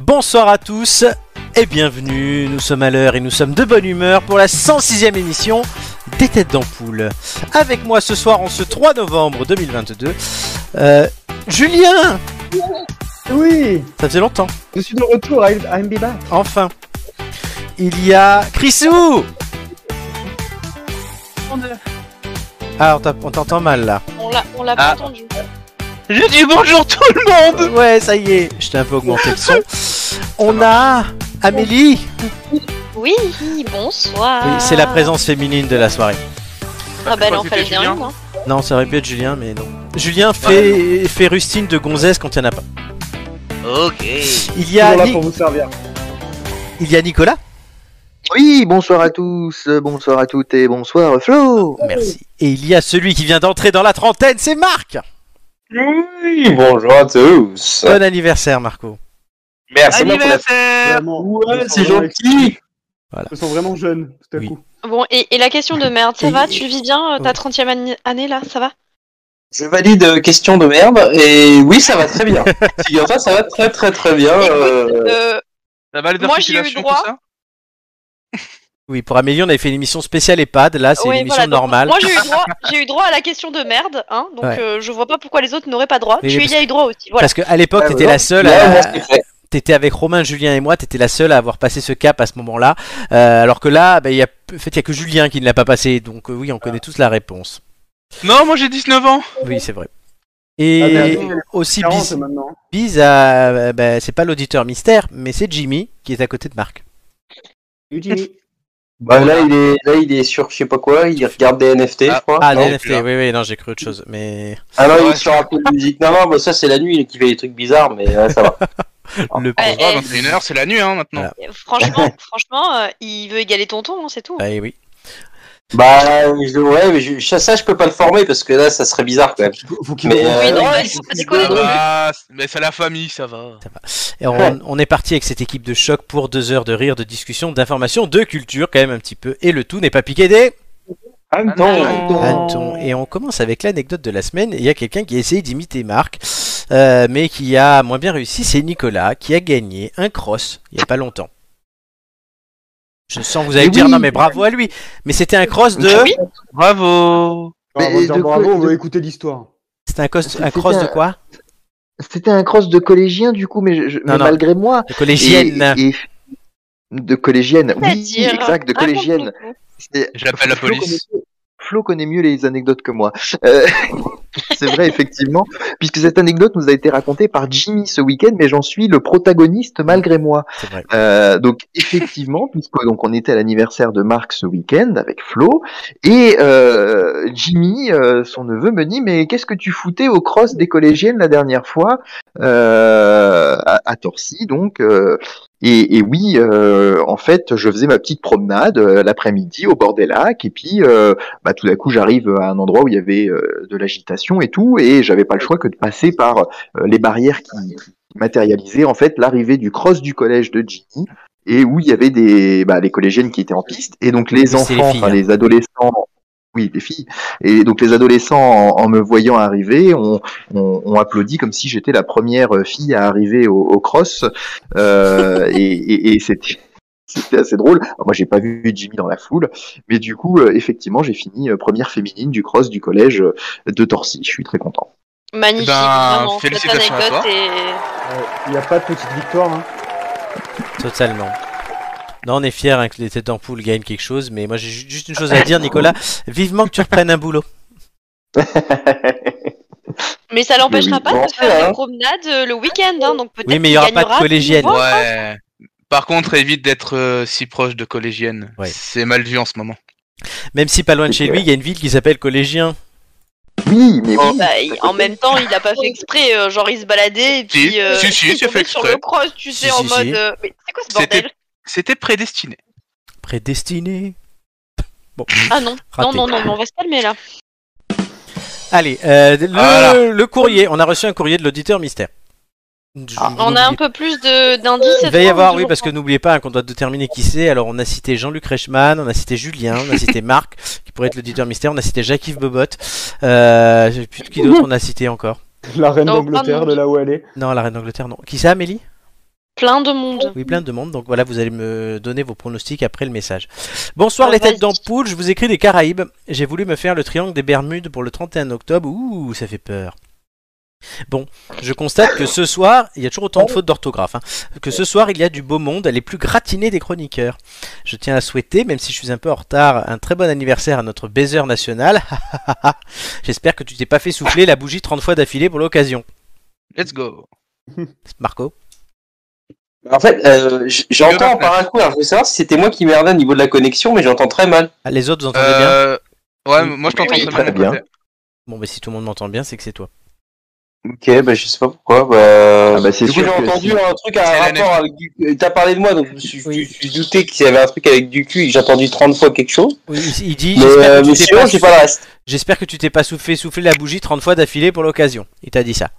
bonsoir à tous et bienvenue. Nous sommes à l'heure et nous sommes de bonne humeur pour la 106e émission des Têtes d'Ampoule. Avec moi ce soir, en ce 3 novembre 2022, euh, Julien Oui, Ça faisait longtemps, je suis de retour à MB Back. enfin. Il y a Chrisou Ah, on t'a- on t'entend mal là. On l'a, on l'a Ah. pas entendu. Je dis bonjour tout le monde Ouais, ça y est, je t'ai un peu augmenté le son. On a Amélie Oui, bonsoir. Oui, c'est la présence féminine de la soirée. Ah bah là, on C'était fallait bien Julien. une, hein. Non, ça aurait pu être Julien, mais non. Julien fait, fait rustine de gonzesse quand il n'y en a pas. Ok. Il y Toujours a, Euh, là Ni- pour vous servir. il y a Nicolas. Oui, bonsoir à tous, euh, bonsoir à toutes et bonsoir Flo. Merci. Et il y a celui qui vient d'entrer dans la trentaine, c'est Marc. Oui, bonjour à tous. Bon anniversaire, Marco. Ah, Merci beaucoup. Anniversaire Vraiment, Ouais, ils sont c'est vraiment- gentil. Ils sont vraiment jeunes, tout à Oui. coup. Bon, et, et la question de merde, ça Et- va Tu vis bien euh, ta Ouais. 30 e année là Ça va Je valide euh, question de merde et oui, ça va très bien. Figure-toi, ça va très très très bien. euh, Euh, Ça va les Moi, j'ai eu articulations, droit. tout ça Oui, pour Amélie, on avait fait une émission spéciale EHPAD. Là, c'est ouais, une émission voilà, donc, normale. Moi j'ai eu, droit, j'ai eu droit à la question de merde, hein, donc Ouais. euh, je vois pas pourquoi les autres n'auraient pas droit. Oui, tu parce y as eu droit aussi, voilà. Parce qu'à l'époque, Ah, t'étais voilà. euh, la seule. là, à- moi, c'est fait. T'étais avec Romain, Julien et moi. T'étais la seule à avoir passé ce cap à ce moment-là. Euh, alors que là, bah, il y a, en fait, il y a que Julien qui ne l'a pas passé. Donc euh, oui, on Ah. connaît tous la réponse. Non, moi j'ai 19 ans Oui, c'est vrai. Ah, mais Et attends, aussi 40 bis, maintenant. bis à, euh, bah, c'est pas l'auditeur mystère, mais c'est Jimmy qui est à côté de Marc. Salut, Jimmy. Bah, là, il est, là, il est sur je sais pas quoi, il regarde des NFT, Ah, je crois. Ah, non les NFT. là. Oui, oui, non, j'ai cru autre chose, mais. Ah non, il Ouais, est sur un peu de musique. Non, non, bah, ça, c'est la nuit qui fait des trucs bizarres, mais euh, ça va. Le Ah, On pauvre. se voit, 21h, c'est la nuit hein maintenant. Voilà. Franchement, franchement euh, il veut égaler tonton, hein, c'est tout. Ah, eh oui. Bah, je devrais, mais je- ça, ça, je peux pas le former parce que là, ça serait bizarre quand même. Faut qu'il Mais, oui, euh, non, il faut pas déconner. Ouais. Ah, c'est- mais c'est la famille, ça va. Et on, Ouais. on est parti avec cette équipe de choc pour deux heures de rire, de discussion, d'information, de culture quand même un petit peu. Et le tout n'est pas piqué des Ah, hannetons. Et on commence avec l'anecdote de la semaine. Il y a quelqu'un qui a essayé d'imiter Marc, euh, mais qui a moins bien réussi. C'est Nicolas qui a gagné un cross il n'y a pas longtemps. Je sens que vous allez Mais me dire oui. non mais bravo à lui. Mais c'était un cross Ah de... Oui. Bravo Ah, on va Mais dire de bravo, quoi- on va de- écouter l'histoire. C'était un, cos- C'était un cross de un- quoi C'était un cross de collégien du coup, mais, je- je- Non, mais non. malgré moi. De collégienne. Et- et- de collégienne, oui, C'est-à-dire, exact, de collégienne. raconte-nous. C'est- J'appelle la Flo police. connaît- Flo connaît mieux les anecdotes que moi. Euh, C'est vrai, effectivement, puisque cette anecdote nous a été racontée par Jimmy ce week-end, mais j'en suis le protagoniste malgré moi. C'est vrai. Euh, donc effectivement, puisque donc on était à l'anniversaire de Marc ce week-end avec Flo et euh, Jimmy, euh, son neveu, me dit mais qu'est-ce que tu foutais au cross des collégiennes la dernière fois euh, à, à Torcy donc euh, et, et oui, euh, en fait, je faisais ma petite promenade euh, l'après-midi au bord des lacs et puis euh, bah, tout d'un coup j'arrive à un endroit où il y avait euh, de l'agitation et tout et j'avais pas le choix que de passer par euh, les barrières qui, matérialiser en fait l'arrivée du cross du collège de Jimmy et où il y avait des bah, les collégiennes qui étaient en piste et donc les c'est enfants, les filles, enfin hein. les adolescents, oui les filles et donc les adolescents en, en me voyant arriver ont on, applaudi comme si j'étais la première euh, fille à arriver au, au cross euh, et, et, et c'était c'était assez drôle. Alors, moi j'ai pas vu Jimmy dans la foule, mais du coup euh, effectivement j'ai fini euh, première féminine du cross du collège euh, de Torcy. Je suis très content. Magnifique, Ben, vraiment. Cette félicitations à anecdote toi. est... Euh, Il n'y a pas de petite victoire. Hein. Totalement. Non, on est fiers hein, que les têtes d'ampoule gagnent quelque chose, mais moi j'ai ju- juste une chose à dire, Nicolas. Vivement que tu reprennes un boulot. Mais ça l'empêchera Mais oui, pas bon, de faire hein. des promenades euh, le week-end, hein, donc peut-être Oui, mais il n'y aura pas qu'il de gagnera collégienne. nouveau. Ouais. Par contre, évite d'être euh, si proche de collégienne. Ouais. C'est mal vu en ce moment. Même si pas loin de chez C'est lui, il y a une ville qui s'appelle Collégien. Oui, mais Oh, oui. Bah, il- en même temps, il a pas fait exprès, euh, genre il se baladait et puis Si, euh, si, si, il c'est tombait fait sur exprès. le cross, tu Si, sais, en si, mode. si. euh, mais c'est quoi ce C'était- bordel C'était prédestiné. Prédestiné. Bon. Ah non, non, Raté. non, non, mais on va se calmer là. Allez, euh, le, Ah Voilà. le courrier. On a reçu un courrier de l'auditeur mystère. Je- Ah. je On a un n'oublie- peu plus de- d'indices. Il va y avoir, oui, parce que n'oubliez pas hein, qu'on doit déterminer qui c'est. Alors, on a cité Jean-Luc Reichmann, on a cité Julien, on a cité Marc, qui pourrait être l'auditeur mystère, on a cité Jacques-Yves Bobot. Euh, je sais plus de qui d'autre on a cité encore. La reine Oh, d'Angleterre, pardon. de là où elle est. Non, la reine d'Angleterre, non. Qui c'est, Amélie Plein de monde. Oui, plein de demandes. Donc voilà, vous allez me donner vos pronostics après le message. Bonsoir Ah, les têtes vas-y. d'ampoule, je vous écris des Caraïbes. J'ai voulu me faire le triangle des Bermudes pour le 31 octobre. Ouh, ça fait peur. Bon, je constate que ce soir, il y a toujours autant de fautes d'orthographe, hein, que ce soir il y a du beau monde, les plus gratinés des chroniqueurs. Je tiens à souhaiter, même si je suis un peu en retard, un très bon anniversaire à notre baiser national. J'espère que tu t'es pas fait souffler la bougie 30 fois d'affilée pour l'occasion. Let's go. Marco En fait, euh, j- j'entends par un coup, alors je voulais savoir si c'était moi qui merdais au niveau de la connexion, mais j'entends très mal. Ah, Les autres, vous entendez bien Euh, ouais, Oui, moi je t'entends oui, très, très bien. bien. Bon, bah si tout le monde m'entend bien, c'est que c'est toi. Ok, bah je sais pas pourquoi. Bah... Ah bah, c'est du coup, sûr j'ai que entendu si- un truc à C'est la un rapport avec du... T'as parlé de moi, donc je me suis, je me suis douté qu'il y avait un truc avec du cul et que j'ai entendu 30 fois quelque chose. Oui, il il dit Mais, J'espère euh, que mais tu t'es sinon, pas, j'ai pas le reste. j'espère que tu t'es pas soufflé, soufflé la bougie 30 fois d'affilée pour l'occasion. Il t'a dit ça.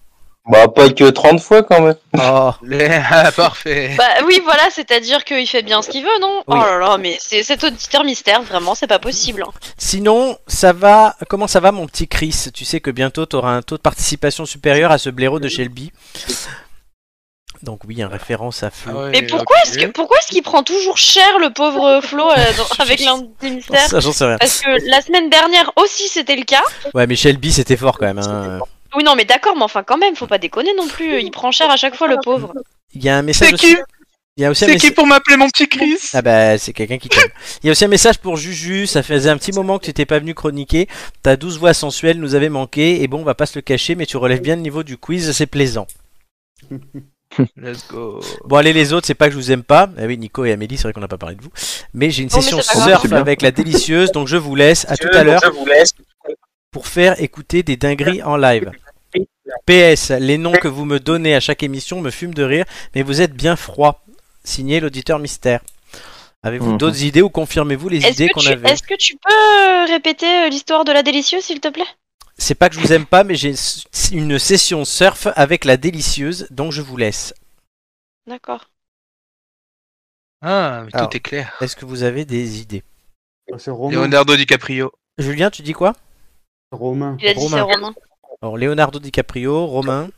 Bah pas que 30 fois quand même. Oh, Les- Ah, parfait. Bah oui, voilà, c'est-à-dire qu'il fait bien ce qu'il veut, non Oh Oui. là là, mais c'est cet auditeur mystère, vraiment, c'est pas possible. hein. Sinon, ça va. Comment ça va, mon petit Chris Tu sais que bientôt, tu auras un taux de participation supérieur à ce blaireau de Shelby. Donc, oui, en référence à Ah Flo. Mais pourquoi est-ce que pourquoi est-ce qu'il prend toujours cher le pauvre Flo euh, dans- avec l'indice mystère Oh, Ça, j'en sais rien. Parce que la semaine dernière aussi c'était le cas. Ouais, mais Shelby, c'était fort quand même. hein. Oui non mais d'accord mais enfin quand même faut pas déconner non plus il prend cher à chaque fois Ah, le pauvre. Il y a un message. C'est Aussi... qui Il y a aussi un C'est qui message. pour m'appeler mon petit Chris Ah bah c'est quelqu'un qui t'aime. Il y a aussi un message pour Juju, ça faisait un petit moment que tu n'étais pas venu chroniquer, ta douce voix sensuelle nous avait manqué, et bon on va pas se le cacher, mais tu relèves bien le niveau du quiz, c'est plaisant. Let's go. Bon allez les autres, c'est pas que je vous aime pas, ah oui Nico et Amélie, c'est vrai qu'on n'a pas parlé de vous, mais j'ai une Non, mais session c'est pas grave. surf C'est bien. avec la délicieuse, donc je vous laisse, à tout à l'heure, Je vous laisse. pour faire écouter des dingueries en live. PS, les noms que vous me donnez à chaque émission me fument de rire, mais vous êtes bien froid. Signé l'auditeur mystère. Avez-vous Mhm. d'autres idées ou confirmez-vous les Est-ce idées que, qu'on tu... avait est-ce que tu peux euh, répéter euh, l'histoire de la délicieuse s'il te plaît C'est pas que je vous aime pas, mais j'ai une session surf avec la délicieuse, donc je vous laisse. D'accord. Ah, mais Alors. tout est clair. Est-ce que vous avez des idées Ah, C'est Romain. Leonardo DiCaprio. Julien, tu dis quoi Romain. Il a dit Romain. c'est Romain. Alors, Leonardo DiCaprio, Romain.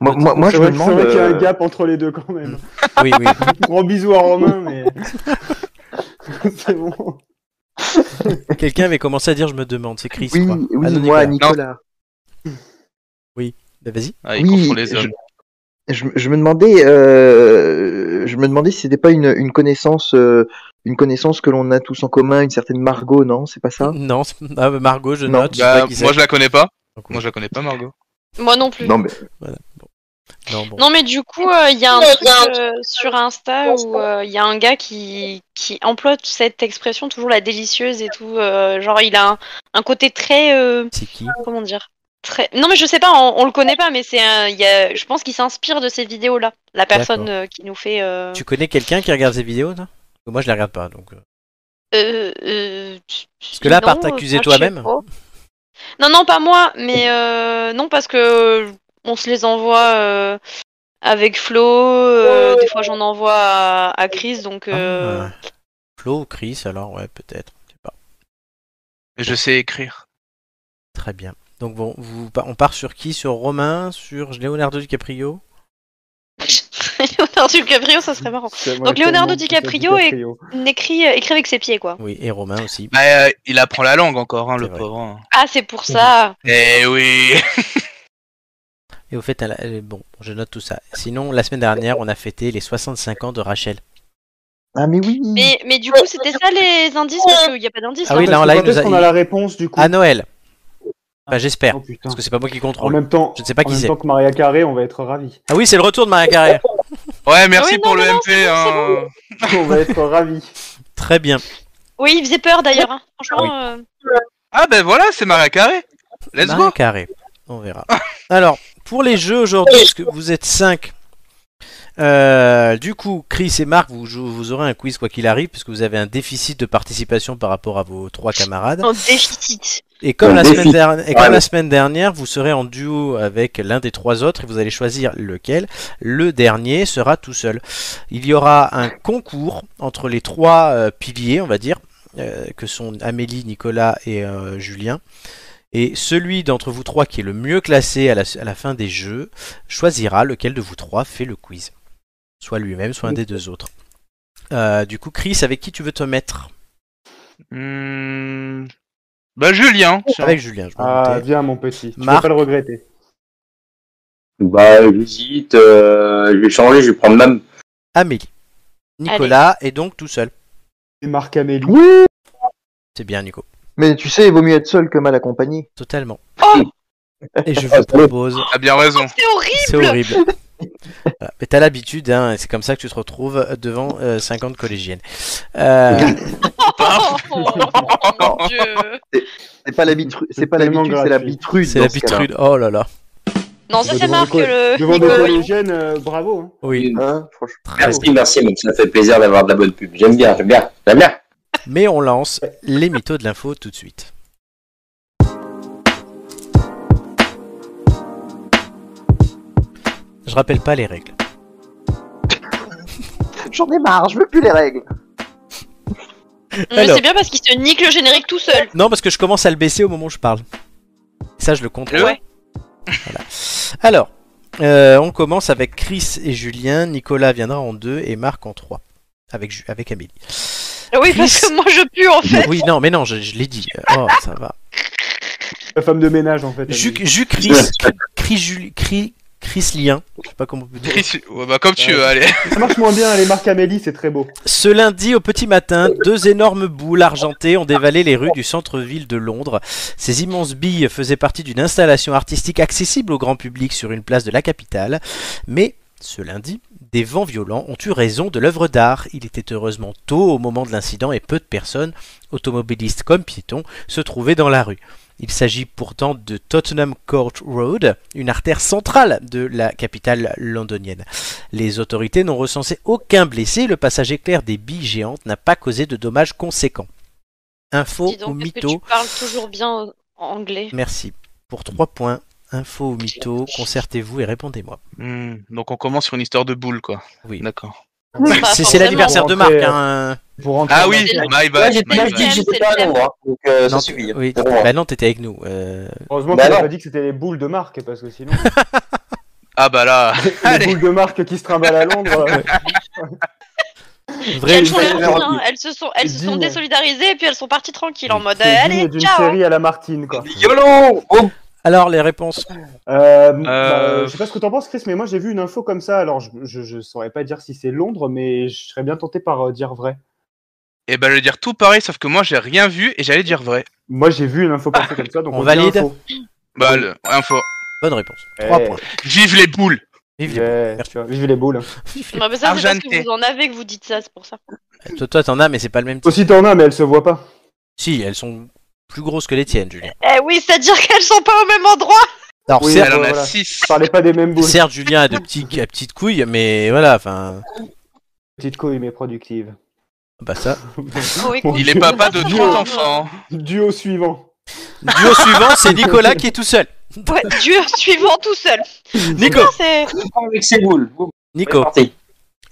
Moi, moi, moi, C'est je vrai me que- C'est demande. vrai qu'il y a un euh, gap entre les deux quand même. Oui, oui. Gros bisous à Romain, mais. c'est bon. Quelqu'un avait commencé à dire je me demande, c'est Chris, Oui, quoi. oui, Ah non, moi, Nicolas. Nicolas. Bah, Vas-y. Ah, il Oui, confond les je- hommes. Je, je me demandais, euh, je me demandais si c'était pas une, une connaissance, euh, une connaissance que l'on a tous en commun, une certaine Margot, non C'est pas ça Non, c'est- ah, bah, Margot, je Non. note. je sais Bah, pas qui c'est. moi je la connais pas. Donc, Moi je la connais pas, Margot. Moi non plus. Non, mais non, bon. Non mais du coup, euh, il y a un truc euh, sur Insta où euh, il y a un gars qui, qui emploie cette expression toujours la délicieuse et tout. euh, genre il a un, un côté très euh, C'est qui comment dire très. Non mais je sais pas, on, on le connaît pas, mais c'est un- il y a, je pense qu'il s'inspire de ces vidéos là. La personne euh, qui nous fait. euh, Tu connais quelqu'un qui regarde ces vidéos, toi Parce que Moi, je les regarde pas, donc. euh, euh, euh, Parce que là, à part non, t'accuser euh, je toi-même. sais pas. Non non pas moi, mais euh, non parce que on se les envoie. euh, avec Flo, euh, des fois j'en envoie à, à Chris, donc euh, Ah, ouais. Flo ou Chris, alors, ouais, peut-être. Je sais pas. Je sais écrire. Très bien. Donc, bon, vous, on part sur qui Sur Romain Sur Leonardo DiCaprio Leonardo DiCaprio, ça serait marrant. C'est- Donc, ouais, Leonardo tellement, DiCaprio est- Écrit, euh, écrit avec ses pieds, quoi. Oui, et Romain aussi. Bah, euh, il apprend la langue encore, hein, C'est le vrai. pauvre. hein. Ah, c'est pour ça. Eh oui. Et au fait, elle a- elle- bon, je note tout ça. Sinon, la semaine dernière, on a fêté les 65 ans de Rachel. ah mais oui. Mais, mais du coup, c'était ça les indices Parce qu'il n'y a pas d'indices. Ah oui, hein. là, en live, nous Est-ce a- Ah, qu'on a la réponse du coup À Noël Bah, j'espère. Oh, putain. Parce que c'est pas moi qui En contrôle. même temps, Je ne sais pas qui en même c'est. temps que Maria Carré, on va être ravis. Ah oui, c'est le retour de Maria Carré. Ouais, Ah Oui, merci non, pour non, le non, MP. c'est bon, c'est hein. on va être ravis. Très bien. Oui, il faisait peur d'ailleurs. hein. Franchement, euh, Ah ben voilà, c'est Maria Carré. Let's Maria go. Carré. On verra. Alors, pour les jeux aujourd'hui, parce que vous êtes 5. du coup, Chris et Marc, vous, jou- vous aurez un quiz quoi qu'il arrive, puisque vous avez un déficit de participation par rapport à vos trois camarades. en déficit. Et comme, Un la défi. semaine, dernière, et Ouais. comme la semaine dernière, vous serez en duo avec l'un des trois autres et vous allez choisir lequel. Le dernier sera tout seul. Il y aura un concours entre les trois euh, piliers, on va dire, euh, que sont Amélie, Nicolas et euh, Julien. Et celui d'entre vous trois qui est le mieux classé à la, à la fin des jeux choisira lequel de vous trois fait le quiz. soit lui-même, soit un des deux autres. Euh, du coup, Chris, avec qui tu veux te mettre Bah. Hmm. Bah, Julien. tiens. Avec Julien, je m'en Ah, doutais. viens, mon petit. Tu vas Marc. pas le regretter. Bah, j'hésite, euh, je vais changer, je vais prendre même. Amélie. Nicolas et donc tout seul. Et Marc Amélie. C'est bien, Nico. Mais tu sais, il vaut mieux être seul que mal accompagné. Totalement. Oh Et je vous propose. T'as bien raison. C'est horrible C'est horrible. Voilà. Mais t'as l'habitude, hein, et c'est comme ça que tu te retrouves devant euh, 50 collégiennes. Euh, Oh, mon dieu C'est pas l'habitude, c'est C'est pas tellement l'habitude, c'est la gratuit. bitrude. c'est dans la ce cas-là. bitrude. Oh là là. Non, ça Devant c'est des Marc co- le. Devant des Nico, voyons. collégiennes, euh, bravo. hein. Oui. Hein, franchement. Merci, merci, mec, ça fait plaisir d'avoir de la bonne pub. J'aime bien, j'aime bien, j'aime bien. Mais on lance les mythos de l'info tout de suite. Je rappelle pas les règles. J'en ai marre, je veux plus les règles. Mais Alors. c'est bien parce qu'il se nique le générique tout seul. Non, parce que je commence à le baisser au moment où je parle. Ça, je le contrôle. Ouais. Voilà. Alors, euh, on commence avec Chris et Julien. Nicolas viendra en deux et Marc en trois. Avec, Ju- avec Amélie. Ah Oui, parce Chris. que moi je pue en fait. Oui, non, mais non, je, je l'ai dit. Euh, Oh, ça va. La femme de ménage, en fait. Amélie. Ju, ju Chris, Chris, Jul- Chris, Chris Lien. Je sais pas comment on peut dire. Chris, ouais, bah, comme tu Ouais. veux, allez. Ça marche moins bien, les Marc Amélie, c'est très beau. Ce lundi au petit matin, deux énormes boules argentées ont dévalé les rues du centre-ville de Londres. Ces immenses billes faisaient partie d'une installation artistique accessible au grand public sur une place de la capitale. Mais ce lundi, des vents violents ont eu raison de l'œuvre d'art. Il était heureusement tôt au moment de l'incident et peu de personnes, automobilistes comme piétons, se trouvaient dans la rue. Il s'agit pourtant de Tottenham Court Road, une artère centrale de la capitale londonienne. Les autorités n'ont recensé aucun blessé. Le passage éclair des billes géantes n'a pas causé de dommages conséquents. Info ou Dis donc, est-ce que mytho tu parles toujours bien euh, anglais Merci. Pour 3 points, info ou mytho, concertez-vous et répondez-moi. Hmm, Donc, on commence sur une histoire de boule, quoi. Oui. D'accord. Bah, C'est- C'est forcément. l'anniversaire de Marc. Rentrer, hein. Pour rentrer Ah dans oui, C'est le- my Ouais, bad. j'ai my moi, je dis bad. que j'étais C'est pas à le Londres, donc euh, Non, ça suffit. oui, Au revoir. bah non, t'étais avec nous. euh, Heureusement Bah qu'on non. n'a pas dit que c'était les boules de marque, parce que sinon, Ah bah là. les Allez. boules de marque qui se trimballent à Londres, euh, vrai Elles ou font faux leur Véronique. tour, hein. Elles se sont, elles se sont Digne. désolidarisées et puis elles sont parties tranquilles en mode euh, c'est allez digne d'une ciao. série à la Martine, quoi. YOLO Oh, Alors, les réponses Euh, bah, je sais pas ce que t'en penses, Chris, mais moi j'ai vu une info comme ça. Alors je, je, je saurais pas dire si c'est Londres, mais je serais bien tenté par euh, dire vrai. Et bah, je vais dire tout pareil, sauf que moi, j'ai rien vu et j'allais dire vrai. Moi j'ai vu une info passer comme ça, donc On on, dit valide info. Bah, le- info. Bonne réponse. 3 Eh, points. Vive les boules. Vive les- yeah, tu vois, vive les boules. vive Ouais, mais ça, c'est parce Argenté. que vous en avez que vous dites ça, c'est pour ça. les- Toi, toi, t'en as, mais c'est pas le même type. Aussi t'en as, mais elle se voit pas. Si, elles sont plus grosses que les tiennes, Julien. Eh oui, c'est-à-dire qu'elles sont pas au même endroit. Alors, Oui, certes, Elle en a voilà. 6. Je parlais pas des mêmes boules. certes, Julien a de petits, à petites couilles, mais voilà, enfin. Petite couille, mais productive. Bah, ça. Oh, écoute, Il est papa de Dieu. 30 enfants. Duo suivant. Duo suivant, c'est Nicolas qui est tout seul. ouais, dur suivant tout seul. Nico, Non, c'est- avec ses boules. Boum, c'est Nico, parti.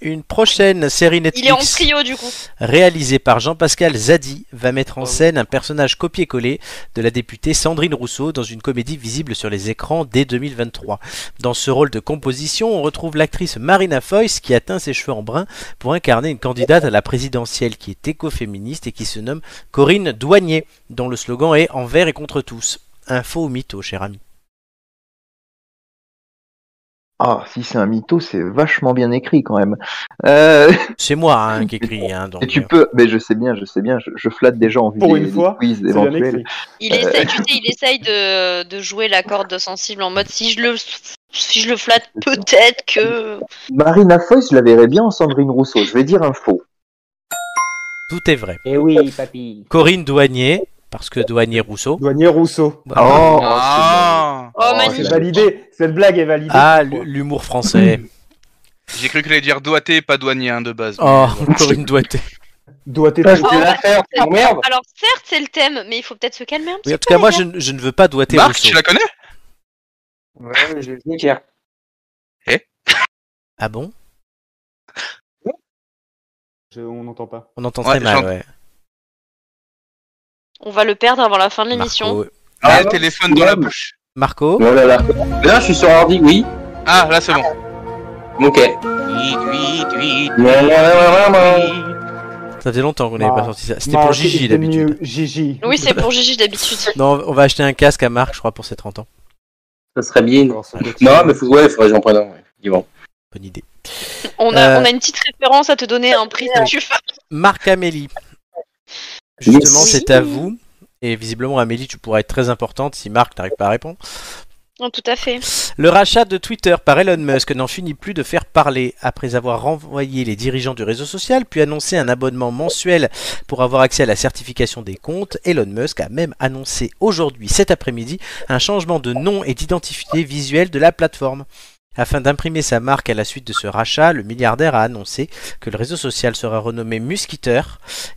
une prochaine série Il est en Netflix trio du coup. réalisée par Jean-Pascal Zadi va mettre en scène un personnage copié-collé de la députée Sandrine Rousseau dans une comédie visible sur les écrans dès 2023. Dans ce rôle de composition, on retrouve l'actrice Marina Foïs qui atteint ses cheveux en brun pour incarner une candidate à la présidentielle qui est écoféministe et qui se nomme Corinne Douanier, dont le slogan est Envers et contre tous. Info ou mytho, cher ami Ah, si c'est un mytho, c'est vachement bien écrit quand même. Euh, C'est moi hein, qui écris. Hein, donc, et tu euh, peux, mais je sais bien, je sais bien, je, je flatte des gens en vue Pour des, une des fois, quiz C'est bien éventuels. écrit. Il essaye, tu sais, il essaye de, de jouer la corde sensible en mode si je le si je le flatte peut-être que Marina Foy, je la verrais bien en Sandrine Rousseau. Je vais dire un faux. tout est vrai. Eh oui, papy. Corinne Douanier, parce que Douanier Rousseau. Douanier Rousseau. Oh, Ah. oh, Oh, magnifique. C'est validé. Cette blague est validée. Ah, l- l'humour français. J'ai cru que allait dire doigté et pas douanier hein, de base. Oh, Corinne Douaté. Doit Ah, être. Là, Ah, je vais la faire, oh, merde Alors certes c'est le thème, mais il faut peut-être se calmer un petit Oui, en tout peu. cas, les moi, gars. je, ne- je ne veux pas Douaté Marc, Rousseau. tu la connais Ouais, je vais dire. Ah bon Je- on n'entend pas. On entend Ouais, très mal, j'entends. ouais. On va le perdre avant la fin de l'émission. Marco. Ah, Ah, le téléphone dans la ouais. bouche. Marco Oh là là. Là, je suis sur ordi, oui. Ah, là c'est bon. Ok. Mm. Ça fait longtemps qu'on n'avait Ah. pas sorti ça. C'était pour Gigi d'habitude. Gigi. Oui, c'est pour Gigi d'habitude. Non, on va acheter un casque à Marc, je crois, pour ses 30 ans. Ça serait bien. Alors, ça doit être- Non, mais faut, ouais, faudrait que j'en prenne un. ouais, effectivement. Bonne idée. On a, Euh. on a une petite référence à te donner un prix si tu veux. Marc Amélie. Justement, Merci. c'est à vous. Et visiblement, Amélie, tu pourras être très importante si Marc n'arrive pas à répondre. Non, tout à fait. Le rachat de Twitter par Elon Musk n'en finit plus de faire parler. Après avoir renvoyé les dirigeants du réseau social, puis annoncé un abonnement mensuel pour avoir accès à la certification des comptes, Elon Musk a même annoncé aujourd'hui, cet après-midi, un changement de nom et d'identité visuelle de la plateforme. Afin d'imprimer sa marque à la suite de ce rachat, le milliardaire a annoncé que le réseau social sera renommé Muskiter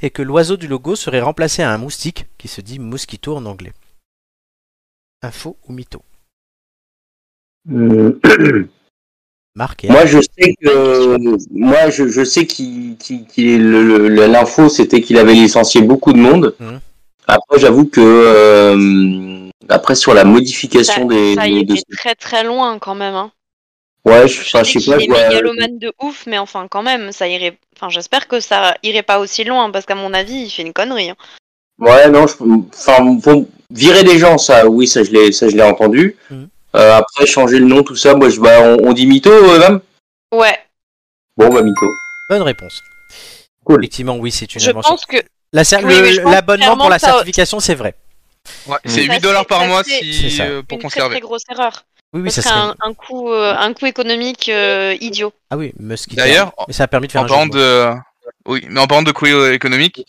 et que l'oiseau du logo serait remplacé à un moustique qui se dit mosquito en anglais. Info ou mytho Hum. Marc et Moi, je sais que moi, je, je sais qu'il qu'il- qu'il- le- le- l'info c'était qu'il avait licencié beaucoup de monde. Mhm. Après, j'avoue que euh, après sur la modification des, Ça y des- de- est très très loin quand même. Hein. ouais, je, enfin, je sais sais pas, qu'il est je vois- mégalomane de ouf, mais enfin quand même, ça irait. Enfin, j'espère que ça irait pas aussi loin parce qu'à mon avis, il fait une connerie. hein. Ouais, non, je- enfin, bon, virer des gens, ça, oui, ça je l'ai, ça je l'ai entendu. Mhm. Euh, après, changer le nom, tout ça, moi, je, bah, on, on dit mytho, euh, Vam Ouais, Bon, bah mytho. Bonne réponse. Cool. Effectivement, oui, c'est une je invention. pense que La cer- Oui, le- mais je pense L'abonnement pour la clairement que ça- certification, c'est vrai. Ouais, c'est Ça, 8 dollars c'est- par ça, mois c'est- C'est si, ça. euh, pour une très très conserver. grosse erreur. Oui, oui, Ce ça serait serait. un, un coût, euh, un coût économique euh, idiot. Ah oui, Musk. il D'ailleurs, tient. Mais ça a permis de faire En un jeu de parlant mots. de, oui, mais en parlant de courrier économique,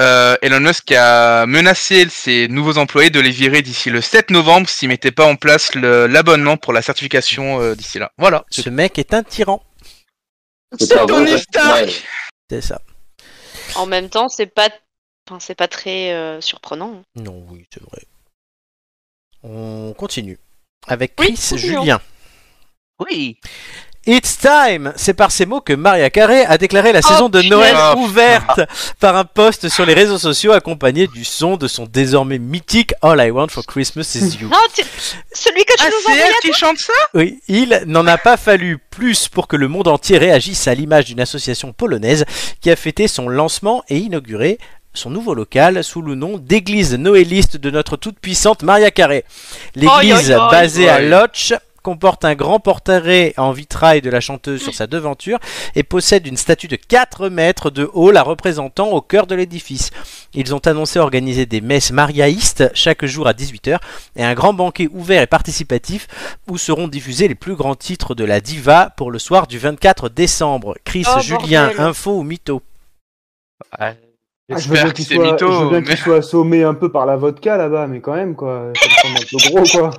euh, Elon Musk a menacé ses nouveaux employés de les virer d'ici le 7 novembre s'ils mettaient pas en place le- l'abonnement pour la certification euh, d'ici là. Voilà. Ce mec est un tyran. C'est pas Tony vrai. Stark Ouais. C'est ça. En même temps, c'est pas, enfin, c'est pas très euh, surprenant. Non, oui, c'est vrai. On continue. Avec Oui, Chris continuons. Julien. Oui. It's time C'est par ces mots que Maria Carré a déclaré la Oh, saison de Noël punaise. ouverte par un post sur les réseaux sociaux accompagné du son de son désormais mythique All I Want for Christmas is You. Non, c'est celui que tu Ah, nous c'est envoyais. elle qui chante ça Oui, il n'en a pas fallu plus pour que le monde entier réagisse à l'image d'une association polonaise qui a fêté son lancement et inauguré son nouveau local sous le nom d'église noëliste de notre toute-puissante Maria Carré. L'église, Oi, oi, oi. basée à Oi. Lodz, comporte un grand portrait en vitrail de la chanteuse sur sa devanture et possède une statue de 4 mètres de haut la représentant au cœur de l'édifice. Ils ont annoncé organiser des messes mariaïstes chaque jour à 18h et un grand banquet ouvert et participatif où seront diffusés les plus grands titres de la diva pour le soir du 24 décembre. Chris, Oh, Julien, bordel. info ou mytho Ah, je veux bien J'espère qu'il que c'est soit, mytho, je veux bien mais- qu'il soit assommé un peu par la vodka là-bas, mais quand même, quoi. Ça me semble un peu gros, quoi.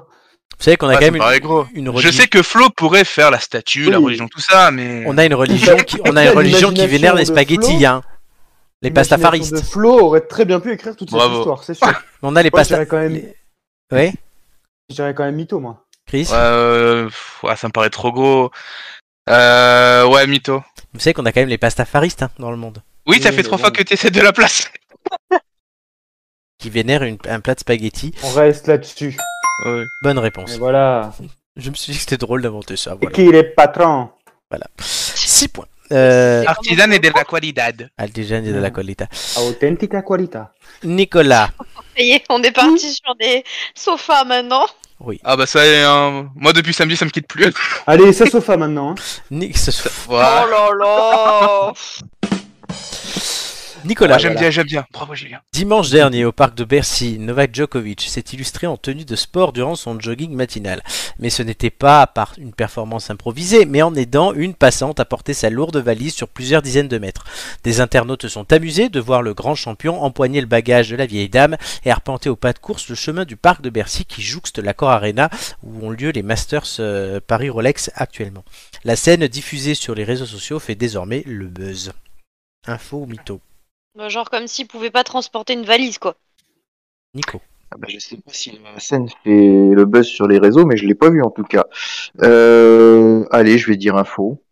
Vous savez qu'on a Ah, quand ça même me une, paraît gros. une Je religion. sais que Flo pourrait faire la statue, la Oui. religion, tout ça, mais On a une religion qui, on a une religion qui vénère les L'imagination de spaghettis, hein. Les pastafaristes. L'imagination De Flo aurait très bien pu écrire toute cette Bravo. histoire, c'est sûr. On a les Moi, pasta. j'irais quand même, les- Ouais, j'irais quand même mytho, moi. Chris. Ouais, euh, pff, ouais, ça me paraît trop gros. Euh, ouais, mytho. Vous savez qu'on a quand même les pastafaristes hein, dans le monde Oui, ça Oui, fait mais trois bon. fois que tu essaies de la place. qui vénèrent une- un plat de spaghettis. On reste là-dessus. Bonne Mais réponse. voilà. Je me suis dit que c'était drôle d'inventer ça. Et Voilà. qui est patron 6 points. Euh, C'est- Artisan et de la qualidad. Aldijan et de Mm. la Colita. Authentica qualita. Nicolas. Ça y est, on est parti sur des sofas maintenant. Ah bah ça, est un... moi depuis samedi, ça me quitte plus. Allez, ça sofa maintenant. hein. Ni- ce- Voilà. Oh Oh. là là. Nicolas. Ah, j'aime Voilà. bien, j'aime bien. Bravo, Julien. Dimanche dernier, au parc de Bercy, Novak Djokovic s'est illustré en tenue de sport durant son jogging matinal. Mais ce n'était pas par une performance improvisée, mais en aidant une passante à porter sa lourde valise sur plusieurs dizaines de mètres. Des internautes se sont amusés de voir le grand champion empoigner le bagage de la vieille dame et arpenter au pas de course le chemin du parc de Bercy qui jouxte l'accord Arena où ont lieu les Masters euh, Paris Rolex actuellement. La scène diffusée sur les réseaux sociaux fait désormais le buzz. Info ou mytho Bah, Genre comme s'il pouvait pas transporter une valise quoi. Nico. Ah bah, je sais pas si la scène fait le buzz sur les réseaux, mais je l'ai pas vu en tout cas. Euh, allez, je vais dire info.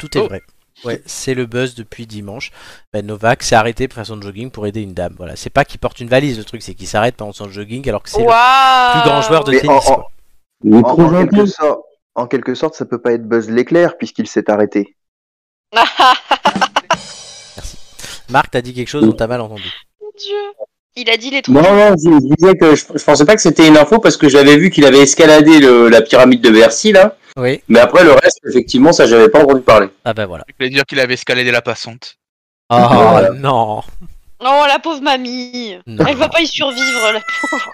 Tout est Oh. vrai. Ouais, c'est le buzz depuis dimanche. Ben, Novak s'est arrêté pour faire son jogging pour aider une dame. Voilà, c'est pas qu'il porte une valise le truc, c'est qu'il s'arrête pendant son jogging alors que c'est Waouh le plus grand joueur de Mais tennis. en- en- quoi. Il est En, trop en gentil. quelque sorte, en- en quelque sorte, ça peut pas être Buzz l'éclair puisqu'il s'est arrêté. Marc, t'as dit quelque chose dont t'as mal entendu. Dieu. Il a dit les Non, trucs. non, je, je disais que je, je pensais pas que c'était une info parce que j'avais vu qu'il avait escaladé le- la pyramide de Bercy là, Oui. mais après le reste, effectivement, ça j'avais pas entendu parler. Ah ben voilà. Je voulais dire qu'il avait escaladé la passante. Oh Voilà. non. Oh, la pauvre mamie. Non. Elle va pas y survivre, la pauvre.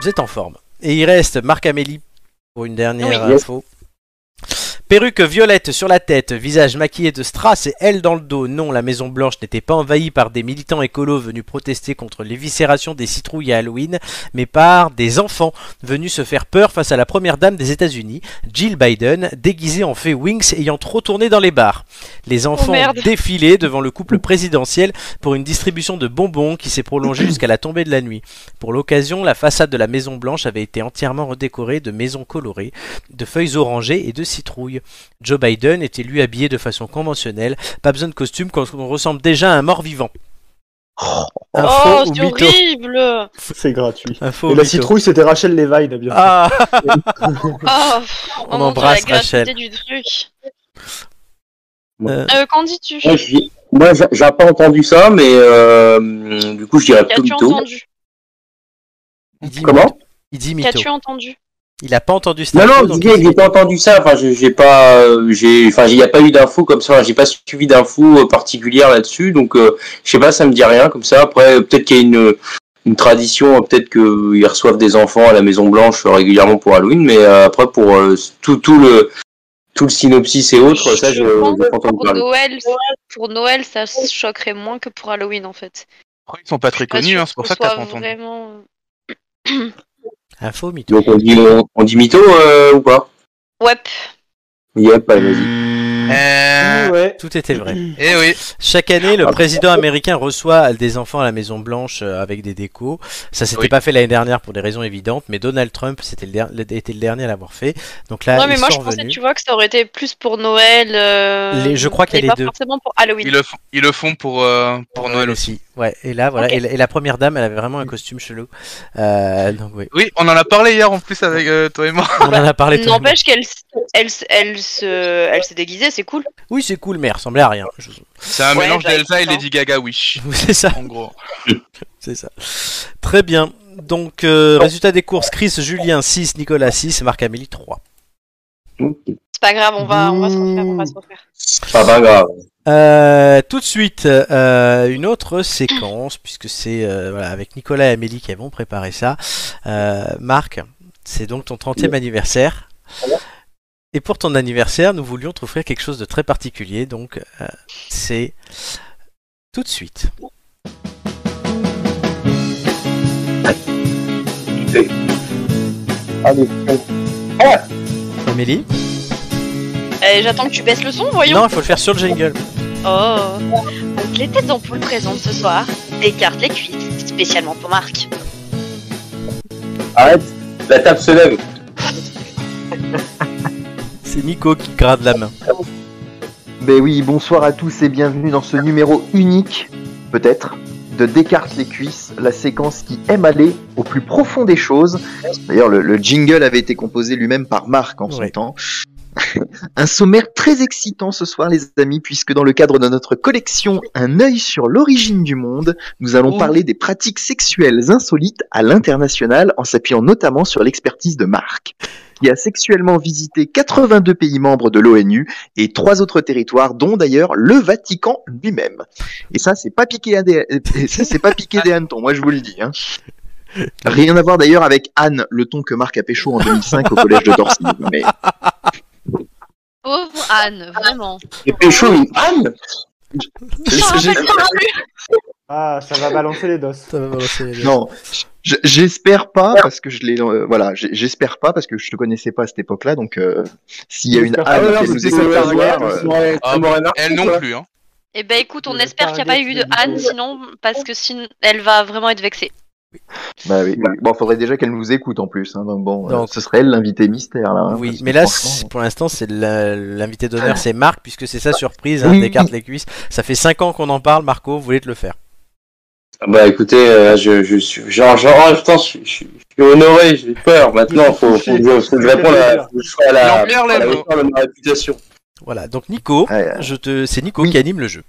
Vous êtes en forme. Et il reste Marc-Amélie pour une dernière Oui. euh, info. Perruque violette sur la tête, visage maquillé de strass et aile dans le dos. Non, la Maison Blanche n'était pas envahie par des militants écolos venus protester contre l'éviscération des citrouilles à Halloween, mais par des enfants venus se faire peur face à la première dame des États-Unis, Jill Biden, déguisée en fée Winx ayant trop tourné dans les bars. Les enfants ont Oh, merde. défilé devant le couple présidentiel pour une distribution de bonbons qui s'est prolongée jusqu'à la tombée de la nuit. Pour l'occasion, la façade de la Maison Blanche avait été entièrement redécorée de maisons colorées, de feuilles orangées et de citrouilles. Joe Biden était lui habillé de façon conventionnelle, pas besoin de costume quand on ressemble déjà à un mort-vivant. Oh, Info ou c'est mytho horrible. C'est gratuit. Info Et ou la mytho citrouille, c'était Rachel Levine, Oh, bien sûr. Ah Ah, pff, On montre embrasse la gratuité Rachel. du truc. Euh. Euh, Qu'en dis-tu Moi, je- Moi, j'a- j'avais pas entendu ça, mais euh, du coup, je dirais plutôt Qu'as-tu mytho. entendu Il dit mytho. Comment Il dit mytho. Qu'as-tu entendu Il a pas entendu cette Non, info, non, je donc disais que il j'ai dit- pas entendu ça. Enfin, j'ai j'ai pas, euh, j'ai, enfin, il n'y a pas eu d'infos comme ça. J'ai pas suivi d'infos euh, particulières là-dessus. Donc, euh, je sais pas, ça me dit rien comme ça. Après, euh, peut-être qu'il y a une, une tradition, euh, peut-être qu'ils reçoivent des enfants à la Maison Blanche euh, régulièrement pour Halloween. Mais euh, après, pour euh, tout, tout le, tout le synopsis et autres, ça, je, pense j'ai pas que entendu pour parler. Noël, pour Noël, ça se choquerait moins que pour Halloween en fait. Après, ils sont pas très Pas connus, sûr hein, c'est pour qu'on ça que t'as soit pas entendu. Vraiment... Info ou mytho. Donc, on dit, on, on dit mytho euh, ou pas Ouais, Yep, allez, vas-y. Euh... Ouais. Tout était vrai. Eh oui. Chaque année, le président américain reçoit des enfants à la Maison Blanche euh, avec des décos. Ça s'était Oui. pas fait l'année dernière pour des raisons évidentes, mais Donald Trump c'était le der- était le dernier à l'avoir fait. Donc là, non mais ils moi je sont pensais, revenus. tu vois, que ça aurait été plus pour Noël. euh, Les- je crois qu'il y a et les pas deux. forcément pour Halloween. Ils le, font, ils le font pour, euh, pour Noël aussi. Ouais. Et là, voilà. Ok. Mm. Et, la- et la première dame, elle avait vraiment un costume chelou. Euh, donc, oui. Oui, on en a parlé hier en plus avec euh, toi et moi. On en a parlé. tout à l'heure. Ah bah, N'empêche qu'elle s- elle, s- elle se, elle s'est déguisée, c'est cool. Oui, c'est cool, mais elle ressemblait à rien. Je- C'est un Ouais, mélange bah, d'Elsa et écoute, hein. Lady Gaga Wish, C'est ça. en gros. C'est ça. Très bien. Donc, euh, résultat des courses Chris, Julien 6, Nicolas 6, Marc-Amélie 3. C'est pas grave, on va, on va se refaire, on va se refaire. Pas pas grave. Euh, tout de suite, euh, une autre séquence, puisque c'est euh, voilà, avec Nicolas et Amélie qui avons préparé ça. Euh, Marc, c'est donc ton 30e anniversaire. Et pour ton anniversaire, nous voulions t'offrir quelque chose de très particulier, donc euh, c'est tout de suite. Allez, Amélie Eh, J'attends que tu baisses le son, voyons. Non, il faut le faire sur le jingle. Oh. Donc les têtes d'ampoule présentes ce soir écartent les cuisses, spécialement pour Marc. arrête. La table se lève. C'est Nico qui grade la main. Ben oui, bonsoir à tous et bienvenue dans ce numéro unique, peut-être, de Descartes les cuisses, la séquence qui aime aller au plus profond des choses. D'ailleurs, le, le jingle avait été composé lui-même par Marc en son Ouais. temps. Un sommaire très excitant ce soir, les amis, puisque dans le cadre de notre collection Un œil sur l'origine du monde, nous allons parler des pratiques sexuelles insolites à l'international en s'appuyant notamment sur l'expertise de Marc, qui a sexuellement visité 82 pays membres de l'ONU et trois autres territoires, dont d'ailleurs le Vatican lui-même. Et ça, c'est pas piqué à des, et ça, c'est pas piqué des hannetons, moi je vous le dis. hein. Rien à voir d'ailleurs avec Anne, le ton que Marc a pécho en 2005 au collège de Dorcy. Mais Pauvre Anne, vraiment. Et Pécho, une âme Je m'en rappelle pas. Ah, ça va balancer les doses. non, j- j'espère pas parce que je l'ai. euh, voilà, j- j'espère pas parce que je te connaissais pas à cette époque-là. Donc, euh, s'il y a une J'espère Anne pas. qui Ah, nous c'est écoute ça, ce soir, regarde, euh, Ah, Elle non plus, hein. Eh ben écoute, on Je vais espère pas qu'il n'y a pas eu arrêter de de Anne, dire. sinon parce que sinon elle va vraiment être vexée. bah oui. Bon, faudrait déjà qu'elle nous écoute en plus. hein, donc bon, euh, Donc. ce serait elle l'invité mystère là. hein, Oui, parce que mais là, franchement, c'est- pour l'instant, c'est la- l'invité d'honneur, c'est Marc, puisque c'est sa surprise, hein, Oui, Descartes les cuisses. Ça fait 5 ans qu'on en parle, Marco, vous voulez te le faire. Ah Bah écoutez, euh, oh, je, je suis. Genre, genre, en même temps, je, je- je suis suis honoré, j'ai peur. Maintenant, faut, faut, Touché. faut, faut que je réponde à, faut que je sois à la, Il en perd à la les mots. hauteur de ma réputation. Voilà, donc Nico, Ouais, euh, je te... c'est Nico Oui. qui anime le jeu.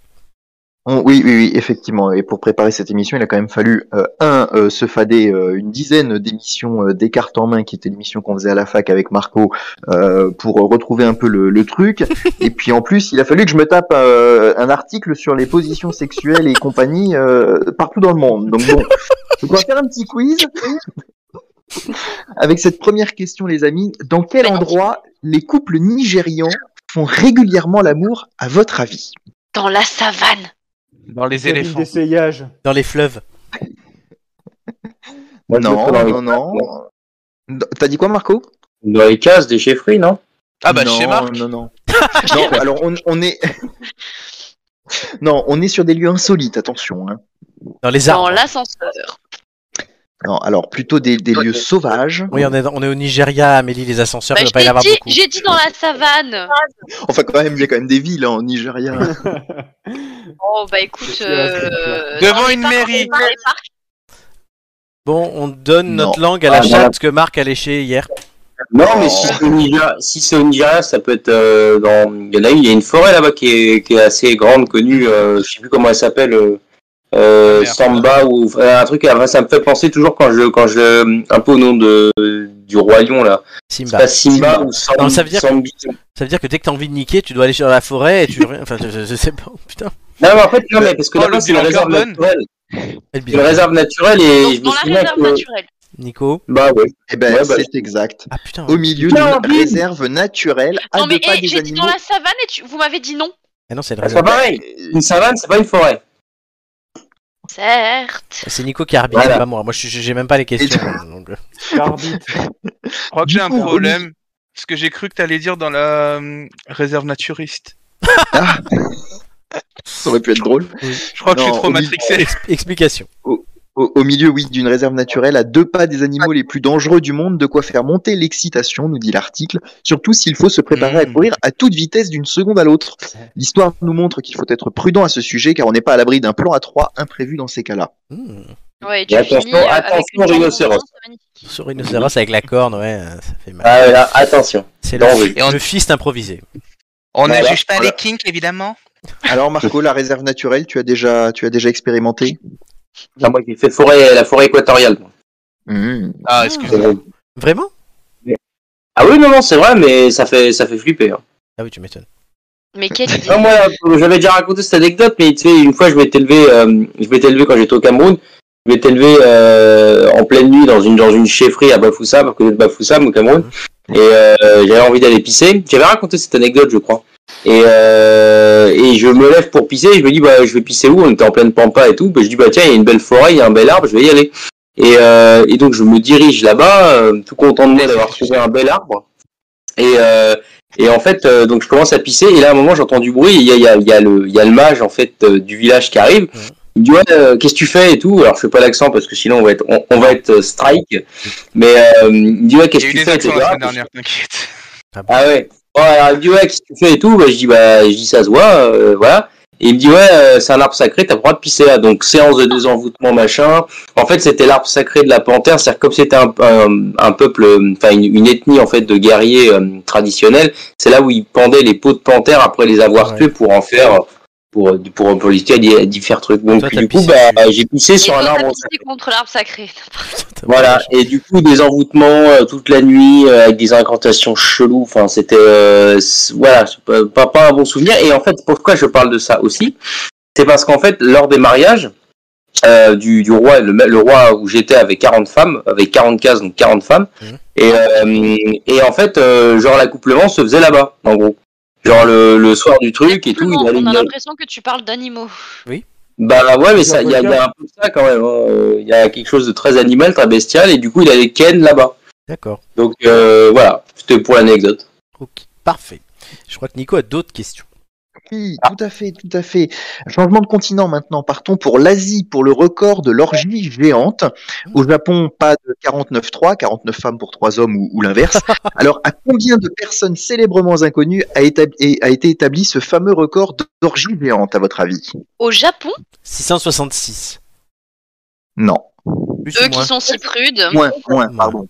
on- oui, oui, oui, effectivement. Et pour préparer cette émission, il a quand même fallu, euh, un, euh, se fader euh, une dizaine d'émissions euh, des cartes en main, qui était l'émission qu'on faisait à la fac avec Marco, euh, pour retrouver un peu le, le truc. et puis en plus, il a fallu que je me tape euh, un article sur les positions sexuelles et compagnie euh, partout dans le monde. Donc bon, donc on va faire un petit quiz. Avec cette première question, les amis, dans quel endroit les couples nigérians font régulièrement l'amour, à votre avis Dans la savane. Dans les Cabine éléphants. d'essayage. Dans les fleuves. Moi, je le Non, ferai dans les- non, non. D- T'as dit quoi, Marco Dans les cases des chefferies, non Ah bah, non, chez Marc. Non, non. non, alors on, on est. non, on est sur des lieux insolites, attention. hein. Dans les arbres. Dans l'ascenseur. Non, alors plutôt des, des lieux sauvages. Oui, on est, dans- on est au Nigeria, Amélie, les ascenseurs, Bah, il ne je va pas y en t'ai avoir dit, beaucoup. j'ai dit dans la savane. Enfin, quand même, il y a quand même des villes hein, en Nigeria. Oh bah écoute. Je suis là, je suis là. euh, Devant dans les une parcs, mairie. dans les parcs. Bon, on donne Non. notre langue à Ah, la voilà. chatte que Marc a léché hier. Non, mais Oh. si c'est au Nigeria, si c'est au Nigeria, ça peut être euh, dans. Il y en a une, il y a une forêt là-bas qui est, qui est assez grande, connue. euh, je sais plus comment elle s'appelle. euh, euh, Merde. Samba ou enfin, un truc. enfin, ça me fait penser toujours quand je quand je un peu au nom de du roi lion là. C'est Simba. pas Simba, ou Sambi. Non, ça veut dire- Sambi. Ça veut dire que dès que t'as envie de niquer, tu dois aller sur la forêt et tu. Enfin, je, je- je sais pas. Oh, Putain. Non, mais en fait, non, mais parce que Oh, le là-bas, c'est une bilan réserve carbone. naturelle. Quel C'est une bilan. réserve naturelle et Donc, je euh, me dans la souviens réserve que- naturelle. Nico. Bah ouais. Eh ben, Ouais, bah, c'est exact. Ah putain. Au milieu Non, d'une plus. réserve naturelle à Non mais deux pas eh, des j'ai dit animaux. dans la savane et tu... vous m'avez dit non. Ah non, c'est le C'est pas réservoir. pareil. Une savane, c'est pas une forêt. Certes. C'est Nico qui a arbitré, Voilà. pas moi. Moi, je- je- j'ai même pas les questions. donc, euh, L'arbitre. Je crois que Du j'ai un coup, problème. Parce que j'ai cru que t'allais dire dans la hum, réserve naturiste. Ça aurait pu être drôle. Je crois que je Non, suis trop au milieu- matrixé. Explication. Au, au milieu, oui, d'une réserve naturelle à deux pas des animaux les plus dangereux du monde, de quoi faire monter l'excitation, nous dit l'article, surtout s'il faut se préparer à Mm. courir à toute vitesse d'une seconde à l'autre. L'histoire nous montre qu'il faut être prudent à ce sujet car on n'est pas à l'abri d'un plan à trois imprévu dans ces cas-là. Hmm. Ouais, tu Et attention, finis euh, avec attention, une jambe rhinocéros. en c'est magnifique. Sur rhinocéros avec la corne, ouais, euh, ça fait mal. Ah ouais, là, attention. C'est non, le, oui. le fist improvisé. On ne Voilà, juge pas voilà. les kinks, évidemment. Alors Marco, la réserve naturelle, tu as déjà, tu as déjà expérimenté Ah, moi, j'ai fait forêt, la forêt équatoriale. Mm. Ah, excuse-moi. Euh, Vraiment Ah oui, non, non, c'est vrai, mais ça fait, ça fait flipper. hein. Ah oui, tu m'étonnes. Mais quelle idée. Non, moi, euh, j'avais déjà raconté cette anecdote, mais tu sais, une fois, je m'étais levé, euh, je m'étais levé quand j'étais au Cameroun, je m'étais levé euh, en pleine nuit dans une, dans une chefferie à Bafoussam, à côté de Bafoussam au Cameroun, et euh, j'avais envie d'aller pisser. J'avais raconté cette anecdote, je crois. Et, euh, et je me lève pour pisser, et je me dis, bah, je vais pisser où On était en pleine pampa et tout. Bah, je dis, bah, tiens, il y a une belle forêt, il y a un bel arbre, je vais y aller. Et, euh, et donc, je me dirige là-bas, euh, tout content de moi d'avoir trouvé un bel arbre. Et, euh, et en fait, euh, donc je commence à pisser, et là, à un moment, j'entends du bruit, et il y a, il y, a, il y, a le- il y a le mage, en fait, euh, du village qui arrive. Ouais. Il me dit, ouais, euh, qu'est-ce que tu fais et tout. Alors, je fais pas l'accent parce que sinon, on va être, on, on va être euh, strike. Mais euh, il me dit, ouais, Il y qu'est-ce a eu que des tu fais, actions etc. la semaine dernière, t'inquiète. Ah ouais. Ouais, alors il me dit ouais, qu'est-ce que tu fais et tout. Bah, je dis bah, je dis ça se voit, euh, voilà. Et il me dit ouais, euh, c'est un arbre sacré, t'as le droit de pisser là. Donc séance de désenvoûtement machin. En fait, c'était l'arbre sacré de la panthère. C'est-à-dire que comme c'était un, un, un peuple, euh, enfin une, une ethnie en fait de guerriers euh, traditionnels, c'est là où ils pendaient les peaux de panthère après les avoir Ouais. tués pour en faire pour pour pour les tuer à di- à différents trucs. Donc Toi, t'as du coup, pissé bah, j'ai pissé sur Et un toi, t'as arbre pissé contre l'arbre sacré. voilà, et du coup, des envoûtements euh, toute la nuit euh, avec des incantations cheloues. Enfin, c'était. euh, c- voilà, c'est pas, pas, pas un bon souvenir. Et en fait, pourquoi je parle de ça aussi C'est parce qu'en fait, lors des mariages euh, du, du roi, le, ma- le roi où j'étais avait 40 femmes, avec 40 cases, donc 40 femmes. Mhm. Et, euh, et en fait, euh, genre, l'accouplement se faisait là-bas, en gros. Genre, le, le soir du truc et tout. Ah On il allait- a il allait- l'impression que tu parles d'animaux. bah ouais, mais ça, il y, a- Jean-Paul il y a un peu de ça quand même. hein. Euh, Il y a quelque chose de très animal, très bestial. Et du coup, il allait Ken là-bas. D'accord. Donc euh, voilà, c'était pour l'anecdote. Ok. Parfait. Je crois que Nico a d'autres questions. Oui, tout à fait, tout à fait. Changement de continent maintenant. Partons pour l'Asie pour le record de l'orgie géante. Au Japon, pas de 49-3, 49 femmes pour 3 hommes ou, ou l'inverse. Alors, à combien de personnes célèbrement inconnues a, étab- et- a été établi ce fameux record d'orgie géante, à votre avis Au Japon, 666. Non. Plus Eux ou moins. qui sont si prudes. Moins, moins, pardon.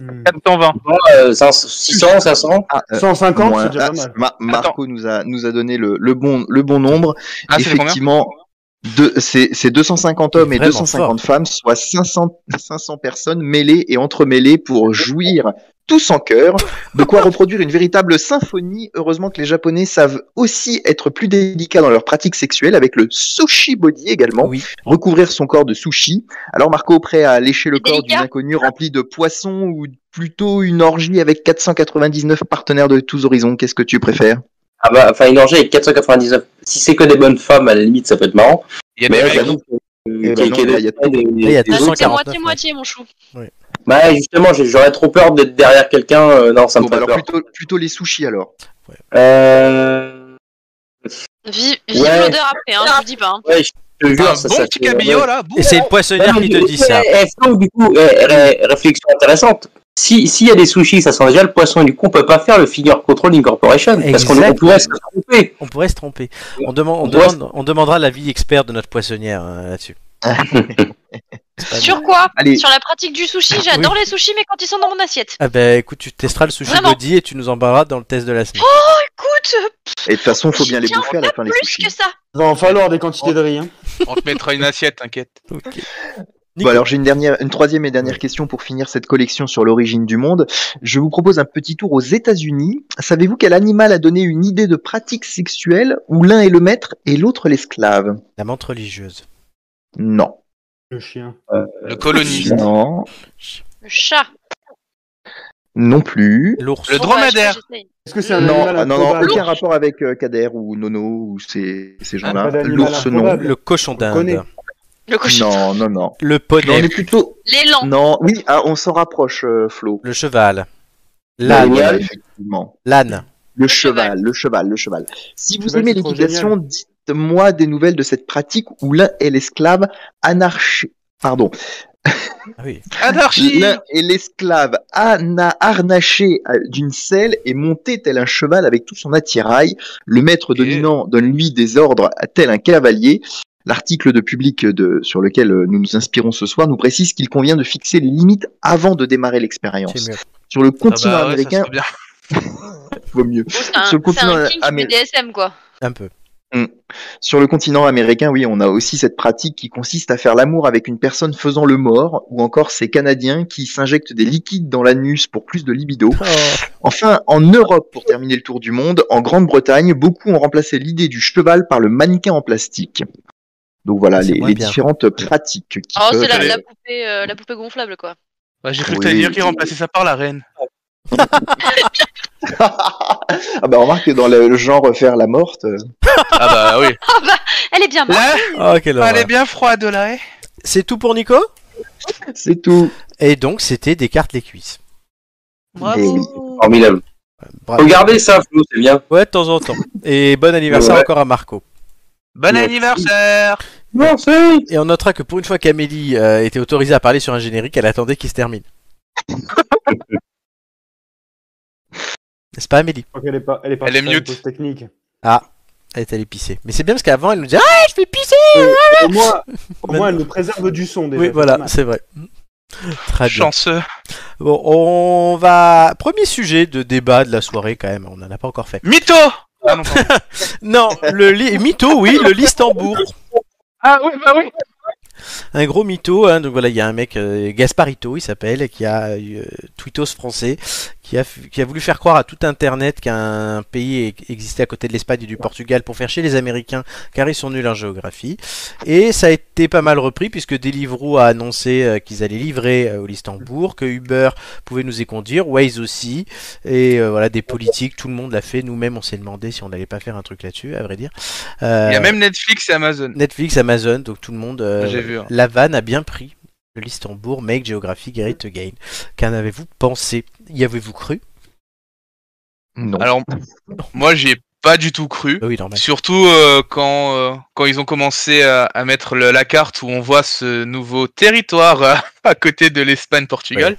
Hmm. 420. Euh, 500, 600, 500 Ah, euh, 150, moins. c'est déjà Ah, pas mal. Ma- Marco nous a, nous a donné le, le, bon, le bon nombre. Ah, c'est combien Effectivement, deux- c'est c'est 250 hommes et Vraiment 250 femmes, soit 500, 500 personnes mêlées et entremêlées pour jouir tous en cœur, de quoi reproduire une véritable symphonie. Heureusement que les Japonais savent aussi être plus délicats dans leur pratique sexuelle avec le sushi body également, Oui. recouvrir son corps de sushi. Alors Marco, prêt à lécher le C'est corps d'une délicat. inconnue remplie de poissons ou plutôt une orgie avec 499 partenaires de tous horizons, qu'est-ce que tu préfères Ah bah, enfin, une orgie avec 499. Si c'est que des bonnes femmes, à la limite, ça peut être marrant. bah, Il y a Mais des là, mecs- j'avoue que- Eh euh, ben non, qu'il- qu'il y là, a il y a- des- il y a des- Ah, tout. des- donc c'est 249, moitié-moitié, mon chou. Bah, justement, j'ai- j'aurais trop peur d'être derrière quelqu'un. euh, non, ça me Bon, bah, fait alors peur. plutôt, plutôt les sushis alors. Euh... Vive, vive Ouais. l'odeur après, hein, je vous dis pas. hein. Ouais, je te jure, un ça, bon ça petit fait- cabillaud là. Et c'est une poissonnière qui te dit ça. Eh, eh, Flo, du coup, eh, ré- réflexion intéressante. Si- S'il y a des sushis, ça sent déjà le poisson, du coup, on peut pas faire le Figure Controlling Corporation. Parce qu'on Exact. on pourrait se tromper. On pourrait se tromper. On, demande, on, On pourrait demande, on demandera l'avis expert de notre poissonnière hein, là-dessus. C'est Bah, pas Sur quoi Allez. Sur la pratique du sushi, j'adore les sushis, mais quand ils sont dans mon assiette. Ah bah écoute, tu testeras le sushi Vraiment. body et tu nous embarras dans le test de la semaine. Écoute, Et de toute façon, faut bien les Tiens, bouffer à la fin les plus sushis. que ça. Va en falloir des quantités de riz. Hein. On te mettra une assiette, t'inquiète. Oh. Ok. Bon, alors j'ai une dernière, une troisième et dernière question pour finir cette collection sur l'origine du monde. Je vous propose un petit tour aux États-Unis. Savez-vous quel animal a donné une idée de pratique sexuelle où l'un est le maître et l'autre l'esclave La menthe religieuse. Non. Le chien. Le coloniste. Non. Le chat. Non plus. L'ours. Le Bon, dromadaire. bah, je sais que Est-ce que c'est un Non, ah, animal non, non, improbable aucun rapport avec euh, Kader ou Nono ou ces, ces Pas gens-là. d'animal L'ours, non. improbable. Le cochon d'Inde. connaît. j'essaye. Le cochon. Non, non, non. Le Non, poney. mais plutôt. L'élan. Non, oui, ah, on s'en rapproche, euh, Flo. Le cheval. Là, L'âne. Génial. effectivement. L'âne. Le Le cheval, cheval. le cheval, le cheval. Si vous cheval, aimez c'est trop l'équitation, dites-moi des nouvelles de cette pratique où l'un est l'esclave anarchie. Pardon. Ah oui. Euh, Anarchie L'un est l'esclave ana- harnaché à- d'une selle et monté tel un cheval avec tout son attirail. Le maître dominant donne lui des ordres à tel un cavalier. L'article de public de, sur lequel euh, nous nous inspirons ce soir nous précise qu'il convient de fixer les limites avant de démarrer l'expérience. C'est mieux. Sur le Ah continent bah ouais, ça américain, serait bien. vaut mieux. Bon, C'est un, Sur le c'est un continent king ah, du américain. BDSM, quoi. Un peu. Sur le continent américain, oui, on a aussi cette pratique qui consiste à faire l'amour avec une personne faisant le mort, ou encore ces Canadiens qui s'injectent des liquides dans l'anus pour plus de libido. Oh. Enfin, en Europe, pour terminer le tour du monde, en Grande-Bretagne, beaucoup ont remplacé l'idée du cheval par le mannequin en plastique. Donc voilà, C'est les, moins les bien. différentes pratiques qui Oh, c'est peuvent- la, euh, la poupée, euh, la poupée gonflable, quoi. Bah, J'ai cru que Oui. t'allais dire qu'il remplaçait ça par la reine. ah bah remarque que dans le, le genre faire la morte, euh, Ah bah oui. Elle est bien morte. Là, Oh, quelle elle est horreur. bien froide là. eh. C'est tout pour Nico c'est tout. Et donc, c'était Descartes les cuisses. Bravo. Formidable. Bravo. Regardez ça, Flo, c'est bien. Ouais, de temps en temps. Et bon anniversaire Ouais. encore à Marco. Bon Ouais. anniversaire Merci. Et on notera que pour une fois qu'Amélie euh, était autorisée à parler sur un générique, elle attendait qu'il se termine. N'est-ce pas Amélie Je crois qu'elle est pas, elle est pas Elle est sur une mute. pause technique. Elle est allée pisser. Mais c'est bien parce qu'avant, elle nous disait Ah, je vais pisser Au moins, au moins, elle nous préserve du son. Déjà, Oui, c'est voilà, mal. bah, c'est vrai. Très bien. Chanceux. Bon, on va. Premier sujet de débat de la soirée, quand même. On n'en a pas encore fait. Mytho ah, non, pardon. Non, le li- mytho, oui, le listembourg. ah oui, bah oui un gros mytho. hein. donc voilà, il y a un mec, euh, Gasparito, il s'appelle, qui a euh, Twitos français, qui a, f- qui a voulu faire croire à tout Internet qu'un pays e- existait à côté de l'Espagne et du Portugal pour faire chier les Américains, car ils sont nuls en géographie. Et ça a été pas mal repris, puisque Deliveroo a annoncé euh, qu'ils allaient livrer euh, au Listembourg, que Uber pouvait nous y conduire, Waze aussi, et euh, voilà, des politiques, tout le monde l'a fait. Nous-mêmes, on s'est demandé si on n'allait pas faire un truc là-dessus, à vrai dire. Euh, Il y a même Netflix et Amazon. Netflix, Amazon, donc tout le monde. euh, J'ai vu, hein. La vanne a bien pris. Le Listembourg, Make Geography, Great Again. Qu'en avez-vous pensé Y avez-vous cru Non. Alors, moi, j'ai pas du tout cru. Bah Oui, normal. Surtout euh, quand, euh, quand ils ont commencé à, à mettre le- la carte où on voit ce nouveau territoire euh, à côté de l'Espagne-Portugal.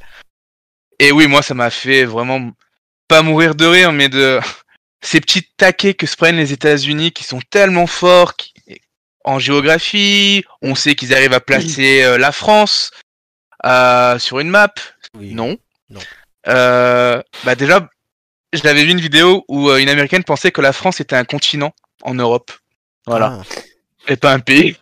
Et oui, moi, ça m'a fait vraiment pas mourir de rire, mais de ces petits taquets que se prennent les États-Unis qui sont tellement forts qui- en géographie. On sait qu'ils arrivent à placer euh, la France. euh, sur une map Oui. Non. Non. Euh, bah déjà, je l'avais vu une vidéo où euh, une américaine pensait que la France était un continent en Europe. Voilà. Ah, Et pas un pays.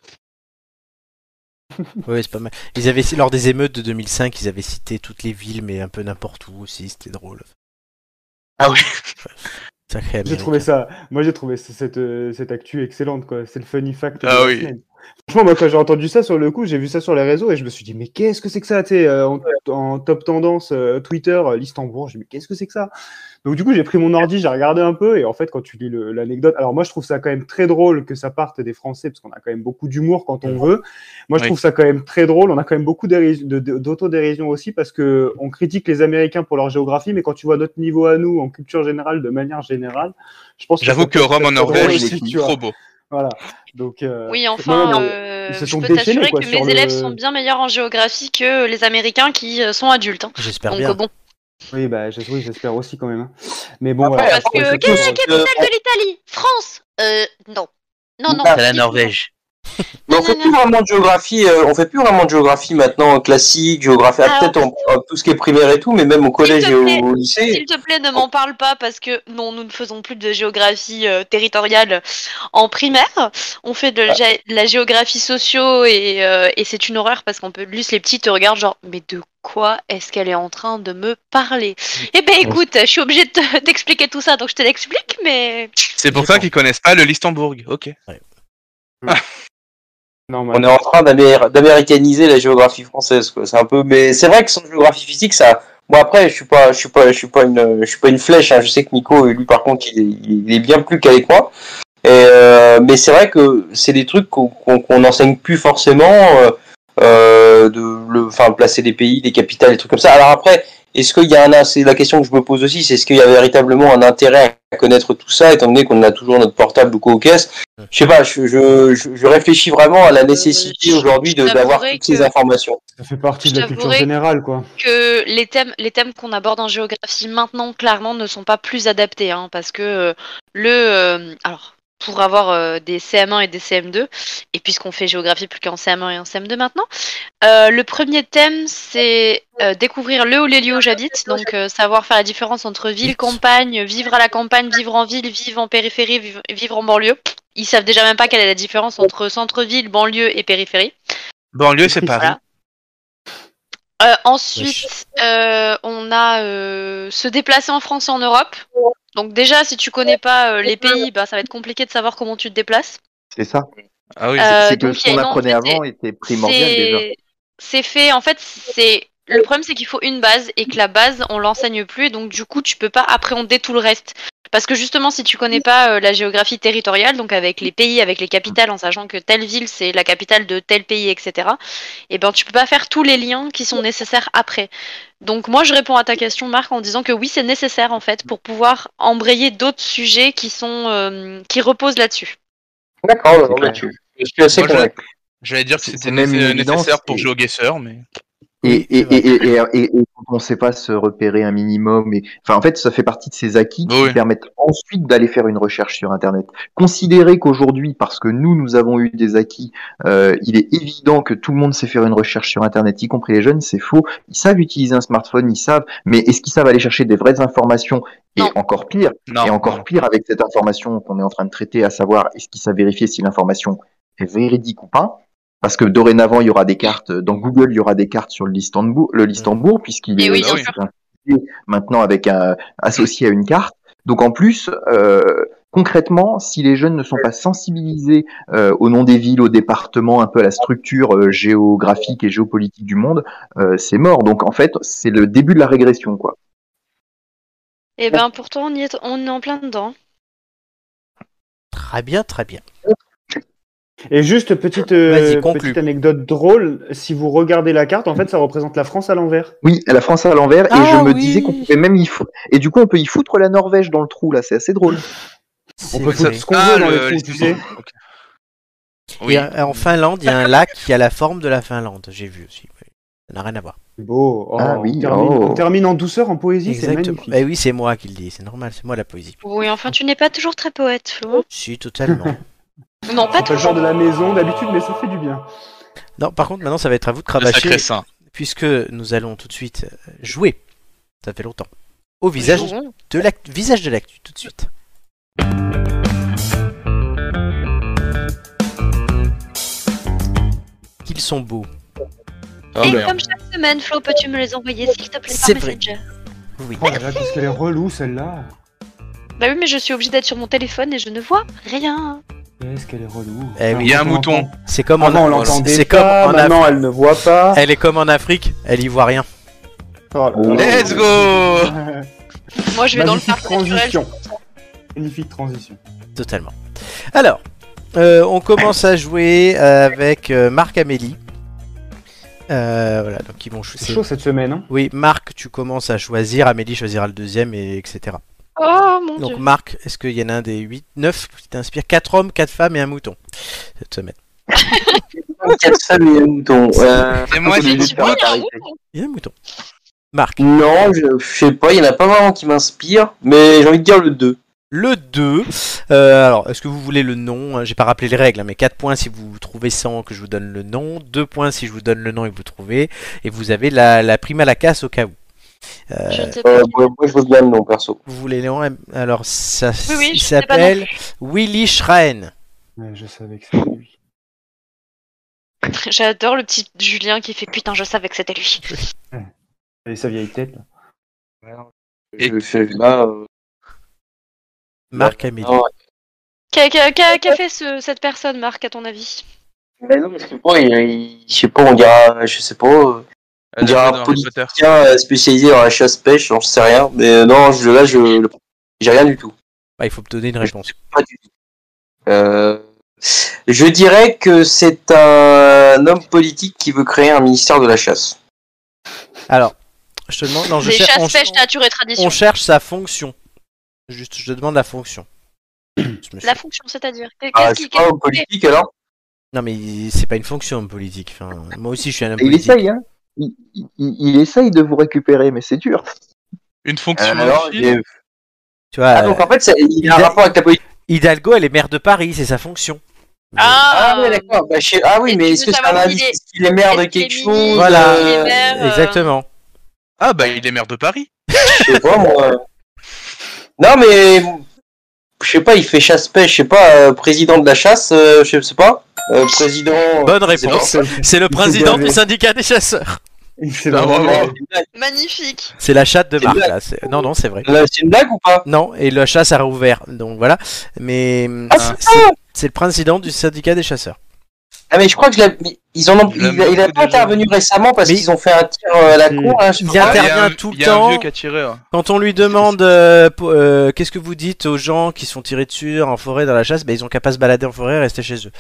Ah, ouais, c'est pas mal. Ils avaient, lors des émeutes de 2005, ils avaient cité toutes les villes, mais un peu n'importe où aussi. C'était drôle. Ah oui. Sacré J'ai Américain. trouvé ça. Moi, j'ai trouvé c- cette, euh, cette actu excellente, quoi. C'est le funny fact. de Ah la oui. semaine. Franchement, moi, quand j'ai entendu ça sur le coup, j'ai vu ça sur les réseaux et je me suis dit, mais qu'est-ce que c'est que ça, tu sais, euh, en, en top tendance euh, Twitter, euh, l'Istanbul. J'ai dit, mais qu'est-ce que c'est que ça Donc, du coup, j'ai pris mon ordi, j'ai regardé un peu et en fait, quand tu lis le- l'anecdote, alors moi, je trouve ça quand même très drôle que ça parte des Français parce qu'on a quand même beaucoup d'humour quand on veut. Moi, je Oui. trouve ça quand même très drôle. On a quand même beaucoup d'éris- de- de- d'autodérision aussi parce que on critique les Américains pour leur géographie, mais quand tu vois notre niveau à nous en culture générale, de manière générale, je pense J'avoue ça que peut Rome en être drôle Norvège, aussi, c'est tu vois. trop beau. Voilà. Donc, euh, bah. Oui, ouais, enfin, non, euh, ils se je sont peux déchaînés, t'assurer quoi, que sur mes élèves le- sont bien meilleurs en géographie que les Américains qui euh, sont adultes. hein. J'espère Donc bien. euh, bon, oui, bah, j'es- oui, j'espère aussi quand même. hein. Mais bon, Après, voilà, parce je trouve que ça quelle est la toujours- capitale de l'Italie France Euh, non. Non, non. Ah, dites- Mais on fait plus vraiment de géographie, euh, on fait plus vraiment de géographie maintenant classique, géographie, ah, Ah, peut-être en- en tout ce qui est primaire et tout, mais même au collège te et au, plaît. au lycée. S'il te plaît, ne m'en parle pas parce que non, nous ne faisons plus de géographie euh, territoriale en primaire. On fait de, la gé- de la géographie socio et, euh, et c'est une horreur parce qu'on peut juste les petits te regardent genre mais de quoi est-ce qu'elle est en train de me parler Eh ben écoute, je suis obligée de te- t'expliquer tout ça donc je te l'explique mais C'est pour ça qu'ils connaissent pas le Listembourg. Ok. Non, mais- On est en train d'amér- d'américaniser la géographie française, quoi. C'est un peu, mais c'est vrai que sans géographie physique, ça. Moi après, je suis pas, je suis pas, je suis pas une, je suis pas une flèche. hein. Je sais que Nico, lui par contre, il est, il est bien plus qu'avec moi. Et, euh, mais c'est vrai que c'est des trucs qu'on qu'on- qu'on n'enseigne plus forcément. euh, euh, de le, enfin placer des pays, des capitales, des trucs comme ça. Alors après, est-ce qu'il y a un, c'est la question que je me pose aussi, c'est est-ce qu'il y a véritablement un intérêt à connaître tout ça, étant donné qu'on a toujours notre portable ou quoi aux caisses. Je sais pas, je, je, je- je réfléchis vraiment à la nécessité je- aujourd'hui de- je d'avoir t'avouerai toutes ces que- informations. ça fait partie je de la culture t'avouerai- générale, quoi. que les thèmes, les thèmes qu'on aborde en géographie maintenant, clairement, ne sont pas plus adaptés, hein, parce que euh, le, euh, alors, pour avoir euh, des CM1 et des CM2, et puisqu'on fait géographie plus qu'en CM1 et en CM2 maintenant, euh, le premier thème, c'est euh, découvrir le ou les lieux où j'habite, donc euh, savoir faire la différence entre ville, campagne, vivre à la campagne, vivre en ville, vivre en périphérie, vivre, vivre en banlieue. Ils savent déjà même pas quelle est la différence entre centre-ville, banlieue et périphérie. Banlieue, c'est Paris. Voilà. Euh, ensuite, euh, on a euh, se déplacer en France et en Europe. Donc déjà, si tu connais pas euh, les pays, bah, ça va être compliqué de savoir comment tu te déplaces. C'est ça. Ah oui. C'est- Euh, c'est que donc, il ce y a qu'on une apprenait enquête avant était primordial C'est- déjà. C'est fait. En fait, c'est le problème, c'est qu'il faut une base et que la base, on l'enseigne plus. Et donc du coup, tu peux pas appréhender tout le reste. Parce que justement, si tu connais pas euh, la géographie territoriale, donc avec les pays, avec les capitales, en sachant que telle ville c'est la capitale de tel pays, etc. Et ben, tu peux pas faire tous les liens qui sont nécessaires après. Donc moi, je réponds à ta question, Marc, en disant que oui, c'est nécessaire en fait pour pouvoir embrayer d'autres sujets qui sont euh, qui reposent là-dessus. D'accord, C'est non, mais clair. tu- je suis assez Moi, je- convaincu. J'allais dire que C'est c'était même une né- évidence, nécessaire pour c'est- jouer au guesseur, mais. Oui, Et, et, c'est et, et, et- et- et on ne sait pas se repérer un minimum. Et, enfin, en fait, ça fait partie de ces acquis qui Oui. permettent ensuite d'aller faire une recherche sur Internet. Considérer qu'aujourd'hui, parce que nous, nous avons eu des acquis, euh, il est évident que tout le monde sait faire une recherche sur Internet, y compris les jeunes, c'est faux. Ils savent utiliser un smartphone, ils savent, mais est-ce qu'ils savent aller chercher des vraies informations Et Non. encore pire, Non. et encore pire avec cette information qu'on est en train de traiter, à savoir est-ce qu'il savent vérifier si l'information est véridique ou pas Parce que dorénavant, il y aura des cartes, dans Google, il y aura des cartes sur le Listembourg, le Listembourg puisqu'il Et est oui, Mm. Eh bien aussi un- maintenant avec un, associé à une carte. Donc en plus, euh, concrètement, si les jeunes ne sont pas sensibilisés euh, au nom des villes, au département, un peu à la structure euh, géographique et géopolitique du monde, euh, c'est mort. Donc en fait, c'est le début de la régression, quoi. Et ben pourtant, on y est, on est en plein dedans. Très bien, très bien. Et juste petite, euh, Vas-y, conclue. petite anecdote drôle, si vous regardez la carte, en fait, ça représente la France à l'envers. Oui, la France à l'envers, et Ah je me oui. disais qu'on pouvait même y foutre. Et du coup, on peut y foutre la Norvège dans le trou, là, c'est assez drôle. C'est On peut vrai. foutre ce qu'on Ah, veut dans le- les trous, tu sais. Listembourg, ok. Et, Oui. euh, en Finlande, il y a un lac qui a la forme de la Finlande. J'ai vu aussi. Ça n'a rien à voir. C'est Beau. Oh, Ah oui, on, termine, oh. on termine en douceur, en poésie, c'est Exactement. magnifique. Eh oui, c'est moi qui le dis. C'est normal, c'est moi la poésie. Oui, enfin, tu n'es pas toujours très poète, Hein Flo. Si, totalement. Non, C'est pas pas le toujours. genre de la maison d'habitude, mais ça fait du bien. non, par contre, maintenant, ça va être à vous de Le cravacher. sacré saint. puisque nous allons tout de suite euh, jouer, ça fait longtemps, au visage de l'actu, visage de l'actu, tout de suite. Qu'ils sont beaux. Ah, Et comme chaque semaine, Flo, peux-tu me les envoyer s'il te plaît C'est par vrai. Messenger Oui. Oh là là, qu'est-ce qu'elle est relou celle-là Bah oui, mais je suis obligée d'être sur mon téléphone et je ne vois rien. Qu'est-ce qu'elle est relou Eh oui. Il y a un mouton. C'est comme en Avant, on Af- l'entendait c'est comme pas, en Af- maintenant, elle ne voit pas. Elle est comme en Afrique, elle y voit rien. Oh là là. Let's go Moi, je vais dans le Magnifique parc naturel. transition. Magnifique transition. Totalement. Alors, euh, on commence à jouer avec euh, Marc Amélie. Euh, voilà, donc ils vont C'est choisir. chaud cette semaine, hein Oui, Marc, tu commences à choisir, Amélie choisira le deuxième, et etc. Oh mon Donc dieu. Marc, est-ce qu'il y en a un des 8, 9 qui t'inspire 4 hommes, 4 femmes et un mouton cette semaine. Quatre femmes et un mouton. Euh, Et moi, attends, j'ai je vais dit faire la Oui, un parité. mouton. Il y a un mouton. Marc, Non, je, je sais pas, il y en a pas vraiment qui m'inspire, mais j'ai envie de dire le 2. le 2. euh, alors, est-ce que vous voulez le nom J'ai pas rappelé les règles, hein, mais 4 points si vous trouvez sans que je vous donne le nom, 2 points si je vous donne le nom et que vous trouvez, et vous avez la, la prime à la casse au cas où. Euh, Je ne sais pas. Euh, moi, moi, je veux bien le nom, perso. vous voulez le nom Alors, ça Oui, oui, il je sais pas non s'appelle Willy Schrein. Ouais, Je savais que c'était lui. J'adore le petit Julien qui fait putain, je savais que c'était lui. Et sa vieille tête. là. Et- Je fais là. euh, Marc Amélie. non, Qu'a qu'a- qu'a- qu'a fait ce- cette personne, Marc, à ton avis mais non, mais je sais pas, il- il- je sais pas, on dira, je sais pas, euh, On dirait un Harry Harry Potter. tiens, euh, spécialisé dans la chasse-pêche, j'en sais rien, mais euh, non, je, là, je, le- j'ai rien du tout. Bah, il faut me donner une réponse. Pas du tout. Euh, je dirais que c'est un homme politique qui veut créer un ministère de la chasse. Alors, je te demande. Non, je Les cher- on- chasse-pêche, nature et tradition. On cherche sa fonction. Juste, je demande la fonction. Ce monsieur. La fonction, c'est-à-dire. Qu'est- Ah, Qu'est-ce je qui. sais pas, qu'est-ce homme politique alors Non, mais il- c'est pas une fonction homme politique. Enfin, moi aussi, je suis un homme Il politique. essaye, hein il, il- il essaye de vous récupérer, mais c'est dur. Une fonction Euh, alors, de il est- fille. Tu vois, Ah, donc en fait, ça- il y a un il a- rapport avec la politique. Hidalgo, elle est maire de Paris, c'est sa fonction. Ah, Ah, ouais, d'accord. Bah, je sais- Ah Et oui, tu mais est-ce veux que c'est un savoir indice s'il est- Est-ce qu'il est maire de est-ce qu'il est quelque ministre, chose Voilà. il est euh, maire, euh, Exactement. Ah bah il est maire de Paris. Je sais pas, moi. Non, mais. Je sais pas, il fait chasse-pêche, je sais pas, euh, président de la chasse, euh, je sais pas. euh, président. Bonne c'est bon. réponse. Oh, C'est le président du syndicat des chasseurs. C'est Ah, vraiment- bravo. Magnifique. C'est la chatte de C'est Marc. vrai. là, c'est- Non, non, c'est vrai. Là, Euh, C'est une blague ou pas Non, et la chasse a rouvert. Donc voilà. Mais ah, euh, c'est c'est ça c'est le président du syndicat des chasseurs. ah, mais je crois que je l'ai- mais ils en ont... Je l'aime il, a- il a beaucoup pas déjà. intervenu récemment parce Mais- qu'ils ont fait un tir euh, à la Si. cour. Hein, je Il crois. intervient y a un- tout le Ah, Il y a temps. un vieux qui a tiré. hein. Quand on lui demande euh, pour- euh, qu'est-ce que vous dites aux gens qui sont tirés dessus en forêt dans la chasse, ben ils ont qu'à pas se balader en forêt, rester chez eux.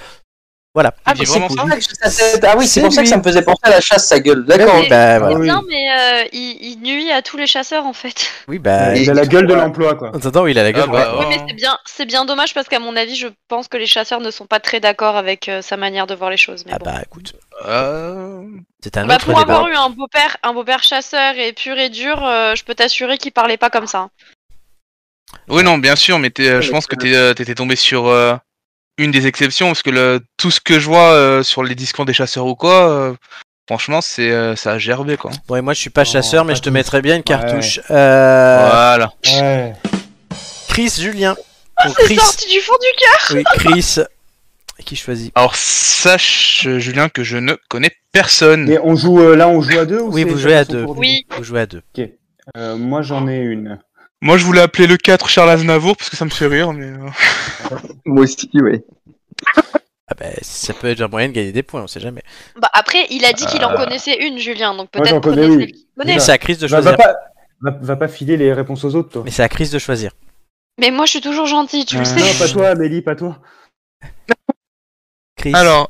Voilà. Il Ah, dit mais c'est vraiment pour ça ça que je- ça- Ah oui, c'est C'est pour ça que lui. ça me faisait penser à la chasse, sa gueule. D'accord. Oui, Et- bah, Ah voilà. oui. Non, mais euh, il, il nuit à tous les chasseurs en fait. Oui, bah. Et- Il a la gueule de l'emploi, quoi. En attendant, il a la gueule. Ah bah, ouais. ouais. Oui, mais c'est bien, c'est bien dommage parce qu'à mon avis, je pense que les chasseurs ne sont pas très d'accord avec euh, sa manière de voir les choses. Mais Ah bon. bah écoute, Euh, c'est un Bah, autre pour débat. avoir eu un beau-père, un beau-père chasseur et pur et dur, euh, je peux t'assurer qu'il parlait pas comme ça. hein. Oui non bien sûr mais t'es, euh, je pense que t'es, euh, t'étais tombé sur euh, une des exceptions parce que le, tout ce que je vois euh, sur les discours des chasseurs ou quoi euh, franchement c'est euh, ça a gerbé quoi. Bon, et moi je suis pas Non, chasseur, mais pas je te tous. mettrais bien une cartouche. Euh, Voilà. Ouais. Chris Julien. Ou C'est Chris, sorti du fond du cœur. oui, Chris. Qui choisit Alors sache euh, Julien que je ne connais personne. Et on joue euh, là, on joue à deux ou Oui, c'est vous chacun jouez à son deux. tour, du Oui. Vous jouez à deux. coup Euh, moi, j'en ai une. Moi je voulais appeler le 4 Charles Aznavour parce que ça me fait rire mais euh, Moi aussi, oui. Ah bah ça peut être un moyen de gagner des points, on sait jamais. Bah, après, il a dit qu'il en connaissait une, Julien, donc Moi, peut-être j'en connais prenez une. celle qu'il connaît. Mais c'est à Chris de Va, va choisir. Bah, pas, va, va pas filer les réponses aux autres, toi. Mais c'est à Chris de choisir. Mais moi, je suis toujours gentille, tu le Non, sais. pas toi, Amélie, pas toi. Chris. alors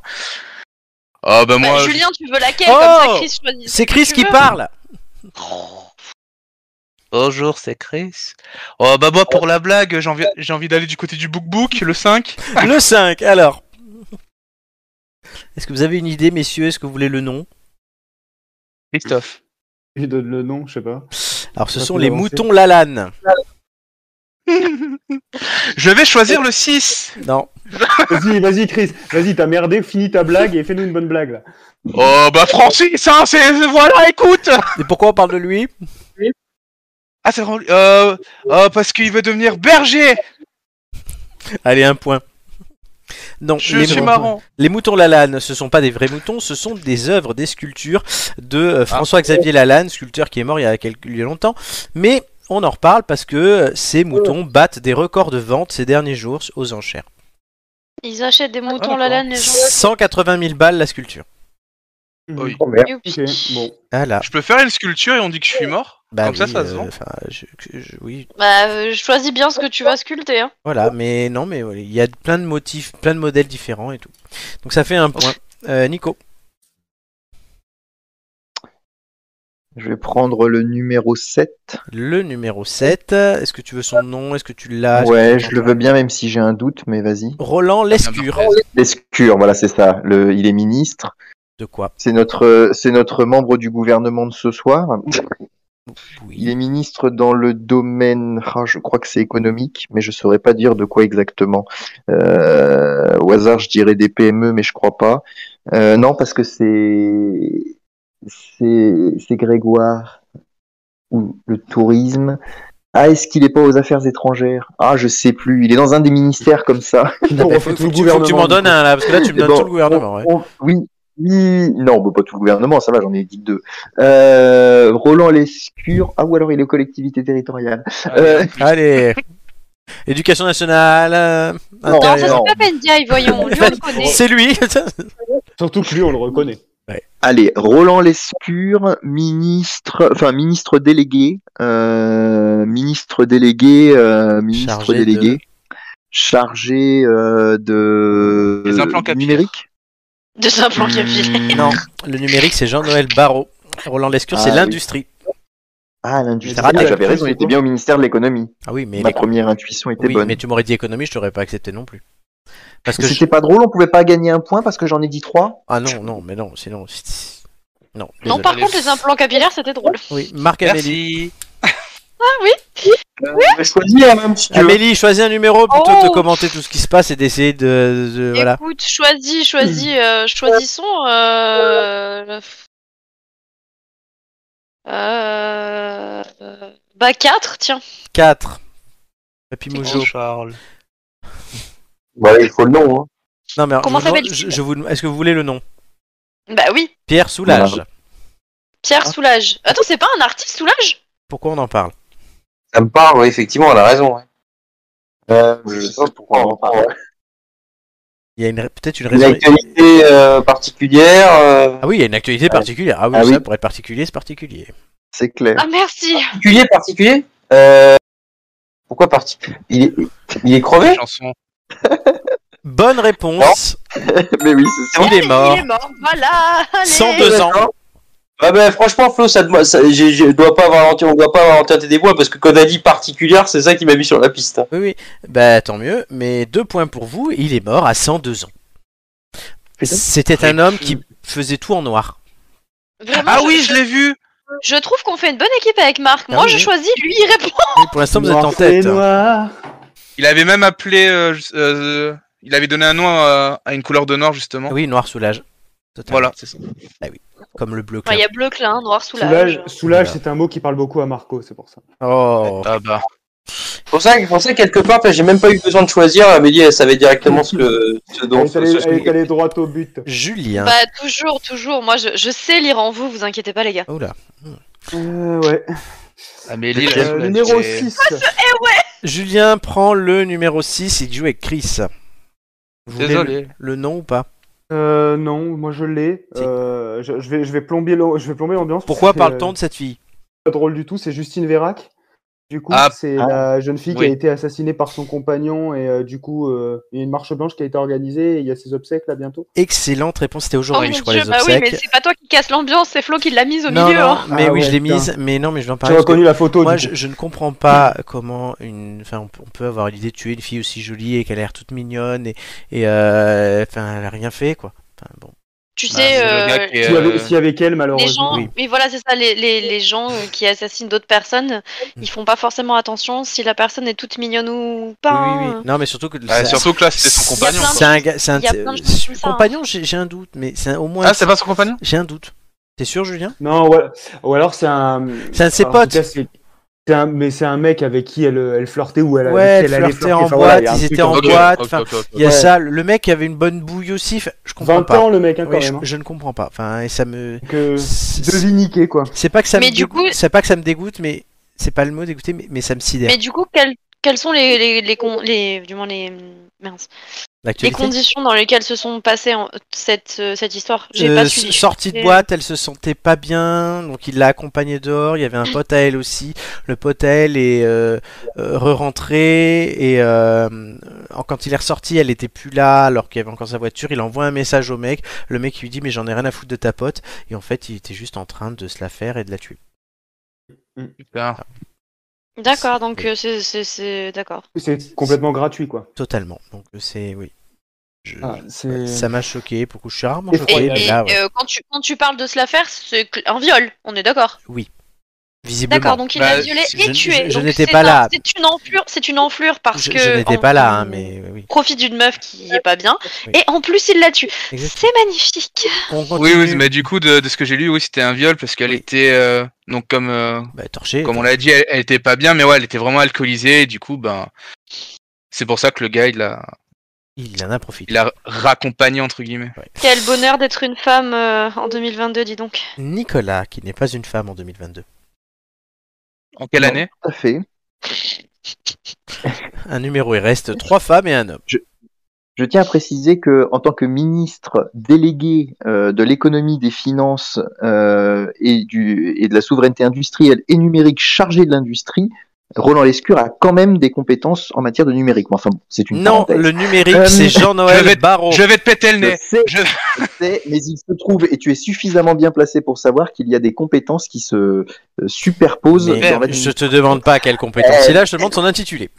ah bah Bah, moi Julien, tu veux laquelle Oh Comme ça, Chris choisit. C'est Chris Tu qui veux parle. Bonjour, c'est Chris. Oh, bah, moi, pour la blague, j'ai envie, j'ai envie d'aller du côté du book-book, le 5. Le 5, alors. Est-ce que vous avez une idée, messieurs Est-ce que vous voulez le nom Christophe. Je lui donne le nom, je sais pas. Alors, ce Ça sont peut les avancer. moutons Lalanne. Je vais choisir le 6. Non. Vas-y, vas-y, Chris. Vas-y, t'as merdé, finis ta blague et fais-nous une bonne blague. Là. Oh bah Francis, hein, c'est voilà, écoute. Et pourquoi on parle de lui Ah c'est vraiment- euh, euh, parce qu'il veut devenir berger. Allez, un point. Non, Je les, suis moutons, marrant. les moutons Lalanne, ce sont pas des vrais moutons, ce sont des œuvres, des sculptures de Ah. euh, François-Xavier Lalanne, sculpteur qui est mort il y a, quelques, il y a longtemps. Mais on en reparle parce que euh, ces moutons battent des records de vente ces derniers jours aux enchères. Ils achètent des moutons d'accord. la laine, les gens. 180 000 balles la sculpture. Oui. Oh, merde. Youpi. Ok, bon. Ah là, Je peux faire une sculpture et on dit que je suis mort. bah Comme ça, oui, ça se euh, vend. enfin, je- que- je- oui, Bah, euh, choisis bien ce que tu vas sculpter. Hein. Voilà, mais non, mais voilà, il y a plein de motifs, plein de modèles différents et tout. Donc ça fait un point. Euh, Nico, Je vais prendre le numéro 7. le numéro 7, est-ce que tu veux son nom Est-ce que tu l'as Est-ce que ouais, tu je le veux bien, même si j'ai un doute, mais vas-y. Roland Lescure. Lescure, voilà, c'est ça. Le, il est ministre. De quoi C'est notre, c'est notre membre du gouvernement de ce soir. Il Oui. est ministre dans le domaine, ah, je crois que c'est économique, mais je saurais pas dire de quoi exactement. Euh, au hasard, je dirais des PME, mais je crois pas. Euh, non, parce que c'est c'est c'est Grégoire ou le tourisme. Ah, est-ce qu'il est pas aux affaires étrangères Ah, je sais plus. Il est dans un des ministères comme ça. Non, On mais refait Eh, faut, tout faut le que tu- faut que tu gouvernement, m'en donnes du un là, parce que là tu me Mais donnes bon, tout le gouvernement. ouais. Eh ben, on- on- oui, oui, non, bah, pas tout le gouvernement, ça va, j'en ai dit que deux. Euh, Roland Lescure. Ah, ou alors il est aux collectivités territoriales. Ah, Euh, Allez. Éducation nationale. euh, Non, Non, intérieure. ça non. c'est pas Ndiaye, voyons. Lui, on le connaît. C'est lui. coup. Surtout que lui, on le reconnaît. Allez, Roland Lescure, ministre, enfin ministre délégué, euh, ministre délégué, euh, ministre Chargé de- délégué, chargé euh, de Des implants capillaires. numérique. De un plan capillaire. non, le numérique c'est Jean-Noël Barrot. Roland Lescure, Ah, c'est oui. l'industrie. Ah, Mais l'industrie. c'est Ah, quoi, J'avais la raison, il truc, était c'est bien au ministère de l'économie. Ah oui, mais, Ma les- première intuition était oui, bonne. mais tu m'aurais dit économie, je t'aurais pas accepté non plus. Parce que je- C'était pas drôle, on pouvait pas gagner un point parce que j'en ai dit trois. Ah non, non, mais non, sinon. c'est- Non, Non, désolé. par contre, les implants capillaires, c'était drôle. Oui, Marc Amélie. Merci. Ah oui Je vais Euh, choisir, hein. même, si tu veux. Amélie, choisis un numéro plutôt que de Oh. commenter tout ce qui se passe et d'essayer de, de- Voilà. Écoute, choisis, choisis, euh, choisissons. Euh... Euh... Bah, 4, tiens. 4. Papy Mojo. Oh, Charles. Ouais, il faut le nom. Hein. Non, mais alors, Comment je, vous- s'appelle-t-il je, je vous... Est-ce que vous voulez le nom Bah oui, Pierre Soulage. Pierre Soulage. Attends, c'est pas un artiste Soulage Pourquoi on en parle Ça me parle, ouais, effectivement, elle a raison. ouais. Euh, je sais pas pourquoi hein. on en parle. Il y a une... peut-être une Une raison. actualité euh, particulière. euh, Ah oui, il y a une actualité particulière. Ah oui, Ah ça, oui. pour être particulier, c'est particulier. C'est clair. Ah merci Particulier, particulier euh, Pourquoi particulier il est, il est crevé Chanson. Bonne réponse. mais oui, c'est ça. Il est mort. Il est mort, voilà allez. 102 ans. Ouais, ben, franchement, Flo, ça, doit- ça- je, je dois pas avoir lenté, on doit pas avoir lenté des bois parce que quand on a dit particulière, c'est ça qui m'a mis sur la piste. hein. Oui, oui. Bah, tant mieux. Mais deux points pour vous. Il est mort à 102 ans. Putain. C'était un homme qui faisait tout en noir. Vraiment, Ah je- oui, je l'ai vu. Je trouve qu'on fait une bonne équipe avec Marc. Ah Moi, oui, je oui. choisis, lui, il répond. Oui, pour l'instant, vous êtes Noir en et tête. hein. noir. Il avait même appelé. euh, je- euh, il avait donné un nom euh, à, à une couleur de noir justement. Ah Oui, noir soulage. Totalement. Voilà, c'est ça. Comme le bleu Ouais, Il clair. y a bleu clin, noir Soulage, soulage. soulage c'est un mot qui parle beaucoup à Marco, c'est pour ça. Oh. Ah bah. C'est Pour ça, que- pour ça que quelque part, j'ai même pas eu besoin de choisir. Amélie, elle savait directement ce que ce Elle dont est ce- allée- ce- elle est allée droit au but. Julien. Bah toujours, toujours. Moi, je, je sais lire en vous, vous inquiétez pas les gars. Oula. Euh, ouais. Amélie, Ok. la- Euh, la- numéro j'ai- 6. Julien prend le numéro 6 il joue avec Chris. Vous voulez Désolé. le- le nom ou pas Euh, non, moi je l'ai. Si. Euh, je, je vais, je vais plomber l'am- je vais plomber l'ambiance. Pourquoi C'est, parle-t-on euh, de cette fille Pas drôle du tout, c'est Justine Vérac. Du coup, Ah, c'est ah, la jeune fille qui oui. a été assassinée par son compagnon et euh, du coup, euh, il y a une marche blanche qui a été organisée et il y a ses obsèques là bientôt. Excellente réponse, c'était Oh aujourd'hui, mon je crois, dieu, les bah oui, obsèques. mais c'est pas toi qui casse l'ambiance, c'est Flo qui l'a mise au non, milieu. non, hein. mais Ah oui, je ouais, l'ai putain. mise, mais non, mais je vais en J'ai parler. parce que reconnu la photo. Moi, du je, coup. je ne comprends pas comment une, enfin, on peut- on peut avoir l'idée de tuer une fille aussi jolie et qu'elle a l'air toute mignonne et, et euh, enfin, elle a rien fait, quoi. Enfin, bon. Tu sais, le euh, gars qui est, S'il y avait- euh, s'il y avait qu'elle, les malheureusement. gens, oui. mais voilà, c'est ça, les, les, les gens euh, qui assassinent d'autres personnes, ils font pas forcément attention si la personne est toute mignonne ou pas. Oui, oui, hein. oui. Non, mais surtout que. bah, ça- surtout que là, c'était son Il y a compagnon. plein de- quoi. C'est un gars. C'est un Il y a plein de euh, choses comme ça, hein. compagnon, j'ai j'ai un doute, mais c'est un- au moins. Ah, c'est pas son compagnon J'ai un doute. T'es sûr, Julien Non, ou al- ou alors c'est un. C'est un de ses alors, en tout potes. cas, c'est- c'est un- mais c'est un mec avec qui elle, euh, elle flirtait ou elle, Ouais, avec qui elle allait flirtait flirter. en Enfin, voilà, il y boîte, a un ils truc étaient en entre- Ok, boîte, ok, enfin, ok, ok. Il y a Ouais. ça. Le mec avait une bonne bouille aussi. enfin, Je comprends 20 pas. ans le mec hein, quand Oui, je, même. hein. Euh, je ne comprends pas. Enfin, et ça me. Que... C'est Devine niquer quoi. c'est pas que ça Mais me. du dégoûte- coup- C'est pas que ça me dégoûte, mais c'est pas le mot dégoûté, mais, mais ça me sidère. Mais du coup, quelles, quelles sont les, les, les, con- les, du moins les, mince, les L'actualité. conditions dans lesquelles se sont passées en- cette, euh, cette histoire J'ai Euh, pas s- suivi. euh, sortie de Et- boîte, elle se sentait pas bien, donc il l'a accompagnée dehors. Il y avait un pote à elle aussi. Le pote à elle est euh, euh, re-rentré et euh, en- quand il est ressorti, elle était plus là alors qu'il y avait encore sa voiture. Il envoie un message au mec. Le mec il lui dit mais j'en ai rien à foutre de ta pote et en fait il était juste en train de se la faire et de la tuer. Putain. D'accord, donc euh, c'est- c'est c'est- d'accord. C'est complètement gratuit quoi. Totalement. Donc euh, c'est oui. Je- Ah, c'est- Ça m'a choqué pour que je suis rarement choqué, Et, Ouais, mais et, là, ouais. euh, quand, tu, quand tu parles de se la faire, c'est cl- un viol, on est d'accord. visiblement. D'accord, donc il Bah, l'a violée je- et je- tué. je Donc n'étais c'est pas un- là. C'est une enflure, c'est une enflure parce je que. je n'étais en- euh, pas là, on hein, mais oui. Profite d'une meuf qui est pas bien Oui. et en plus il la tue. Exact. C'est magnifique. On Oui, continue. oui, mais du coup, de, de ce que j'ai lu, oui, c'était un viol parce qu'elle Oui. était. euh, donc, comme, euh, Bah, torché. comme on l'a dit, elle, elle était pas bien, mais ouais, elle était vraiment alcoolisée. Et du coup, ben. C'est pour ça que le gars, il a, Il en a profité. il a raccompagné, entre guillemets. Quel bonheur d'être une femme euh, en 2022, dis donc. Nicolas, qui n'est pas une femme en 2022. En quelle Non. année Tout à fait. Un numéro, il reste trois femmes et un homme. Je tiens à préciser que, en tant que ministre délégué euh, de l'économie, des finances euh, et, du, et de la souveraineté industrielle et numérique chargé de l'industrie, Roland Lescure a quand même des compétences en matière de numérique. Mais Enfin, bon, c'est une Non, parenthèse. le numérique, Euh, c'est je Jean-Noël vais- Barraud. Je vais te péter le Je nez. sais, Je- je sais, mais il se trouve, et tu es suffisamment bien placé pour savoir qu'il y a des compétences qui se euh, superposent. Mais dans la- je te demande pas quelle compétence il a, je te demande son intitulé.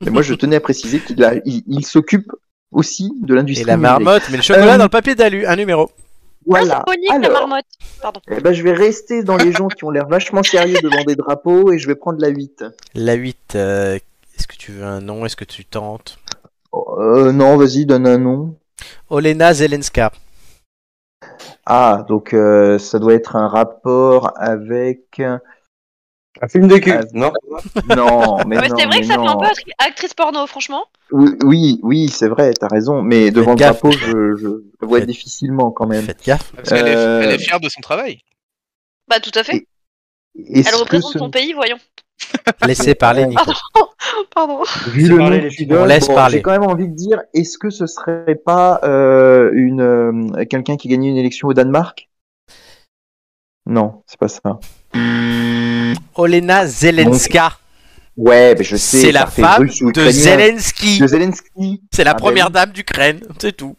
Mais moi, je tenais à préciser qu'il a- il, il s'occupe aussi de l'industrie. Et la numérique. marmotte, mais le chocolat Euh, dans le papier d'alu, un numéro. Voilà. Ah, c'est Monique, la Alors, marmotte. Pardon. Eh ben, je vais rester dans les gens qui ont l'air vachement sérieux devant des drapeaux et je vais prendre la 8. La 8, euh, est-ce que tu veux un nom Est-ce que tu tentes Euh, non, vas-y, donne un nom. Olena Zelenska. Ah, donc euh, ça doit être un rapport avec. Un film de cul, Ah, non Non, mais Ouais, non. c'est vrai mais que ça fait un non. peu actri- actrice porno, franchement. Oui, oui, oui, c'est vrai, t'as raison. Mais devant le gaffe. drapeau, je, je le vois Faites- difficilement quand même. Faites gaffe. Ah, Parce qu'elle est- Euh, elle est fière de son travail. Bah tout à fait. Est-ce Elle que représente ce- son pays, voyons. Laissez parler Nico. Pardon. Vu C'est le parler, nom les que filles. tu donnes, On laisse parler. J'ai quand même envie de dire, est-ce que ce serait pas euh, une euh, quelqu'un qui gagnait une élection au Danemark Non, c'est pas ça. Hmm. Olena Zelenska. Ouais, mais je sais. C'est ça la fait femme russe ou de ukrainien. Zelensky. De Zelensky. C'est la Ah, première ben dame d'Ukraine, c'est tout.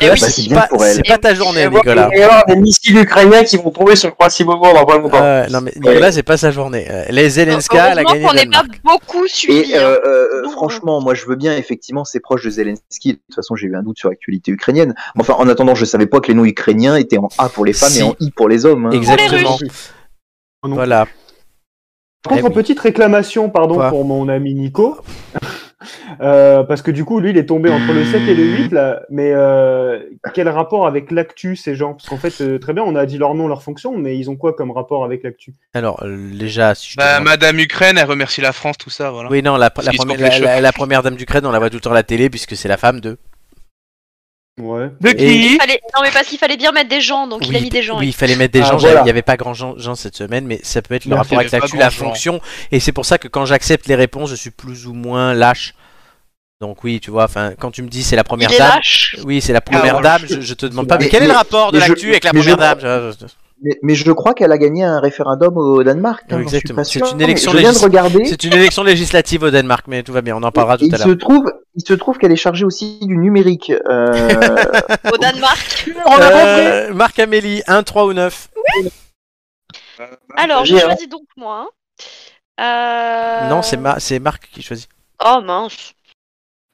Eh Nicolas, oui, bah, c'est c'est bien pas, pour elle. c'est pas ta journée, Il va y Eh, Nicolas. avoir- Il va y avoir des missiles ukrainiens qui vont tomber sur le principe moment dans pas longtemps. Ah ouais, non mais Nicolas, c'est pas sa journée. Euh, Les Zelenska, elle a Heureusement gagné qu'on le n'est pas Danemark. beaucoup suivi. Et hein. euh, euh, Non. franchement, moi je veux bien, effectivement, c'est proche de Zelensky. De toute façon, j'ai eu un doute sur l'actualité ukrainienne. Enfin, en attendant, je savais pas que les noms ukrainiens étaient en A pour les femmes Si. et en I pour les hommes. hein. Exact. Exactement. Pour les Russes. Non. Voilà. Par contre, Eh oui. petite réclamation, pardon, Quoi pour mon ami Nico. Euh, parce que du coup, lui, il est tombé entre le 7 et le 8, là. Mais euh, quel rapport avec l'actu, ces gens Parce qu'en fait, euh, très bien, on a dit leur nom, leur fonction, mais ils ont quoi comme rapport avec l'actu Alors euh, déjà, si je te Bah, demande- Madame Ukraine, elle remercie la France, tout ça, voilà. oui non, la, la Ils se première, portent les la- cheveux. la- la première dame d'Ukraine, on la voit tout le temps à la télé puisque c'est la femme de. Ouais. De qui qui Fallait- Non mais parce qu'il fallait bien mettre des gens, donc il a mis des gens. hein. oui, oui. il fallait mettre des Ah, gens. voilà. Il n'y avait pas grand gens, gens cette semaine, mais ça peut être le Merci, rapport avec il y avait l'actu, pas la grand gens. fonction. Et c'est pour ça que quand j'accepte les réponses, je suis plus ou moins lâche. Donc oui, tu vois, enfin, quand tu me dis c'est la première Il est dame, lâche. oui, c'est la première Ah, dame, je, je te demande pas. Mais, Mais- quel est le mais- rapport de mais je- l'actu avec la mais je- première dame Je- je- Mais, mais je crois qu'elle a gagné un référendum au Danemark. hein, Oui, j'en suis exactement. pas C'est sûr, une mais élection Je viens de légis- regarder. C'est une élection législative au Danemark, mais tout va bien, on en parlera et tout à il l'heure. se trouve, il se trouve qu'elle est chargée aussi du numérique. Euh, Au Danemark. Euh, Marc Amélie, 1, 3 ou 9 Alors, je Bien. choisis donc moi. hein. Euh, Non, c'est Ma- c'est Marc qui choisit. Oh mince.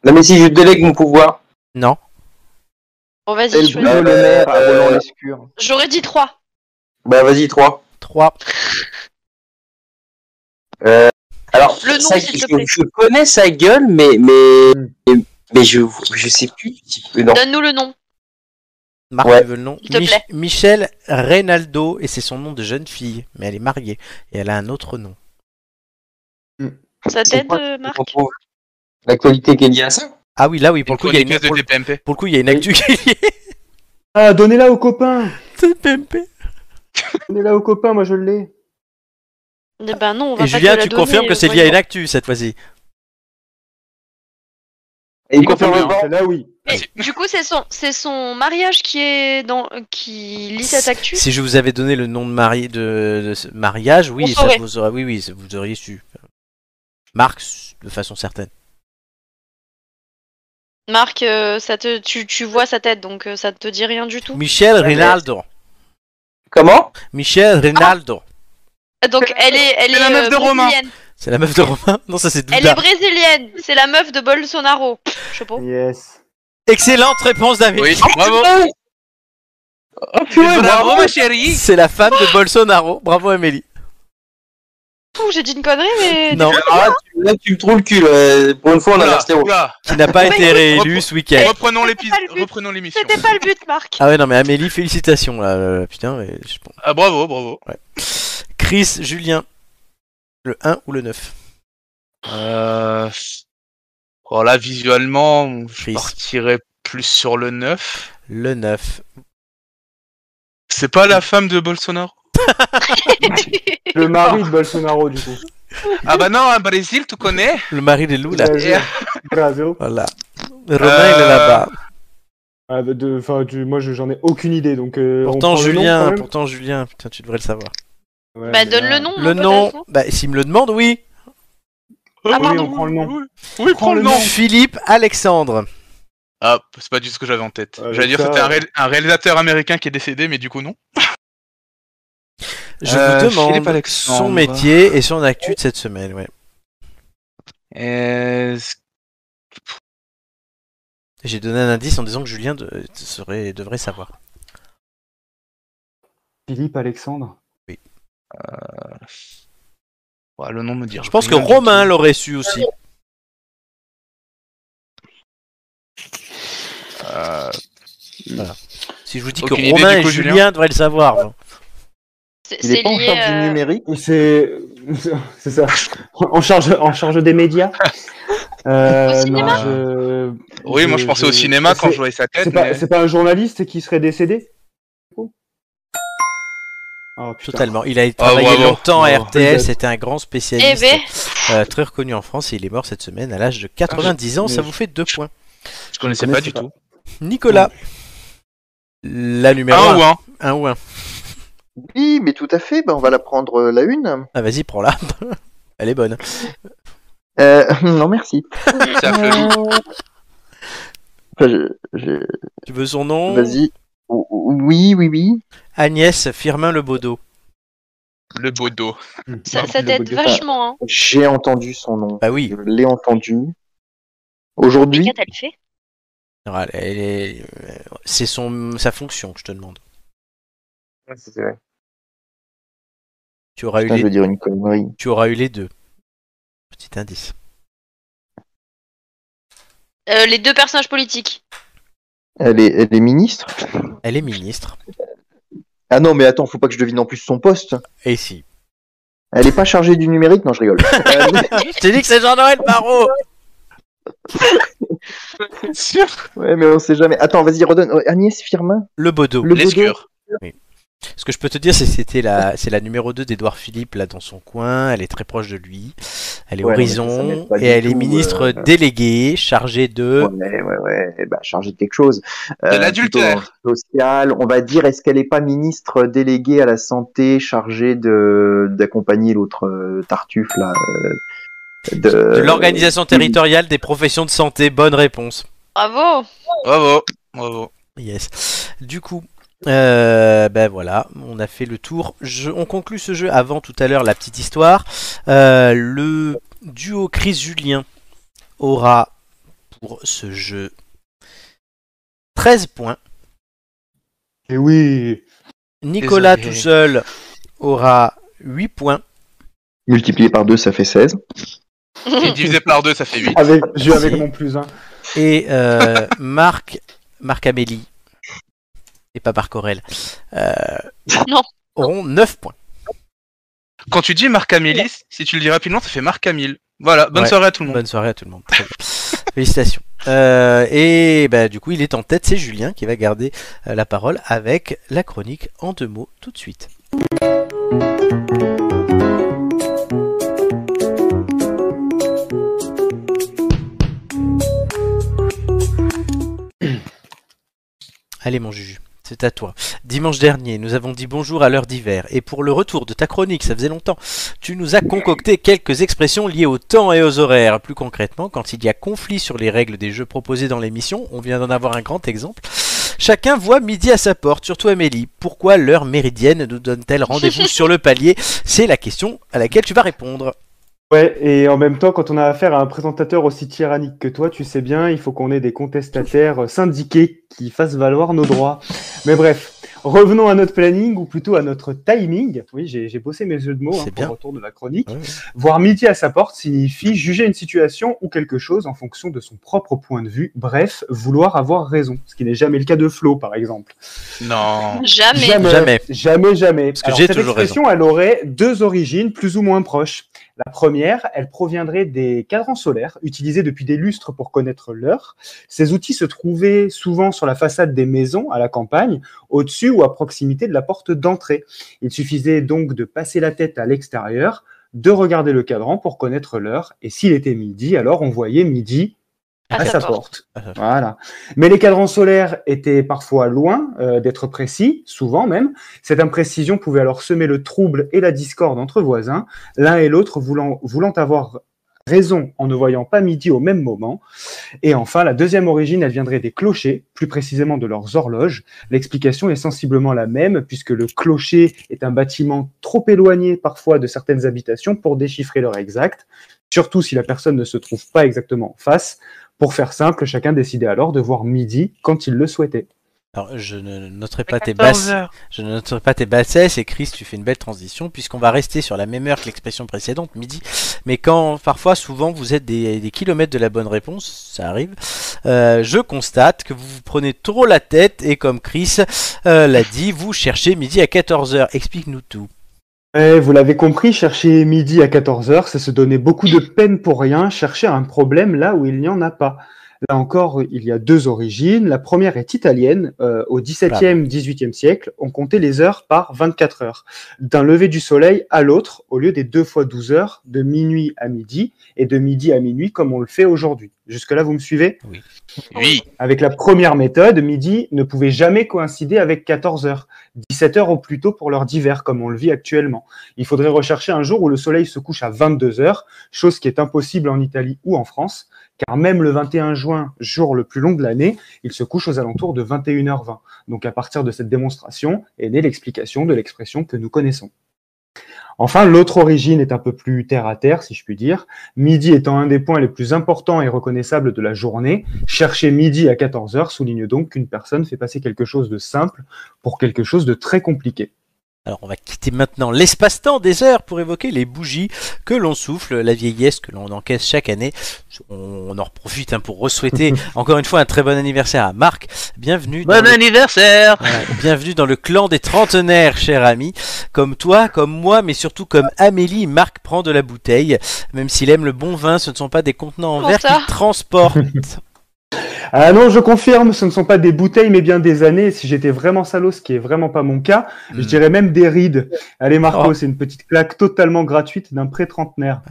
Non mais si je délègue mon pouvoir, Non. Bon, vas-y, Elle je- boule le maire à Euh, volant l'escure. j'aurais dit 3. Bah vas-y, 3. 3. Euh, alors, Le nom, ça, s'il je, te plaît. je connais sa gueule, mais mais mais je je sais plus. Mais non. Donne-nous le nom. Marc, Ouais. tu veux le nom S'il te Mich- plaît. Michel Reynaldo, et c'est son nom de jeune fille, mais elle est mariée, et elle a un autre nom. Ça C'est t'aide, quoi euh, Marc On trouve La qualité qu'il y a à ça. Ah oui, là oui, pour le coup, il y a une, chroniqueuse pour de le- TPMP. pour le coup, il y a une actu qui est liée. Ah, donnez-la aux copains C'est PMP. Donnez-la aux copains, moi je l'ai. Eh ben non, on va Et pas te Julien, la tu donner, confirmes que c'est lié à une voyons. actu cette fois-ci. Et quand on confirme le le vent. Ah, Là, oui. Mais Eh, du coup, c'est son, c'est son mariage qui est dans, qui lit cette actu. Si je vous avais donné le nom de, mari... de... de ce mariage, On oui, ça, saurait. vous aurez... oui, oui, ça, vous auriez su. Marc, de façon certaine. Marc, euh, ça te, tu, tu vois sa tête, donc euh, ça te dit rien du tout. Michel Reynaldo. Comment Michel Reynaldo. Donc elle est, elle est, C'est euh, la meuf de Romain. brésilienne. C'est la meuf de Romain Non, ça c'est Elle Douda. est brésilienne. C'est la meuf de Bolsonaro. Je sais pas. Mm. Yes. Excellente réponse d'Amé. Oui, bravo. Oh, purée, Bravo, ma chérie. C'est la femme de Bolsonaro. Bravo Amélie. Ouh, J'ai dit une connerie, mais Non, Ah, là, tu- là, tu me trouves le cul. là. Pour une fois, on a Oula, resté au. oula. qui n'a pas été réélue Repren- ce week-end. Reprenons l'épisode. pas le but. Reprenons l'émission. c'était pas le but, Marc. Ah ouais, non mais Amélie, félicitations là. euh, putain, mais je- bon. Ah, bravo, bravo. Chris, Julien. Le 1 ou le 9 Euh... bon, là, visuellement, je Chris. partirais plus sur le 9. Le 9. C'est pas la femme de Bolsonaro Le mari de Bolsonaro, du coup. Ah bah non, un Brésil, tu connais Le mari de Lula. Brasil. Brasil. Voilà. Romain, Euh, il est là-bas. Ah, bah, de, enfin, du- moi, je- j'en ai aucune idée, donc. euh, on Pourtant prend le nom, Julien, quand même pourtant Julien, putain, tu devrais le savoir. Ouais, Bah mais donne là- le nom. le hein, nom, peut-être, bah s'il me le demande, oui. Ah, pardon. on prend le nom. Oui, oui, prends le nom. Philippe Alexandre. Ah, c'est pas du tout ce que j'avais en tête. Ah, J'allais dire ça, c'était un, ouais. réal- un réalisateur américain qui est décédé, mais du coup non. Je vous Euh, Philippe demande Alexandre. son métier et son actu de cette semaine, ouais. Est-ce- J'ai donné un indice en disant que Julien de- serait, devrait savoir. Philippe Alexandre. Ouais, le nom me dit. Je pense que Romain l'aurait su aussi. Euh, Si je vous dis que Aucune idée, Romain eh du et coup, Julien. Julien devraient le savoir. bon. C'est Il c'est est pas en lié. charge du euh, numérique. C'est. C'est ça. En charge, en charge des médias. Euh, Au cinéma je- Oui, moi je pensais au cinéma quand c'est- je voyais sa tête. C'est pas, mais- c'est pas un journaliste qui serait décédé Oh, putain. Totalement. Il a travaillé Ah, bravo. longtemps à Bravo. RTL, c'était un grand Eh spécialiste ben, euh, très reconnu en France et il est mort cette semaine à l'âge de 90 ans. mais Ça je- vous fait deux points. Je connaissais Je pas connaissais du pas. tout. Nicolas. La numéro Un Ah, ou 1. un 1 ou 1. Oui, mais tout à fait. Ben, on va la prendre euh, la une. Ah vas-y, prends-la. Elle est bonne. Euh, non, merci. C'est affleuré. Enfin, je- je- Tu veux son nom Vas-y. O- o- Oui, oui, oui. Agnès Firmin Le Baudot. Le beau dos. ça, Ah, ça le t'aide bugger. vachement. Hein. J'ai entendu son nom. Bah oui. Je l'ai entendu. Aujourd'hui, Kat, elle fait. Alors, elle- Ah, elle est- euh, C'est son sa fonction que je te demande. Tu auras, eu Putain, je les... veux dire une connerie. tu auras eu les deux. Petit indice. Euh, les deux personnages politiques. Elle est, elle est ministre. Elle est ministre. Ah non, mais attends, faut pas que je devine en plus son poste. Et si. Elle est pas chargée du numérique, non, je rigole. Euh, Je t'ai dit que c'est Jean-Noël Barrault Sûr ouais, mais on sait jamais. Attends, vas-y, redonne. Euh, Agnès Firmin. Le Baudot. Le L'escure. Ce que je peux te dire, c'est que c'était la, c'est la numéro 2 d'Edouard Philippe, là, dans son coin. Elle est très proche de lui. Elle est Ouais, non, mais ça, ça horizon. m'aide pas et du elle est tout, ministre euh, déléguée, chargée de. Ouais, ouais, ouais. Bah, chargée de quelque chose. Euh, De l'adultère. plutôt Social. On va dire, est-ce qu'elle est pas ministre déléguée à la santé, chargée de d'accompagner l'autre euh, Tartuffe là. euh, De, de l'organisation territoriale des professions de santé. Bonne réponse. Bravo. Bravo. Bravo. Yes. Du coup. euh, ben voilà, on a fait le tour. Je- on conclut ce jeu avant tout à l'heure la petite histoire. Euh, le duo Chris Julien aura pour ce jeu 13 points. Et oui. Nicolas Désolé. tout seul aura 8 points. Multiplié par 2, ça fait 16. Et divisé par deux, ça fait 8. Avec, je avec mon plus 1. Et euh, Marc, Marc Amélie, et pas Marc Aurel, euh, Non. auront 9 points. Quand tu dis Marc Amélie, si tu le dis rapidement, ça fait Marc Camille. Voilà, bonne Ouais. soirée à tout le monde. Bonne soirée à tout le monde. Très bien. Félicitations. Euh, et bah, du coup, il est en tête. C'est Julien qui va garder euh, la parole avec la chronique en deux mots tout de suite. Allez mon Juju, c'est à toi. Dimanche dernier, nous avons dit bonjour à l'heure d'hiver, et pour le retour de ta chronique, ça faisait longtemps, tu nous as concocté quelques expressions liées au temps et aux horaires. Plus concrètement, quand il y a conflit sur les règles des jeux proposés dans l'émission, on vient d'en avoir un grand exemple. Chacun voit midi à sa porte, surtout Amélie. Pourquoi l'heure méridienne nous donne-t-elle rendez-vous sur le palier C'est la question à laquelle tu vas répondre. Ouais, et en même temps, quand on a affaire à un présentateur aussi tyrannique que toi, tu sais bien, il faut qu'on ait des contestataires syndiqués qui fassent valoir nos droits. Mais bref, revenons à notre planning, ou plutôt à notre timing. Oui, j'ai j'ai bossé mes jeux de mots hein, C'est pour bien. le retour de la chronique. Voir midi à sa porte signifie juger une situation ou quelque chose en fonction de son propre point de vue. Bref, vouloir avoir raison, ce qui n'est jamais le cas de Flo, par exemple. Non. Jamais. Jamais. Jamais. Jamais. Jamais, Parce que j'ai cette toujours expression, elle aurait deux origines plus ou moins proches. La première, elle proviendrait des cadrans solaires, utilisés depuis des lustres pour connaître l'heure. Ces outils se trouvaient souvent sur la façade des maisons à la campagne, au-dessus ou à proximité de la porte d'entrée. Il suffisait donc de passer la tête à l'extérieur, de regarder le cadran pour connaître l'heure, et s'il était midi, alors on voyait midi À Ah, à sa sa porte. porte. À sa porte. Voilà. Mais les cadrans solaires étaient parfois loin euh, d'être précis, souvent même. Cette imprécision pouvait alors semer le trouble et la discorde entre voisins, l'un et l'autre voulant, voulant avoir raison en ne voyant pas midi au même moment. Et enfin, la deuxième origine, elle viendrait des clochers, plus précisément de leurs horloges. L'explication est sensiblement la même, puisque le clocher est un bâtiment trop éloigné parfois de certaines habitations pour déchiffrer l'heure exacte, surtout si la personne ne se trouve pas exactement en face. Pour faire simple, chacun décidait alors de voir midi quand il le souhaitait. Alors, je ne noterai pas tes basses. Je ne noterai pas tes bassesses et Chris, tu fais une belle transition puisqu'on va rester sur la même heure que l'expression précédente, midi. Mais quand parfois, souvent, vous êtes des, des kilomètres de la bonne réponse, ça arrive, euh, je constate que vous vous prenez trop la tête et comme Chris euh, l'a dit, vous cherchez midi à 14h. Explique-nous tout. Eh, vous l'avez compris, chercher midi à 14h, c'est se donner beaucoup de peine pour rien, chercher un problème là où il n'y en a pas. Là encore, il y a deux origines. La première est italienne. Euh, au XVIIe, XVIIIe siècle, on comptait les heures par 24 heures. D'un lever du soleil à l'autre, au lieu des deux fois 12 heures, de minuit à midi et de midi à minuit comme on le fait aujourd'hui. Jusque-là, vous me suivez Oui. Avec la première méthode, midi ne pouvait jamais coïncider avec 14 heures, 17 heures au plus tôt pour l'heure d'hiver, comme on le vit actuellement. Il faudrait rechercher un jour où le soleil se couche à 22 heures, chose qui est impossible en Italie ou en France, car même le 21 juin, jour le plus long de l'année, il se couche aux alentours de 21h20. Donc à partir de cette démonstration est née l'explication de l'expression que nous connaissons. Enfin, l'autre origine est un peu plus terre à terre, si je puis dire. Midi étant un des points les plus importants et reconnaissables de la journée, Chercher midi à 14h souligne donc qu'une personne fait passer quelque chose de simple pour quelque chose de très compliqué. Alors on va quitter maintenant l'espace-temps des heures pour évoquer les bougies que l'on souffle, la vieillesse que l'on encaisse chaque année. On en profite hein, pour re-souhaiter encore une fois un très bon anniversaire à Marc. Bienvenue dans le anniversaire Ouais, bienvenue dans le clan des trentenaires, cher ami. Comme toi, comme moi, mais surtout comme Amélie, Marc prend de la bouteille. Même s'il aime le bon vin, ce ne sont pas des contenants en Comment verre ça qu'il transporte. Ah non, je confirme, ce ne sont pas des bouteilles mais bien des années. Si j'étais vraiment salaud, ce qui est vraiment pas mon cas, je dirais même des rides. Allez Marco, Oh. c'est une petite claque totalement gratuite d'un pré-trentenaire.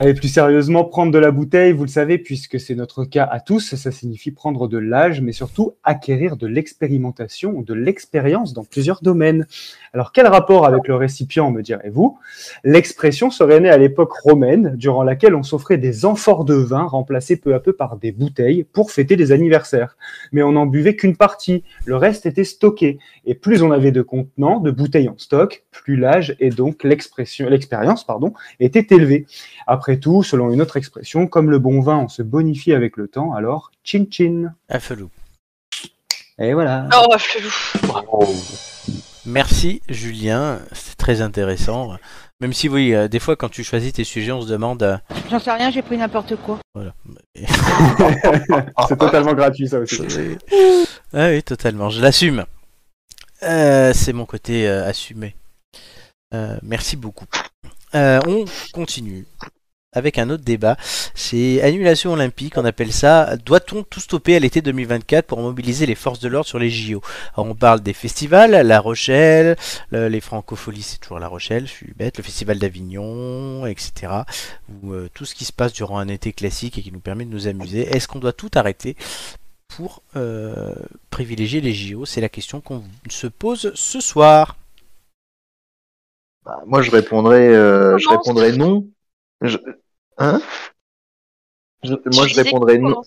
Allez, plus sérieusement, prendre de la bouteille, vous le savez, puisque c'est notre cas à tous, ça signifie prendre de l'âge, mais surtout acquérir de l'expérimentation, de l'expérience dans plusieurs domaines. Alors, quel rapport avec le récipient, me direz-vous L'expression serait née à l'époque romaine, durant laquelle on s'offrait des amphores de vin remplacées peu à peu par des bouteilles pour fêter des anniversaires. Mais on n'en buvait qu'une partie, le reste était stocké. Et plus on avait de contenants, de bouteilles en stock, plus l'âge et donc l'expression, l'expérience pardon, était élevée. Après tout, selon une autre expression, comme le bon vin, on se bonifie avec le temps, alors chin chin. Ah, felou. Et voilà. Oh, flou. Merci Julien, c'est très intéressant. Même si oui, euh, des fois quand tu choisis tes sujets, on se demande. euh, J'en sais rien, j'ai pris n'importe quoi. voilà. C'est totalement gratuit, ça aussi. Ah oui, totalement, je l'assume. Euh, c'est mon côté euh, assumé. Euh, merci beaucoup. Euh, on continue avec un autre débat. C'est annulation olympique, on appelle ça. Doit-on tout stopper à l'été 2024 pour mobiliser les forces de l'ordre sur les JO Alors, On parle des festivals, La Rochelle, le- les francopholies, c'est toujours La Rochelle, je suis bête, le festival d'Avignon, etc. Ou euh, tout ce qui se passe durant un été classique et qui nous permet de nous amuser. Est-ce qu'on doit tout arrêter pour euh, privilégier les JO C'est la question qu'on se pose ce soir. Bah, moi, je répondrais, euh, je Comment répondrais non. Je... Hein Je- Moi, Tu je disais répondrais comment non.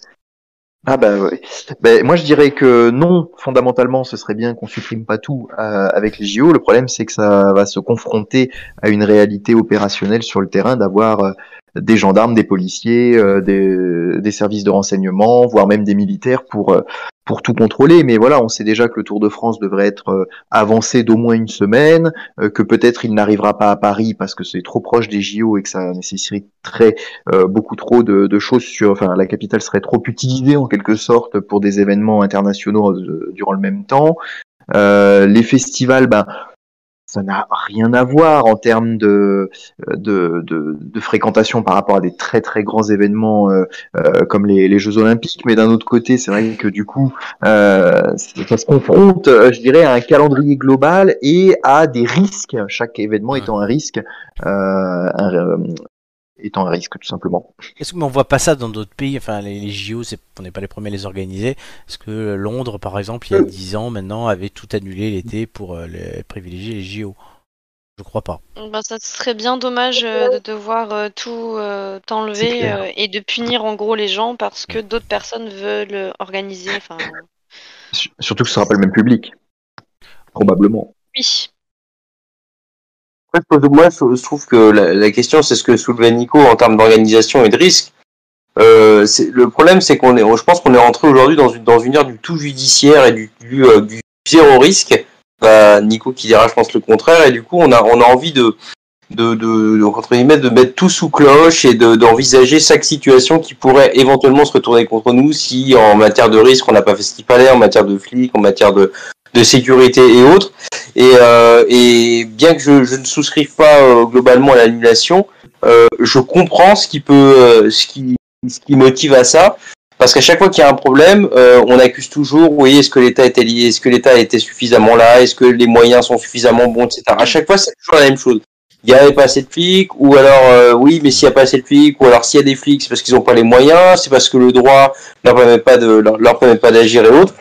Ah bah oui. Ben, moi je dirais que non, fondamentalement ce serait bien qu'on supprime pas tout euh, avec les JO. Le problème c'est que ça va se confronter à une réalité opérationnelle sur le terrain d'avoir euh, des gendarmes, des policiers, euh, des, des services de renseignement, voire même des militaires pour euh, pour tout contrôler. Mais voilà, on sait déjà que le Tour de France devrait être euh, avancé d'au moins une semaine, euh, que peut-être il n'arrivera pas à Paris parce que c'est trop proche des JO et que ça nécessiterait euh, beaucoup trop de, de choses sur, enfin, la capitale serait trop utilisée en quelque sorte pour des événements internationaux euh, durant le même temps. Euh, les festivals, ben, ça n'a rien à voir en termes de, de, de, de fréquentation par rapport à des très très grands événements euh, euh, comme les, les Jeux Olympiques, mais d'un autre côté, c'est vrai que du coup, euh, ça ça se confronte, euh, je dirais, à un calendrier global et à des risques, chaque événement étant un risque, euh, un- euh, étant un risque tout simplement. Est-ce qu'on voit pas ça dans d'autres pays Enfin, les, les JO, c'est- on n'est pas les premiers à les organiser. Est-ce que Londres, par exemple, il y a 10 ans maintenant, avait tout annulé l'été pour euh, les- privilégier les JO Je crois pas. Ben, ça serait bien dommage euh, de devoir euh, tout euh, C'est enlever clair. euh, et de punir en gros les gens parce que d'autres personnes veulent euh, organiser. Enfin, S- Surtout que ce sera pas le même public. Probablement. oui. Après, je pose- moi, je je trouve que la, la question, c'est ce que soulevait Nico en termes d'organisation et de risque. Euh, c'est- le problème, c'est qu'on est, je pense qu'on est rentré aujourd'hui dans une, dans une ère du tout judiciaire et du, du, euh, du zéro risque. Bah, Nico qui dira, je pense, le contraire. Et du coup, on a, on a envie de, de, de, de, entre guillemets, de mettre tout sous cloche et de- d'envisager chaque situation qui pourrait éventuellement se retourner contre nous si, en matière de risque, on n'a pas fait ce qu'il fallait, en matière de flics, en matière de, de sécurité et autres. Et, euh, et bien que je, je ne souscrive pas euh, globalement à l'annulation, euh, je comprends ce qui peut, euh, ce qui, ce qui motive à ça. Parce qu'à chaque fois qu'il y a un problème, euh, on accuse toujours, oui, est-ce que l'État était lié, est-ce que l'État était suffisamment là, est-ce que les moyens sont suffisamment bons, etc. À chaque fois, c'est toujours la même chose. Il n'y avait pas assez de flics, ou alors euh, oui, mais s'il n'y a pas assez de flics, ou alors s'il y a des flics, c'est parce qu'ils n'ont pas les moyens, c'est parce que le droit leur permet pas de leur, leur permet pas d'agir et autres.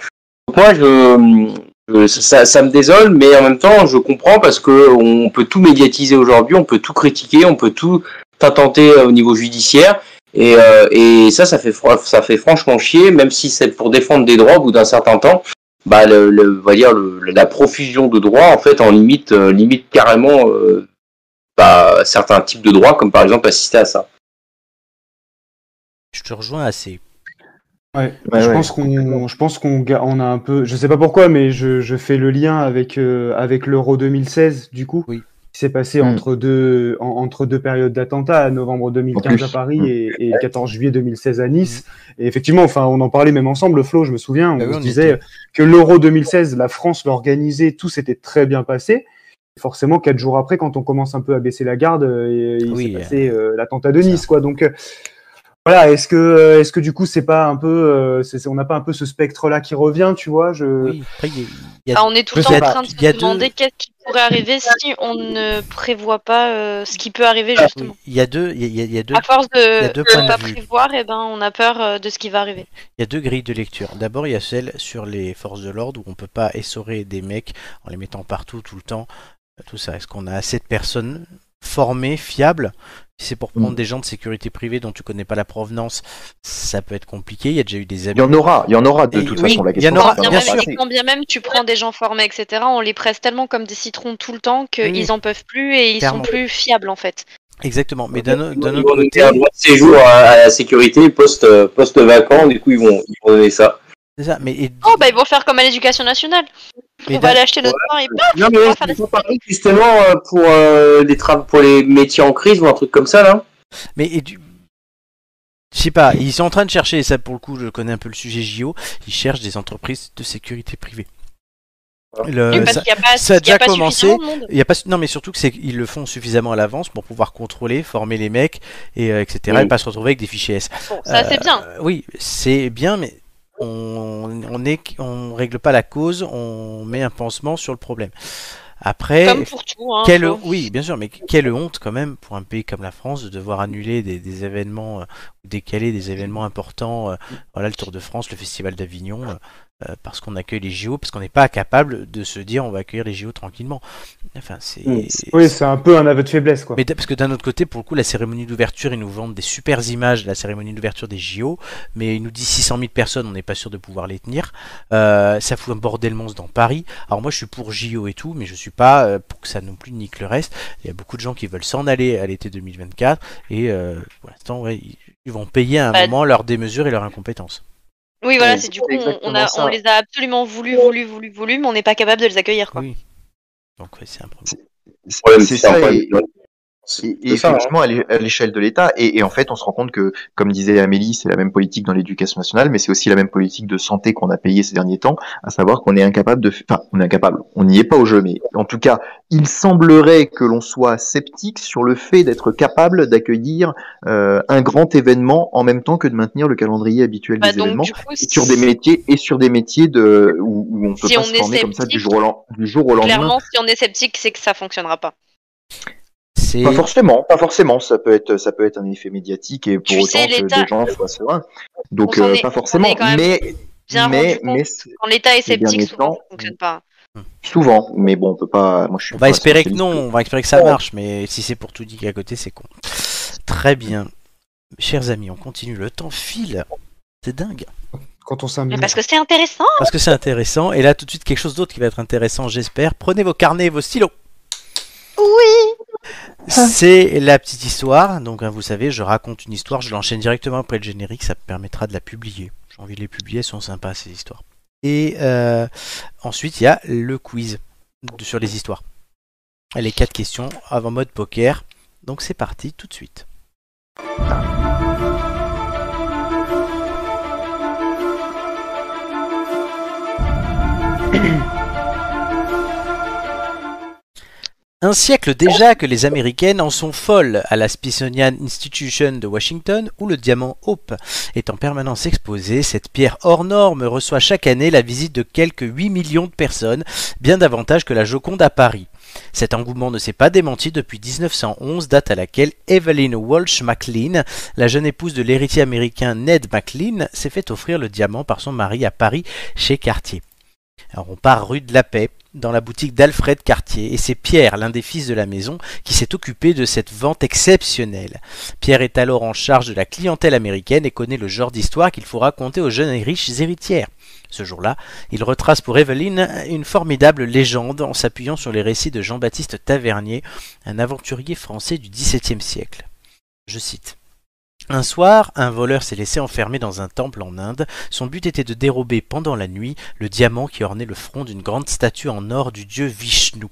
Donc moi, je, euh, ça, ça me désole, mais en même temps, je comprends parce que on peut tout médiatiser aujourd'hui, on peut tout critiquer, on peut tout tenter au niveau judiciaire, et, euh, et ça, ça fait fr- ça fait franchement chier, même si c'est pour défendre des droits au bout d'un certain temps. Bah, le, le- on va dire le- la profusion de droits en fait en limite euh, limite carrément euh, bah, certains types de droits, comme par exemple assister à ça. Je te rejoins assez. Ouais. Ouais, je ouais. pense qu'on, je pense qu'on, ga- on a un peu, je sais pas pourquoi, mais je, je fais le lien avec euh, avec l'Euro 2016 du coup, Oui. qui s'est passé Mm. entre deux en- entre deux périodes d'attentats, à novembre 2015 plus. à Paris Mm. et, et 14 juillet 2016 à Nice. Et effectivement, enfin, on en parlait même ensemble, Flo, je me souviens, on, Hmm. Bah oui, se on y disait était. que l'Euro 2016, la France l'organisait, tout s'était très bien passé. Forcément, quatre jours après, quand on commence un peu à baisser la garde, euh, il Oui, s'est euh, passé euh, l'attentat de ça. Nice, quoi. Donc euh, voilà, est-ce que, euh, est-ce que du coup, c'est pas un peu, euh, c'est- c'est- on n'a pas un peu ce spectre-là qui revient, tu vois Je, Oui, après, il y a- il y a- Ah, on est tout Je le temps sais en pas. train de se Il y a deux- demander qu'est-ce qui pourrait arriver si on ne prévoit pas euh, ce qui peut arriver justement. oui, il y a deux, il y a- il y a- il y a deux À force Ah, il y a de deux ne points de pas vue. prévoir, eh ben, on a peur euh, de ce qui va arriver. Il y a deux grilles de lecture. D'abord, il y a celle sur les forces de l'ordre où on peut pas essorer des mecs en les mettant partout tout le temps. euh, Tout ça. Est-ce qu'on a assez de personnes formées, fiables Si c'est Mm. pour prendre des gens de sécurité privée dont tu connais pas la provenance, ça peut être compliqué. Il y a déjà eu des Il y abus. en aura, il y en aura de Et toute oui, façon. La il y en question aura, quand, c'est bien pas de bien même, sûr. savoir et quand bien même tu prends des gens formés, etc., on les presse tellement comme des citrons tout le temps qu'ils Oui. en peuvent plus et ils Clairement. sont plus fiables en fait. Exactement. Mais d'un o- Ils vont d'un autre donner côté, euh, un droit de séjour à, à la sécurité post post vacant, du coup ils vont ils vont donner ça. C'est ça. Mais et- Ah Oh, bah ils vont faire comme à l'éducation nationale. mais on da- va aller acheter notre pain et paf Non, mais on ouais, va faire ils des- font pareil, justement euh, pour euh, les travaux pour les métiers en crise ou un truc comme ça là. Mais et du... Je sais pas, ils sont en train de chercher, et ça pour le coup je connais un peu le sujet JO, ils cherchent des entreprises de sécurité privée. Ah. Le- Oui, parce Euh, ça- qu'il y a pas, ça a il y a déjà pas commencé. suffisamment de monde. il y a pas, non mais surtout que c'est qu'ils le font suffisamment à l'avance pour pouvoir contrôler, former les mecs, et, euh, etc. Oui. et pas se retrouver avec des fichiers S. Bon, ça c'est bien. Euh, oui, c'est bien, mais on on, est, on règle pas la cause, on met un pansement sur le problème. Après, Comme pour tout. Hein, quelle, faut- oui, bien sûr, mais quelle honte quand même pour un pays comme la France de devoir annuler des, des événements euh, ou décaler des événements importants. euh, voilà, le Tour de France, le Festival d'Avignon, euh, euh, parce qu'on accueille les JO, parce qu'on n'est pas capable de se dire on va accueillir les JO tranquillement. Enfin, c'est. Oui, Oui, c'est un peu un aveu de faiblesse, quoi. Mais d'un- parce que d'un autre côté, pour le coup, la cérémonie d'ouverture, ils nous vendent des super images de la cérémonie d'ouverture des JO, mais ils nous disent 600 000 personnes, on n'est pas sûr de pouvoir les tenir. Euh, ça fout un bordel monstre dans Paris. Alors moi, je suis pour JO et tout, mais je suis pas euh, pour que ça non plus nique le reste. Il y a beaucoup de gens qui veulent s'en aller à l'été 2024, et euh, pour l'instant, ouais, ils, ils vont payer à un Bah, moment leur démesure et leur incompétence. Oui, voilà, Ouais, c'est du c'est coup, on, on exactement a, ça. on les a absolument voulu, voulu, voulu, voulu, mais on n'est pas capable de les accueillir. Quoi. Oui. Donc ouais, c'est un problème. Ouais, C'est un ça. problème. et- Et, et C'est ça, hein. effectivement, à l'é- à l'échelle de l'État, et, et en fait, on se rend compte que, comme disait Amélie, c'est la même politique dans l'éducation nationale, mais c'est aussi la même politique de santé qu'on a payée ces derniers temps, à savoir qu'on est incapable de, f- enfin, on est incapable, on n'y est pas au jeu, mais en tout cas, il semblerait que l'on soit sceptique sur le fait d'être capable d'accueillir euh, un grand événement en même temps que de maintenir le calendrier habituel Bah, des donc, événements. du coup, et Sur des métiers et sur des métiers de où, où on peut Si pas on se est former comme ça sceptique, du jour au, len- du jour au lendemain. clairement, si on est sceptique, c'est que ça fonctionnera pas. C'est Pas forcément, pas forcément. Ça peut être, ça peut être un effet médiatique et pour Tu sais, autant que l'État- des gens soient sereins. Donc On s'en euh, est- on pas s'en forcément, est quand même mais bien rendu mais compte. mais c'est- Quand l'État est Les sceptique, derniers souvent, temps, ça fonctionne pas. souvent. Mais bon, on peut pas. Moi, je suis. On va pas espérer que non, spécialiste. on va espérer que ça marche, mais si c'est pour tout dire à côté, c'est con. Très bien. Chers amis, on continue. Le temps file. C'est dingue. Quand on Mais Mm. s'amuse. parce que c'est intéressant. Parce que c'est intéressant. Et là, tout de suite, quelque chose d'autre qui va être intéressant, j'espère. Prenez vos carnets et vos stylos. Oui. C'est la petite histoire. Donc, hein, vous savez, je raconte une histoire. Je l'enchaîne directement après le générique. Ça me permettra de la publier. J'ai envie de les publier. Elles sont sympas, ces histoires. Et euh, ensuite, il y a le quiz de- sur les histoires. Les quatre questions avant mode poker. Donc, c'est parti tout de suite. Un siècle déjà que les Américaines en sont folles à la Smithsonian Institution de Washington où le diamant Hope est en permanence exposé, cette pierre hors norme reçoit chaque année la visite de quelques 8 millions de personnes, bien davantage que la Joconde à Paris. Cet engouement ne s'est pas démenti depuis 1911, date à laquelle Evelyn Walsh MacLean, la jeune épouse de l'héritier américain Ned MacLean, s'est fait offrir le diamant par son mari à Paris chez Cartier. Alors on part rue de la Paix, dans la boutique d'Alfred Cartier, et c'est Pierre, l'un des fils de la maison, qui s'est occupé de cette vente exceptionnelle. Pierre est alors en charge de la clientèle américaine et connaît le genre d'histoire qu'il faut raconter aux jeunes et riches héritières. Ce jour-là, il retrace pour Evelyn une formidable légende en s'appuyant sur les récits de Jean-Baptiste Tavernier, un aventurier français du XVIIe siècle. Je cite. Un soir, un voleur s'est laissé enfermer dans un temple en Inde. Son but était de dérober pendant la nuit le diamant qui ornait le front d'une grande statue en or du dieu Vishnu.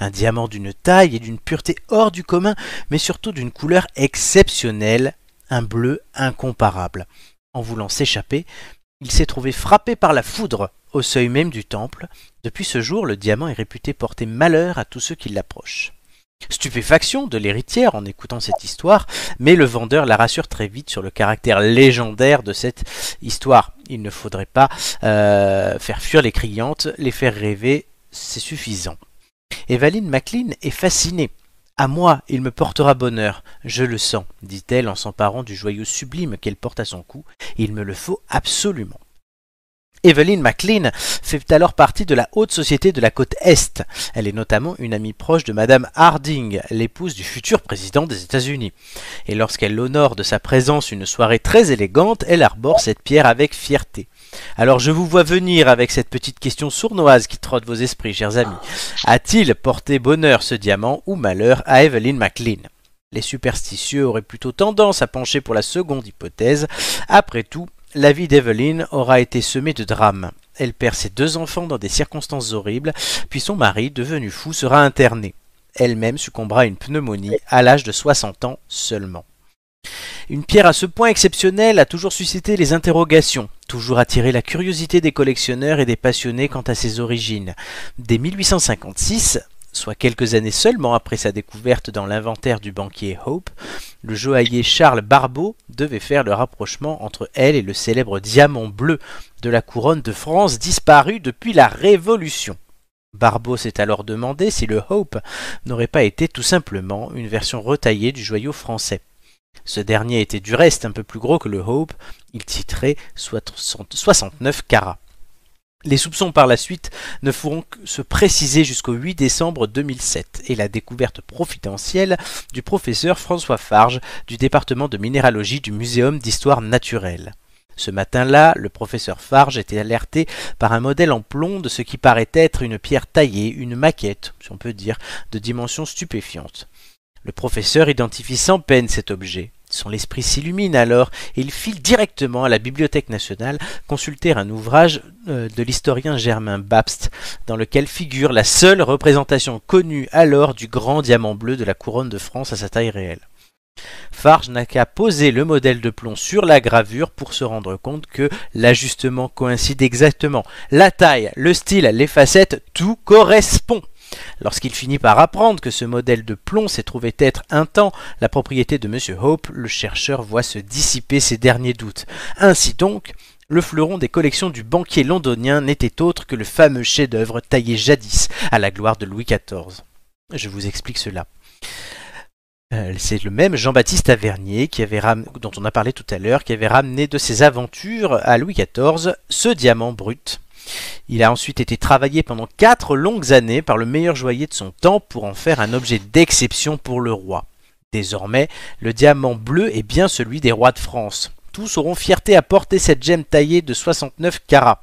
Un diamant d'une taille et d'une pureté hors du commun, mais surtout d'une couleur exceptionnelle, un bleu incomparable. En voulant s'échapper, il s'est trouvé frappé par la foudre au seuil même du temple. Depuis ce jour, le diamant est réputé porter malheur à tous ceux qui l'approchent. Stupéfaction de l'héritière en écoutant cette histoire, mais le vendeur la rassure très vite sur le caractère légendaire de cette histoire. Il ne faudrait pas euh, faire fuir les criantes, les faire rêver, c'est suffisant. Evaline MacLean est fascinée. À moi, il me portera bonheur. Je le sens, dit-elle en s'emparant du joyau sublime qu'elle porte à son cou. Il me le faut absolument. Evelyn MacLean fait alors partie de la haute société de la côte Est. Elle est notamment une amie proche de Madame Harding, l'épouse du futur président des États-Unis. Et lorsqu'elle honore de sa présence une soirée très élégante, elle arbore cette pierre avec fierté. Alors je vous vois venir avec cette petite question sournoise qui trotte vos esprits, chers amis. A-t-il porté bonheur ce diamant ou malheur à Evelyn MacLean les superstitieux auraient plutôt tendance à pencher pour la seconde hypothèse. Après tout, la vie d'Evelyn aura été semée de drames. Elle perd ses deux enfants dans des circonstances horribles, puis son mari, devenu fou, sera interné. Elle-même succombera à une pneumonie à l'âge de 60 ans seulement. Une pierre à ce point exceptionnelle a toujours suscité les interrogations, toujours attiré la curiosité des collectionneurs et des passionnés quant à ses origines. Dès 1856, soit quelques années seulement après sa découverte dans l'inventaire du banquier Hope, le joaillier Charles Barbeau devait faire le rapprochement entre elle et le célèbre diamant bleu de la couronne de France disparu depuis la Révolution. Barbeau s'est alors demandé si le Hope n'aurait pas été tout simplement une version retaillée du joyau français. Ce dernier était du reste un peu plus gros que le Hope, il titrait 69 carats. Les soupçons par la suite ne feront que se préciser jusqu'au 8 décembre 2007 et la découverte confidentielle du professeur François Farge du département de minéralogie du Muséum d'histoire naturelle. Ce matin-là, le professeur Farge était alerté par un modèle en plomb de ce qui paraît être une pierre taillée, une maquette, si on peut dire, de dimension stupéfiante. Le professeur identifie sans peine cet objet. Son esprit s'illumine alors et il file directement à la Bibliothèque nationale consulter un ouvrage euh, de l'historien Germain Babst, dans lequel figure la seule représentation connue alors du grand diamant bleu de la couronne de France à sa taille réelle. Farge n'a qu'à poser le modèle de plomb sur la gravure pour se rendre compte que l'ajustement coïncide exactement. La taille, le style, les facettes, tout correspond. Lorsqu'il finit par apprendre que ce modèle de plomb s'est trouvé être un temps la propriété de M. Hope, le chercheur voit se dissiper ses derniers doutes. Ainsi donc, le fleuron des collections du banquier londonien n'était autre que le fameux chef-d'œuvre taillé jadis à la gloire de Louis XIV. Je vous explique cela. Euh, C'est le même Jean-Baptiste Avernier qui avait ram- dont on a parlé tout à l'heure, qui avait ramené de ses aventures à Louis XIV ce diamant brut il a ensuite été travaillé pendant quatre longues années par le meilleur joaillier de son temps pour en faire un objet d'exception pour le roi. Désormais, le diamant bleu est bien celui des rois de France. Tous auront fierté à porter cette gemme taillée de 69 carats.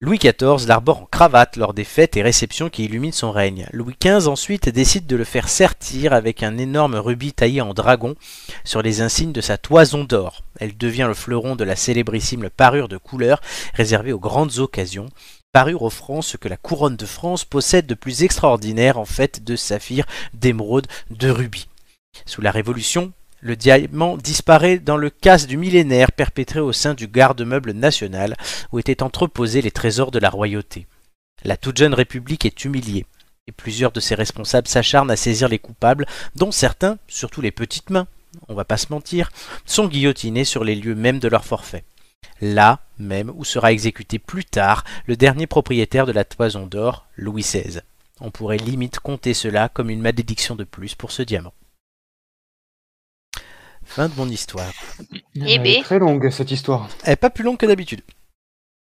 Louis XIV l'arbore en cravate lors des fêtes et réceptions qui illuminent son règne. Louis XV ensuite décide de le faire sertir avec un énorme rubis taillé en dragon sur les insignes de sa toison d'or. Elle devient le fleuron de la célébrissime parure de couleur réservée aux grandes occasions, parure offrant ce que la couronne de France possède de plus extraordinaire en fait de saphir, d'émeraude, de rubis. Sous la Révolution, le diamant disparaît dans le casse du millénaire perpétré au sein du garde-meuble national où étaient entreposés les trésors de la royauté. La toute jeune République est humiliée et plusieurs de ses responsables s'acharnent à saisir les coupables, dont certains, surtout les petites mains, on va pas se mentir, sont guillotinés sur les lieux mêmes de leur forfait. Là même où sera exécuté plus tard le dernier propriétaire de la toison d'or, Louis XVI. On pourrait limite compter cela comme une malédiction de plus pour ce diamant. Fin de mon histoire. Eh Ah, Elle ben. est très longue cette histoire. Elle est pas plus longue que d'habitude.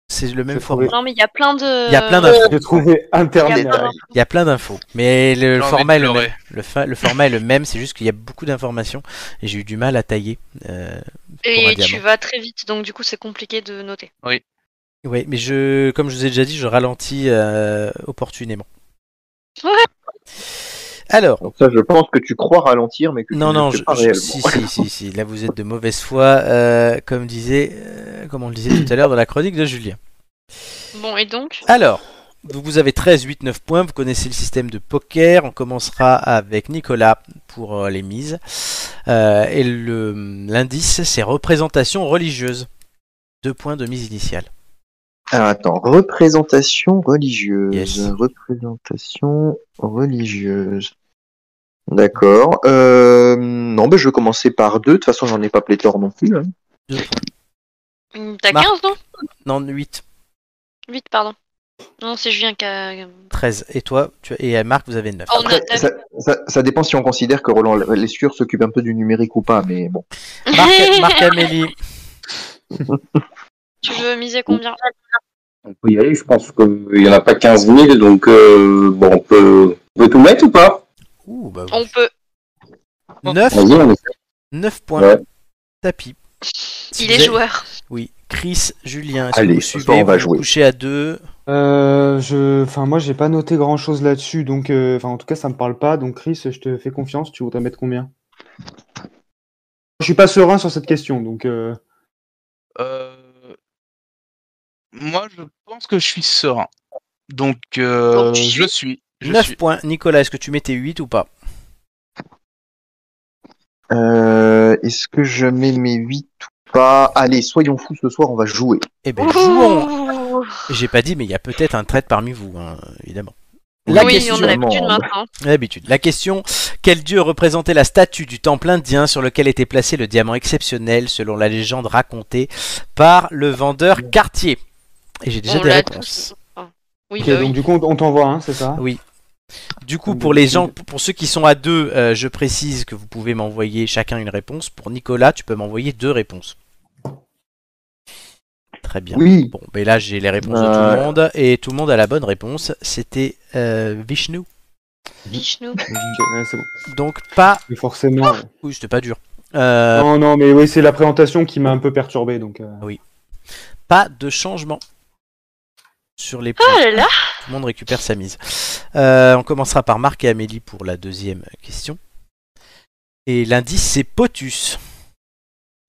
C'est le même C'est format. Non, mais il y a plein de. Il y a plein d'infos. Euh, J'ai trouvé Il y a plein interminable. d'infos. Il y a plein d'infos. Mais le J'ai envie format est de le pleurer. même. Le, fa- le format est le même, c'est juste qu'il y a beaucoup d'informations et j'ai eu du mal à tailler. Euh, pour un Et tu diamant. vas très vite, donc du coup, c'est compliqué de noter. Ouais, mais je, comme je vous ai déjà dit, je ralentis euh, opportunément. Ouais. Alors, Donc ça, je pense que tu crois ralentir, mais que tu non, ne non, fais je, pas je- réellement. si, si, si, si, là vous êtes de mauvaise foi, euh, comme disait, euh, comme on le disait tout à l'heure dans la chronique de Julien. Bon, et donc Alors, vous vous avez 13, 8, 9 points, vous connaissez le système de poker, on commencera avec Nicolas pour euh, les mises. Euh, et le- l'indice, c'est représentation religieuse. Deux points de mise initiale. Alors attends, représentation religieuse. Yes. Représentation religieuse. D'accord. Euh, non, mais je vais commencer par deux. De toute façon, j'en ai pas pléthore non plus. hein. Deux points. Hum, T'as Marc. 15, non Non, 8, 8, pardon. Non, c'est Julien qui a. 13. Et toi, tu, et euh, Marc, vous avez 9. Oh, on Après, a- ça, ça- ça dépend si on considère que Roland Lescure s'occupe un peu du numérique ou pas, mais bon. Marc, Marc Amélie, Tu veux miser combien On peut y aller, je pense qu'il n'y en a pas 15 000, donc euh, bon, on peut, on peut tout mettre ou pas Ouh, bah, On peut. 9, Vas-y, on essaie. 9 points. Ouais. Tapis. Il Vous est avez- joueur. Oui. Chris, Julien, est-ce que Allez, vous ce suivez soir, on va Vous vous jouer. couchez à 2. Euh, je... Enfin, moi, j'ai pas noté grand chose là-dessus, donc, euh, enfin, en tout cas, ça me parle pas. Donc, Chris, je te fais confiance. Tu voudrais mettre combien Je suis pas serein sur cette question, donc. euh, Euh, Moi, je pense que je suis serein. Donc, euh, Donc, tu je suis. Je 9 suis. points. Nicolas, est-ce que tu mettais 8 ou pas Euh, Est-ce que je mets mes 8 ou pas Allez, soyons fous ce soir, on va jouer. Eh ben, jouons J'ai pas dit, mais il y a peut-être un traître parmi vous, hein, évidemment. La oui, question... hein. on a l'habitude sûrement. maintenant. D'habitude. La question quel dieu représentait la statue du temple indien sur lequel était placé le diamant exceptionnel, selon la légende racontée par le vendeur Cartier Et j'ai déjà on des l'a réponses. tous. Ah. Oui, Ok, bah donc oui. du coup, on- on t'envoie, hein, c'est ça Oui. Du coup, pour les gens, pour ceux qui sont à deux, euh, je précise que vous pouvez m'envoyer chacun une réponse. Pour Nicolas, tu peux m'envoyer deux réponses. Très bien. Oui. Bon, ben là, j'ai les réponses de tout le Euh. monde et tout le monde a la bonne réponse. C'était euh, Vishnu. Vishnu. Ok, ouais, c'est bon. Donc pas. Mais forcément. ouais. Oui, c'était pas dur. Ah. Euh, Non, non, mais oui, c'est la présentation qui m'a un peu perturbé. Donc, euh, pas de changement sur les points. Oh là là Tout le monde récupère sa mise. Euh, on commencera par Marc et Amélie pour la deuxième question. Et l'indice, c'est Potus.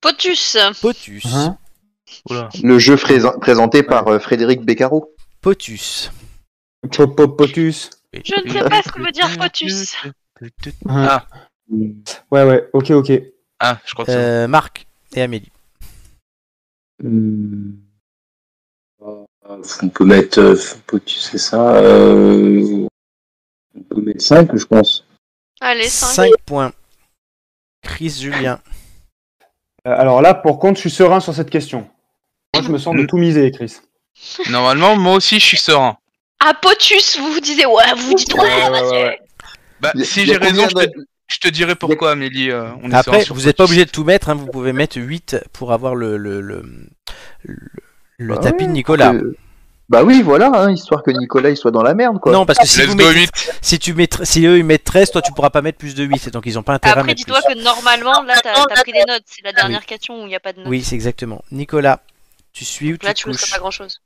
Potus Potus. hein. Le jeu fré- présenté par euh, Frédéric Beccaro. Potus. Pop- pop- Potus. Je ne sais pas ce que veut dire Potus. Ah. Ouais, ouais, ok, ok. Euh, Ah, je crois que c'est bon. Euh, Marc et Amélie. Hmm. Euh, On peut mettre, euh, faut- tu sais ça, euh, on peut mettre 5, je pense. Allez, 5. 5 points. Chris Julien. Euh, alors là, pour contre, je suis serein sur cette question. Moi, je me sens de tout miser, Chris. Euh. Normalement, moi aussi, je suis serein. Ah, Potus, vous vous disiez, ouais, vous vous dites, ouais, vas-y. Bah, Il y a- si il y a j'ai raison, je combien te, de- je te dirai pourquoi, Amélie. euh, on est serein Après, sur vous Potus. n'êtes pas obligé de tout mettre. hein, vous pouvez mettre 8 pour avoir le, le, le, le- le Bah tapis de ouais, Nicolas. Euh, Bah oui, voilà, hein, histoire que Nicolas il soit dans la merde, quoi. Non, parce que si, Let's vous go mettez- 8. si, tu mets, si eux ils mettent 13, toi tu pourras pas mettre plus de 8. Donc ils ont pas intérêt à Après, mettre dis-toi plus. Ah que normalement, là, t'as t'as pris des notes. C'est la dernière question où il n'y a pas de notes. Oui, c'est exactement. Nicolas, tu suis ou tu Là, tu ne couches sais pas grand-chose.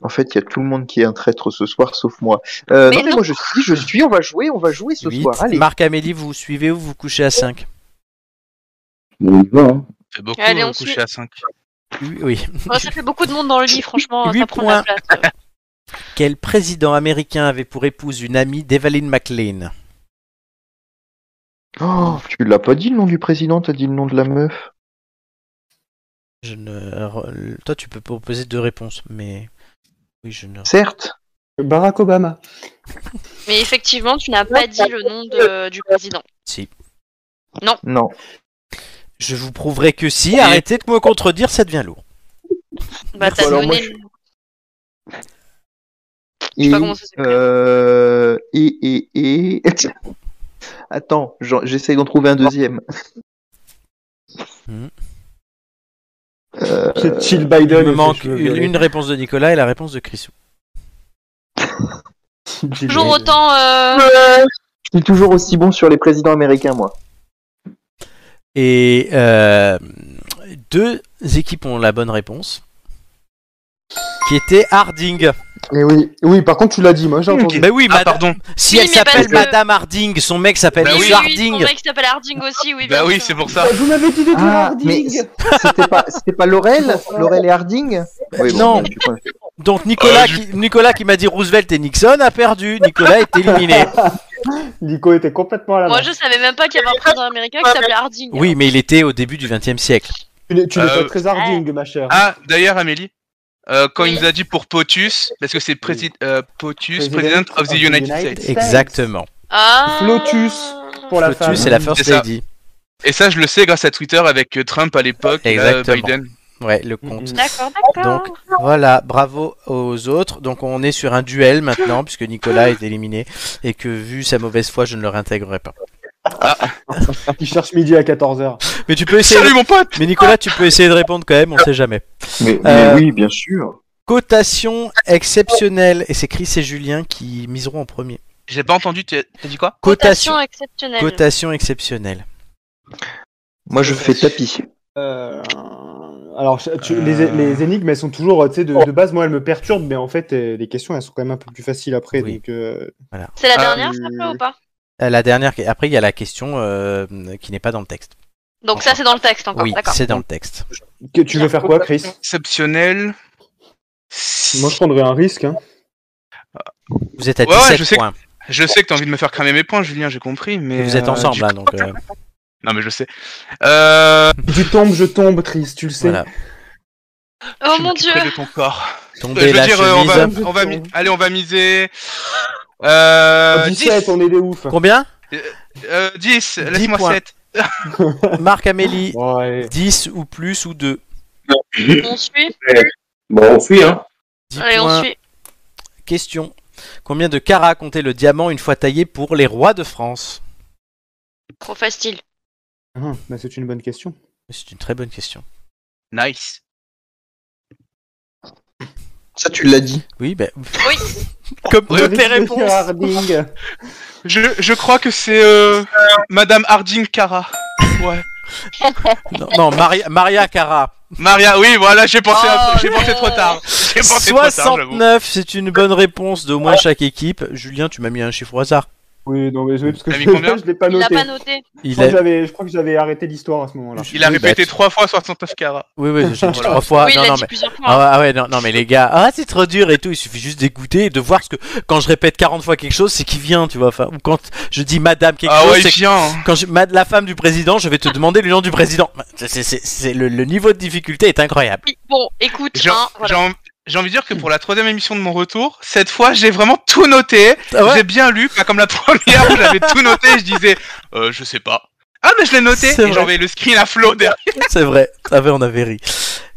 En fait, il y a tout le monde qui est un traître ce soir, sauf moi. Euh, Mais non, mais non. moi je suis, je suis, on va jouer, on va jouer ce Huit. soir. Allez. Marc Amélie, vous suivez ou vous couchez à 5 On y va, hein. C'est beaucoup Allez, on euh, couché suit. à 5. Oui. Ouais, Oh, ça fait beaucoup de monde dans le lit, franchement. Huit Ça prend de la place. Quel président américain avait pour épouse une amie d'Evaline McLean Oh, tu l'as pas dit le nom du président, t'as dit le nom de la meuf. Je ne. re- Toi, tu peux proposer deux réponses, mais. Oui, je ne. Certes. Barack Obama. Mais effectivement, tu n'as pas dit le nom de- du président. Si. Non. Je vous prouverai que si. Arrêtez de me contredire, ça devient lourd. Bah, t'as Alors, donné moi, le- Et, sais pas comment ça s'appelle. euh, et, et, et. Attends, j'en- j'essaye d'en trouver un deuxième. Mhm. Euh, C'est Chill Il Biden. me et manque ses cheveux violets. une réponse de Nicolas et la réponse de Chrisou. Chill Toujours Biden. autant. euh, je suis toujours aussi bon sur les présidents américains, moi. Et euh, deux équipes ont la bonne réponse. Qui était Harding. Mais oui. oui, par contre, tu l'as dit, moi, j'ai entendu. Ben oui, Ah, madame- pardon. si Oui, elle mais parce s'appelle que- Madame Harding, son mec s'appelle Bah oui, Monsieur oui, oui, Harding. son mec s'appelle Harding aussi, oui. Bah bien oui, sûr. c'est pour ça. Vous m'avez dit de dire Ah, mais Harding. c- c'était pas, c'était pas Laurel, Laurel et Harding. Oui, bon, non. je suis con. Donc Nicolas, Euh, je- qui, Nicolas qui m'a dit Roosevelt et Nixon a perdu. Nicolas est éliminé. Nico était complètement à la main. Moi, je savais même pas qu'il y avait un président américain qui s'appelait Harding. Oui, mais il était au début du XXe siècle. Tu n'es tu n'es Euh, pas très Harding, ma chère. Ah, d'ailleurs, Amélie, euh, quand Oui. il nous a dit pour POTUS, parce que c'est prési- euh, POTUS, President President of the United States. Exactement. Ah. Flotus. Pour la Lotus femme. c'est la First C'est ça. Lady. Et ça, je le sais grâce à Twitter avec euh, Trump à l'époque, et là, Exactement. Biden. Ouais, le compte. D'accord, d'accord. Donc voilà, bravo aux autres. Donc on est sur un duel maintenant puisque Nicolas est éliminé et que vu sa mauvaise foi, je ne le réintégrerai pas. Qui cherche midi à 14h. Mais tu peux essayer. Salut mon pote Mais Nicolas, tu peux essayer de répondre quand même. On sait jamais. Mais, Euh, mais oui, bien sûr. Cotation exceptionnelle et c'est Chris et Julien qui miseront en premier. J'ai pas entendu, tu- t'as dit quoi Cotation. Cotation exceptionnelle. Cotation exceptionnelle. Moi, je fais tapis. Euh, alors, tu- Euh. les, les énigmes, elles sont toujours, euh, tu sais, Oh. de, de base, moi, elles me perturbent, mais en fait, euh, les questions, elles sont quand même un peu plus faciles après. Oui. Donc, euh, C'est la Ah, dernière, ça oui, plaît oui. ou pas Euh, La dernière. Après, il y a la question euh, qui n'est pas dans le texte. Donc, ça, c'est dans le texte encore, oui, d'accord. c'est dans le texte. que- tu veux faire quoi, Chris Exceptionnel. Si- Moi, je prendrais un risque. Hein. Vous êtes à Ouais, ouais, 17 je sais que- points. Je sais que t'as envie de me faire cramer mes points, Julien, j'ai compris, mais. Vous êtes euh, ensemble du- là, donc euh, Non, mais je sais. Euh... Tu tombes, je tombe, triste, tu le sais. voilà. Oh je mon dieu m'occuperai de ton corps. Euh, Tombez je veux la dire, euh, on chemise. va, on va, mi- allez, on va miser. Euh, 17, 10, on est des oufs. Combien euh, 10, laisse-moi points. 7. Marc Amélie, Ouais. 10 ou plus ou 2. On suit Bon, on suit, hein. 10 Allez, points. on suit. Question. Combien de carats comptait le diamant une fois taillé pour les rois de France Trop facile. Hum, bah, c'est une bonne question. C'est une très bonne question. Nice. Ça, tu l'as dit. Oui, ben. Oui. Comme toutes Rick les réponses. Harding. Je, je crois que c'est euh, Madame Harding Cara. Ouais. Non, non, Maria, Maria Cara. Maria, oui, voilà, j'ai pensé, à- Oh j'ai pensé non. trop tard. J'ai pensé trop tard, j'avoue. 69, c'est une bonne réponse d'au moins chaque équipe. Julien, tu m'as mis un chiffre au hasard. Oui, non, mais oui, parce que T'as mis je, combien je l'ai pas Il noté. l'a pas noté. Je Il crois que est. j'avais- je crois que j'avais arrêté l'histoire à ce moment-là. Il a Oui, répété bah, trois fois 69 Cara. Oui, oui, j'ai dit Voilà. trois fois. oui, il non, a non, dit mais. plusieurs fois. Ah ah ouais, non, non, mais les gars, ah, c'est trop dur et tout, il suffit juste d'écouter et de voir ce que, quand je répète 40 fois quelque chose, c'est qui vient, tu vois, enfin, ou quand je dis madame quelque Ah chose, ouais, c'est il vient. hein. Quand je, ma- la femme du président, je vais te demander le nom du président. C'est, c'est- c'est- le, le niveau de difficulté est incroyable. Oui, Bon, écoute, J'ai hein, voilà. j'ai envie- j'ai envie de dire que pour la troisième émission de mon retour, cette fois, j'ai vraiment tout noté. Ah ouais J'ai bien lu, pas comme la première où j'avais tout noté et je disais, euh, je sais pas. Ah, mais je l'ai noté C'est et vrai. j'envoyais le screen à Flo derrière. c'est vrai. Ah ouais, on avait ri.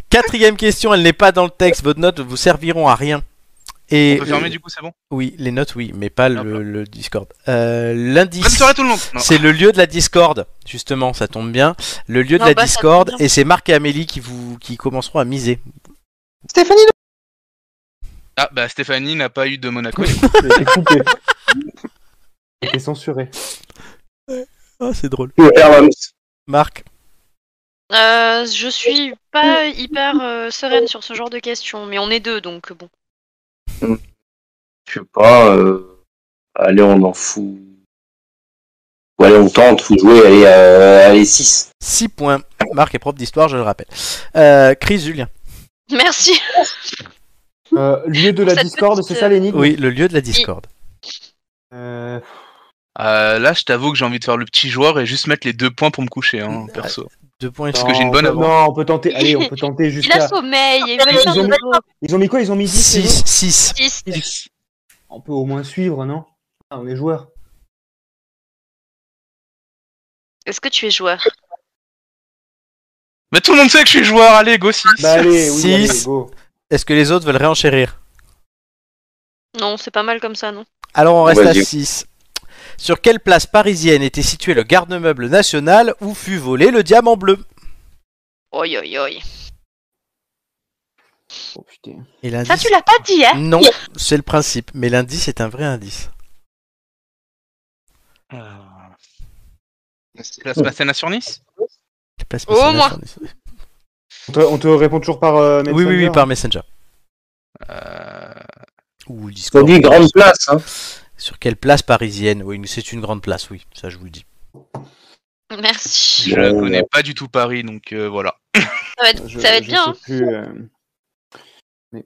Quatrième question, elle n'est pas dans le texte. Vos notes vous serviront à rien. Et On peut fermer du coup, c'est bon. oui, les notes, oui, mais pas Hop le, le Discord. Euh, l'indice. Bonne soirée tout le monde. Non. C'est le lieu de la discorde, justement, ça tombe bien. Le lieu de Non, la bah, ça discorde, tombe bien. et c'est Marc et Amélie qui vous qui commenceront à miser. Stéphanie, Ah, bah Stéphanie n'a pas eu de Monaco. Il a été coupé. Il a été censuré. Ah, c'est drôle. Moi, Marc, Euh, je suis pas hyper euh, sereine sur ce genre de questions, mais on est deux, donc euh, bon. Je sais pas. Euh... Allez, on en fout. Ou allez, on tente, faut jouer, allez, euh, allez 6. 6 points. Marc est prof d'histoire, je le rappelle. Euh, Chris, Julien. Merci. Euh, lieu de la Cette discorde, petite- c'est ça l'énigme Oui, le lieu de la discorde. Euh, Euh, là, je t'avoue que j'ai envie de faire le petit joueur et juste mettre les deux points pour me coucher, hein, perso. Deux points et Parce que j'ai une on bonne peut- avance. Non, on peut tenter. Allez, on peut tenter Il a jusqu'à. sommeil. Et Ils ont, mis... il Ils ont mis quoi Ils ont mis 10 les autres 6, 6. Six. On peut au moins suivre, non Ah, On est joueurs. Est-ce que tu es joueur Mais tout le monde sait que je suis joueur, allez, go 6. Bah allez, oui, Six. allez, go. Est-ce que les autres veulent réenchérir Non, c'est pas mal comme ça, non Alors on reste à Vas-y. 6. Sur quelle place parisienne était situé le garde-meuble national où fut volé le diamant bleu Oi, oi, oi. Oh putain. Et Ça, l'indice tu l'as pas dit, hein Non, c'est le principe, mais l'indice est un vrai indice. La semaine sur Nice Les places Au nationales moins. sont des- On te, on te répond toujours par. euh, Oui, oui, oui, Messenger par Messenger. Euh, Ou Discord. On dit grande place, hein. Sur quelle place parisienne Oui, mais c'est une grande place, oui, ça je vous le dis. Merci. Je la Oh, connais pas du tout Paris, donc euh, voilà. Ça va être, Je- ça va être je bien. sais hein. plus, euh, mais-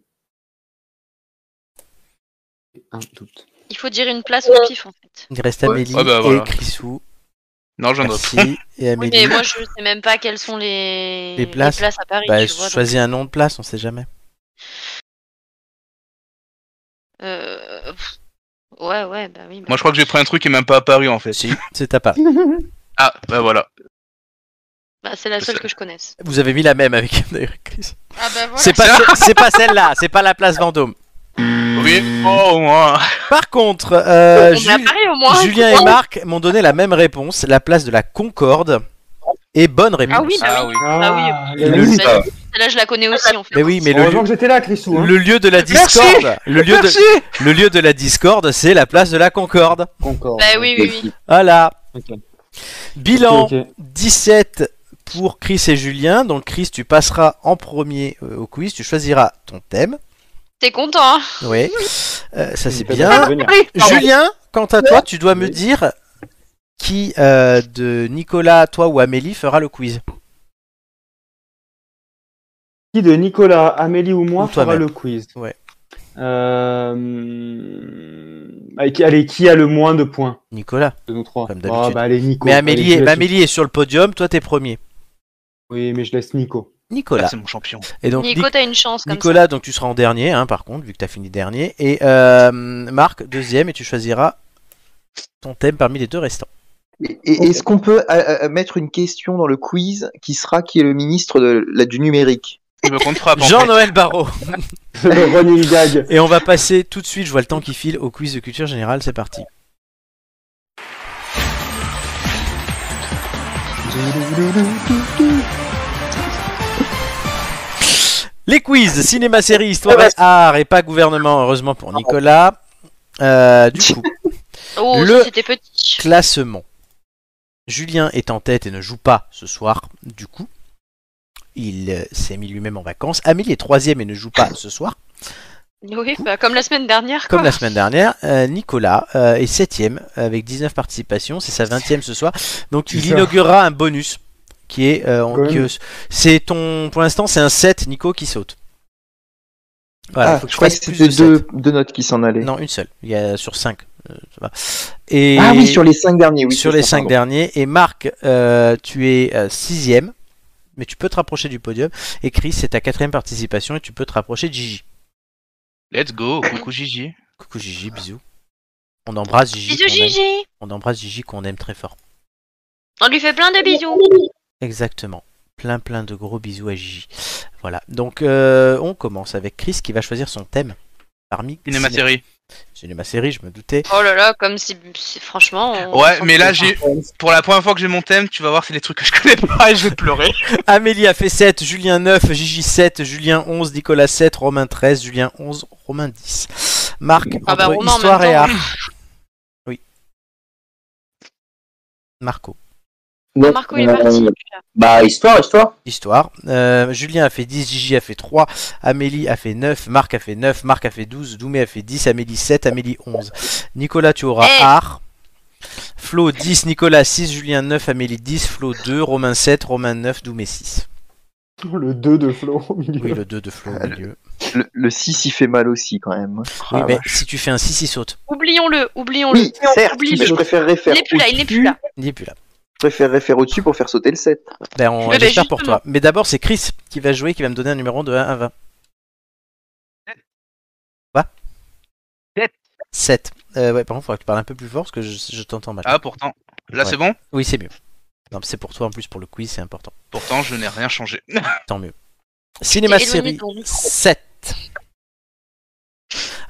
Un doute. hein. Il faut dire une place au pif, en fait. Il reste Amélie Ah bah, voilà. et Chrisou. Non, je viens de reprendre. Merci. Et Oui, Amélie. mais moi, je sais même pas quelles sont les, Les places à Paris. Bah, tu vois, donc, choisis un nom de place, on sait jamais. euh, pff. Ouais, ouais, bah oui. bah. Moi, je crois que j'ai pris un truc qui est même pas à Paris en fait. Si, c'est ta part. Ah, bah voilà. Bah, c'est la Je seule sais. que je connaisse. Vous avez mis la même avec d'ailleurs, Chris. Ah bah voilà. C'est pas, ce- c'est pas celle-là, c'est pas la place Vendôme. Hmm. Oui, oh, au moins. Par contre, euh, on est à Jul- Paris, au moins. Julien et Marc m'ont donné la même réponse, la place de la Concorde. Et bonne réponse. Ah oui, bah oui. Ah il y a la Le- liste. Bah, Celle-là, je la connais aussi, en fait. Mais oui, mais le, Heureusement que j'étais là, Chrisou. Hein. le lieu de la Merci. discorde, le lieu de, le lieu de la discorde, c'est la place de la Concorde. Concorde. Bah oui, oui, oui. Voilà. Ok. Bilan Ok, ok. 17 pour Chris et Julien. Donc Chris, tu passeras en premier euh, au quiz, tu choisiras ton thème. T'es content, hein Oui. Euh, ça c'est Il peut bien. pas venir. Julien, quant à toi, tu dois me dire qui euh, de Nicolas, toi ou Amélie fera le quiz. Qui de Nicolas, Amélie ou moi Ou fera toi-même. le quiz Ouais. Euh, allez, qui- Allez, qui a le moins de points Nicolas. de nous trois Comme Ah, d'habitude. bah, allez, Nico. Mais Allez, Amélie, je est, laisse- Amélie est sur le podium, toi t'es premier. Oui, mais je laisse Nico. Ah, Nicolas. c'est mon champion. Et donc Nico, Nic- t'as une chance comme Nicolas, donc tu seras en dernier, hein, par contre, vu que t'as fini dernier. Et euh, Marc, deuxième, et tu choisiras ton thème parmi les deux restants. Et- et- Est-ce qu'on peut euh, euh, mettre une question dans le quiz qui sera qui est le ministre de, la- du numérique Je me compte frappe. Ah, en fait. Jean-Noël Barraud. Le running gag. Et on va passer tout de suite, je vois le temps qui file, au quiz de culture générale, c'est parti. Les quiz, cinéma, série, histoire et art, et pas gouvernement, heureusement pour Nicolas. Euh, du coup, ça. Oh, Le- si c'était petit. classement. Julien est en tête et ne joue pas ce soir, du coup. Il euh, s'est mis lui-même en vacances. Amélie est troisième et ne joue pas ce soir. Oui, bah, comme la semaine dernière. Quoi. Comme la semaine dernière, euh, Nicolas euh, est septième avec 19 participations, c'est sa 20 e ce soir. Donc il C'est ça. inaugurera un bonus qui est euh, en- Bonus. que- c'est ton pour l'instant c'est un 7 Nico qui saute. Voilà, Ah, faut que je tu crois que fasses plus c'était de sept. deux, deux notes qui s'en allaient. Non, une seule. Il y a sur 5. Et Ah oui, sur les cinq derniers. Oui, sur c'est les ça, cinq pardon. derniers. Et Marc, euh, tu es euh, sixième, mais tu peux te rapprocher du podium. Et Chris, c'est ta quatrième participation et tu peux te rapprocher de Gigi. Let's go. Coucou Gigi. Coucou Gigi, bisous. On embrasse Gigi. Bisous, qu'on aime. Gigi. On embrasse Gigi qu'on aime très fort. On lui fait plein de bisous. Exactement. Plein plein de gros bisous à Gigi. Voilà. Donc euh, on commence avec Chris qui va choisir son thème parmi Une ma série. Cinéma série, je me doutais. Oh là là, comme si, si- franchement. on- Ouais, on mais s'en là fout. j'ai pour la première fois que j'ai mon thème, tu vas voir c'est des trucs que je connais pas et je vais pleurer. Amélie a fait 7, Julien 9, Gigi 7, Julien 11, Nicolas 7, Romain 13, Julien 11, Romain 10. Marc, Ah entre bah, Romain, en même histoire et temps. art. Oui. Marco, Ah, Marco, il est parti. Euh, Bah, histoire, histoire. histoire. Euh, Julien a fait 10, Gigi a fait 3, Amélie a fait 9, Marc a fait 9, Marc a fait 12, Doumé a fait 10, Amélie 7, Amélie 11. Nicolas, tu auras Eh. art. Flo 10, Nicolas 6, Julien 9, Amélie 10, Flo 2, Romain 7, Romain 9, Doumé 6. Le 2 de Flo au milieu. Oui, le 2 de Flo au Ah, le- milieu. Le, le 6, il fait mal aussi quand même. Oui, Ah, mais vache. si tu fais un 6, il saute. Oublions-le, oublions-le. Oui, certes, oublie mais le- je préférerais Il faire n'est plus là, il n'est plus là. Il n'est plus là. Je préférerais faire au-dessus pour faire sauter le 7. Ben, on Eh ben, j'espère pour justement. toi. Mais d'abord, c'est Chris qui va jouer, qui va me donner un numéro de 1 à 20. Quoi Sept. 7. Euh, ouais, par contre, faudra que tu parles un peu plus fort parce que je, je t'entends mal. Ah pourtant. Là Ouais. c'est bon. Oui, c'est mieux. Non, mais c'est pour toi en plus, pour le quiz, c'est important. Pourtant je n'ai rien changé. Tant mieux. Cinéma T'es éloigné série de ton micro. 7.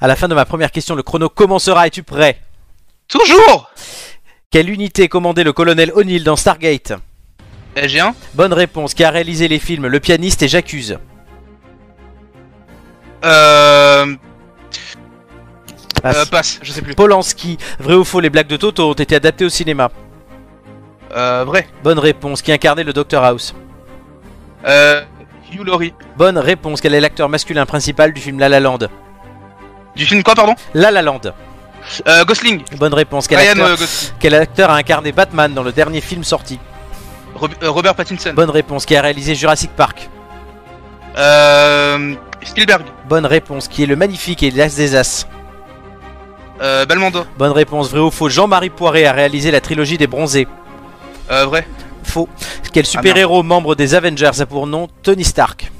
À la fin de ma première question, le chrono commencera. Es-tu prêt Toujours. Quelle unité commandait le colonel O'Neill dans Stargate Eh, J'ai un. Bonne réponse. Qui a réalisé les films Le pianiste et J'accuse Euh, Passe. Ah, euh, passe. Je sais plus. Polanski, vrai ou faux, les blagues de Toto ont été adaptées au cinéma. Euh, vrai. Bonne réponse, qui incarnait le Dr House. Euh, Hugh Laurie. Bonne réponse, quel est l'acteur masculin principal du film La La Land Du film quoi pardon La La Land. euh, Gosling. Bonne réponse, quel Ryan acteur, euh, Gosling. quel acteur a incarné Batman dans le dernier film sorti Rob- euh, Robert Pattinson. Bonne réponse, qui a réalisé Jurassic Park Euh, Spielberg. Bonne réponse, qui est le magnifique et l'as des as Euh, Balmando. Bonne réponse, vrai ou faux, Jean-Marie Poiré a réalisé la trilogie des bronzés Euh, vrai. Faux. Quel Ah, super-héros membre des Avengers a pour nom Tony Stark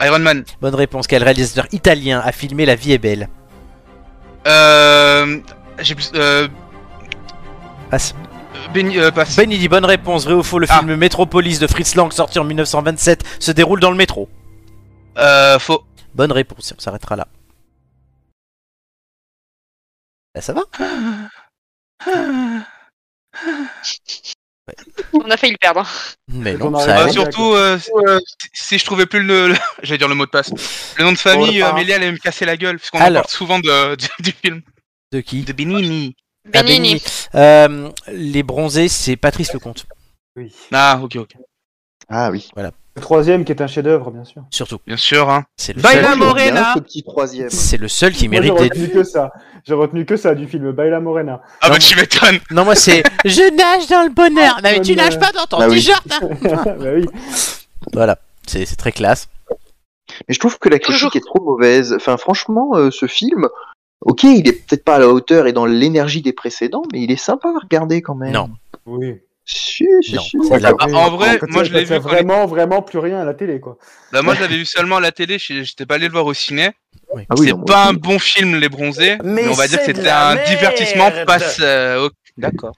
Iron Man. Bonne réponse, quel réalisateur italien a filmé La vie est belle Euh, j'ai plus. Euh, Passe. Benny, euh, passe. Benny dit bonne réponse, vrai ou faux, le Ah. film Métropolis de Fritz Lang sorti en 1927 se déroule dans le métro. Euh, faux. Bonne réponse, on s'arrêtera là. Bah, ça va On a failli le perdre. hein. Mais Et non, ton ça Euh, arrivée allait. sur- surtout, euh, si- si je trouvais plus le. le- J'allais dire le mot de passe. Le nom de famille, Oh, euh, ah. Amélie, elle allait me casser la gueule, parce qu'on en Alors. parle souvent de, du, du film. De qui De Benini. Ah, Benigni. Benigni. Euh, les bronzés, c'est Patrice Lecomte, Oui. Ah, ok, ok. Ah oui. Le troisième qui est un chef-d'œuvre, bien sûr. surtout. Bien sûr, hein. C'est le, Baila seul, Salut, on Morena. vient, ce petit troisième. c'est le seul qui Moi, J'ai mérite d'être. retenu que ça. J'ai retenu que ça du film Baila Morena. Ah, Non, bah, tu m'étonnes. Non, moi c'est. Je nage dans le bonheur Non, mais tu Bonne, nages euh, pas dans ton bah oui. t-shirt hein bah oui. Voilà, c'est c'est très classe. Mais je trouve que la critique Toujours. est trop mauvaise. Enfin, franchement, euh, ce film, ok, il est peut-être pas à la hauteur et dans l'énergie des précédents, mais il est sympa à regarder quand même. Non. Oui. Si, si, Non. si. Là, Ah, en vrai, moi, je l'ai vu quand il- vraiment, vraiment plus rien à la télé, quoi. Bah, moi, je l'avais vu seulement à la télé, je- j'étais pas allé le voir au ciné. Ah oui, c'est non, moi pas un aussi. bon film, Les Bronzés, mais, Mais on va dire que c'est de c'était la un merde. divertissement passe euh, au- D'accord.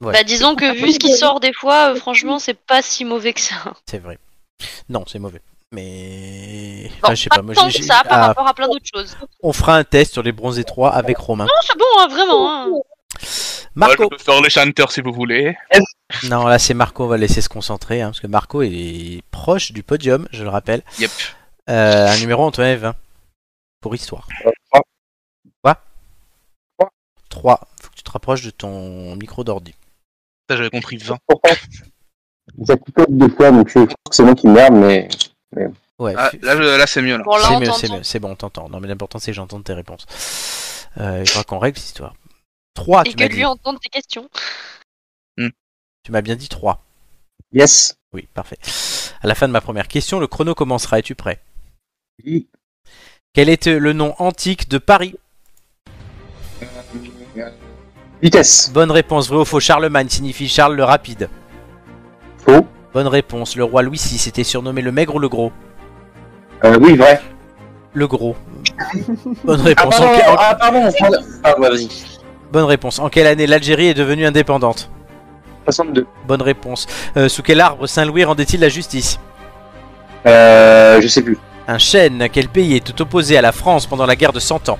Ouais. Bah, disons Ah, que vu ce qui sort des fois, euh, franchement, c'est pas si mauvais que ça. C'est vrai. Non, c'est mauvais. Mais. Bon, Enfin, Ah, je sais pas, moi tant j'ai- que j'ai- ça par Ah, rapport à plein d'autres choses. Non, On fera un test sur les bronzés 3 avec Romain. c'est bon, hein, vraiment. hein. Ouais, Marco je peux faire les chanteurs si vous voulez. Non, là c'est Marco, on va le laisser se concentrer, hein, parce que Marco est proche du podium, je le rappelle. Yep. Euh, un numéro Antoine 20. Pour histoire. Euh, trois. Quoi Trois. 3. Faut que tu te rapproches de ton micro d'ordi. Ça, j'avais compris 20. Ça coupe deux fois, donc je crois que c'est moi qui merde, mais. Ouais. Ah, f- là, je- là, c'est mieux, là. Bon, là, c'est on mieux, c'est t'entend. mieux, c'est bon, on t'entend. Non, mais l'important c'est que j'entende tes réponses. Euh, il faudra qu'on règle cette histoire. 3, Et Ah, tu que m'as dit. lui entende tes questions. Tu m'as bien dit 3. Yes. Oui, parfait. À la fin de ma première question, le chrono commencera. Es-tu prêt Oui. Quel était le nom antique de Paris Vitesse. Bonne réponse. Vrai ou faux Charlemagne signifie Charles le Rapide. Faux. Bonne réponse. Le roi Louis VI était surnommé le Maigre ou le Gros Euh, oui, vrai. Le Gros. Bonne Ah, réponse. En pardon, que- en- ah, pardon. pardon. Ah, bah, vas-y. Bonne réponse. En quelle année l'Algérie est devenue indépendante 62. Bonne réponse. Euh, sous quel arbre Saint-Louis rendait-il la justice Euh, je sais plus. Un chêne. Quel pays était opposé à la France pendant la guerre de Cent Ans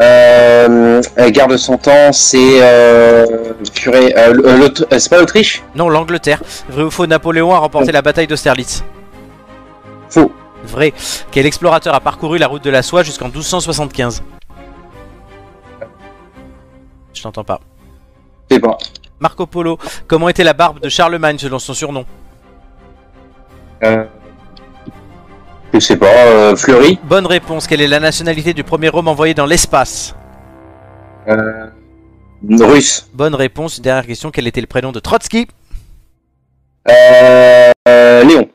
Euh, euh, garde son temps, c'est euh, purée, euh, l- euh, l'Aut- euh, c'est pas l'Autriche Non, l'Angleterre. Vrai ou faux Napoléon a remporté la bataille d'Austerlitz Faux. Vrai. Quel explorateur a parcouru la route de la soie jusqu'en 1275 Je t'entends pas. C'est bon. Marco Polo, comment était la barbe de Charlemagne selon son surnom Euh, je sais pas. Euh, Fleury. Bonne réponse, quelle est la nationalité du premier homme envoyé dans l'espace Euh, russe. Bonne réponse, Une dernière question, quel était le prénom de Trotsky Euh, euh, Léon.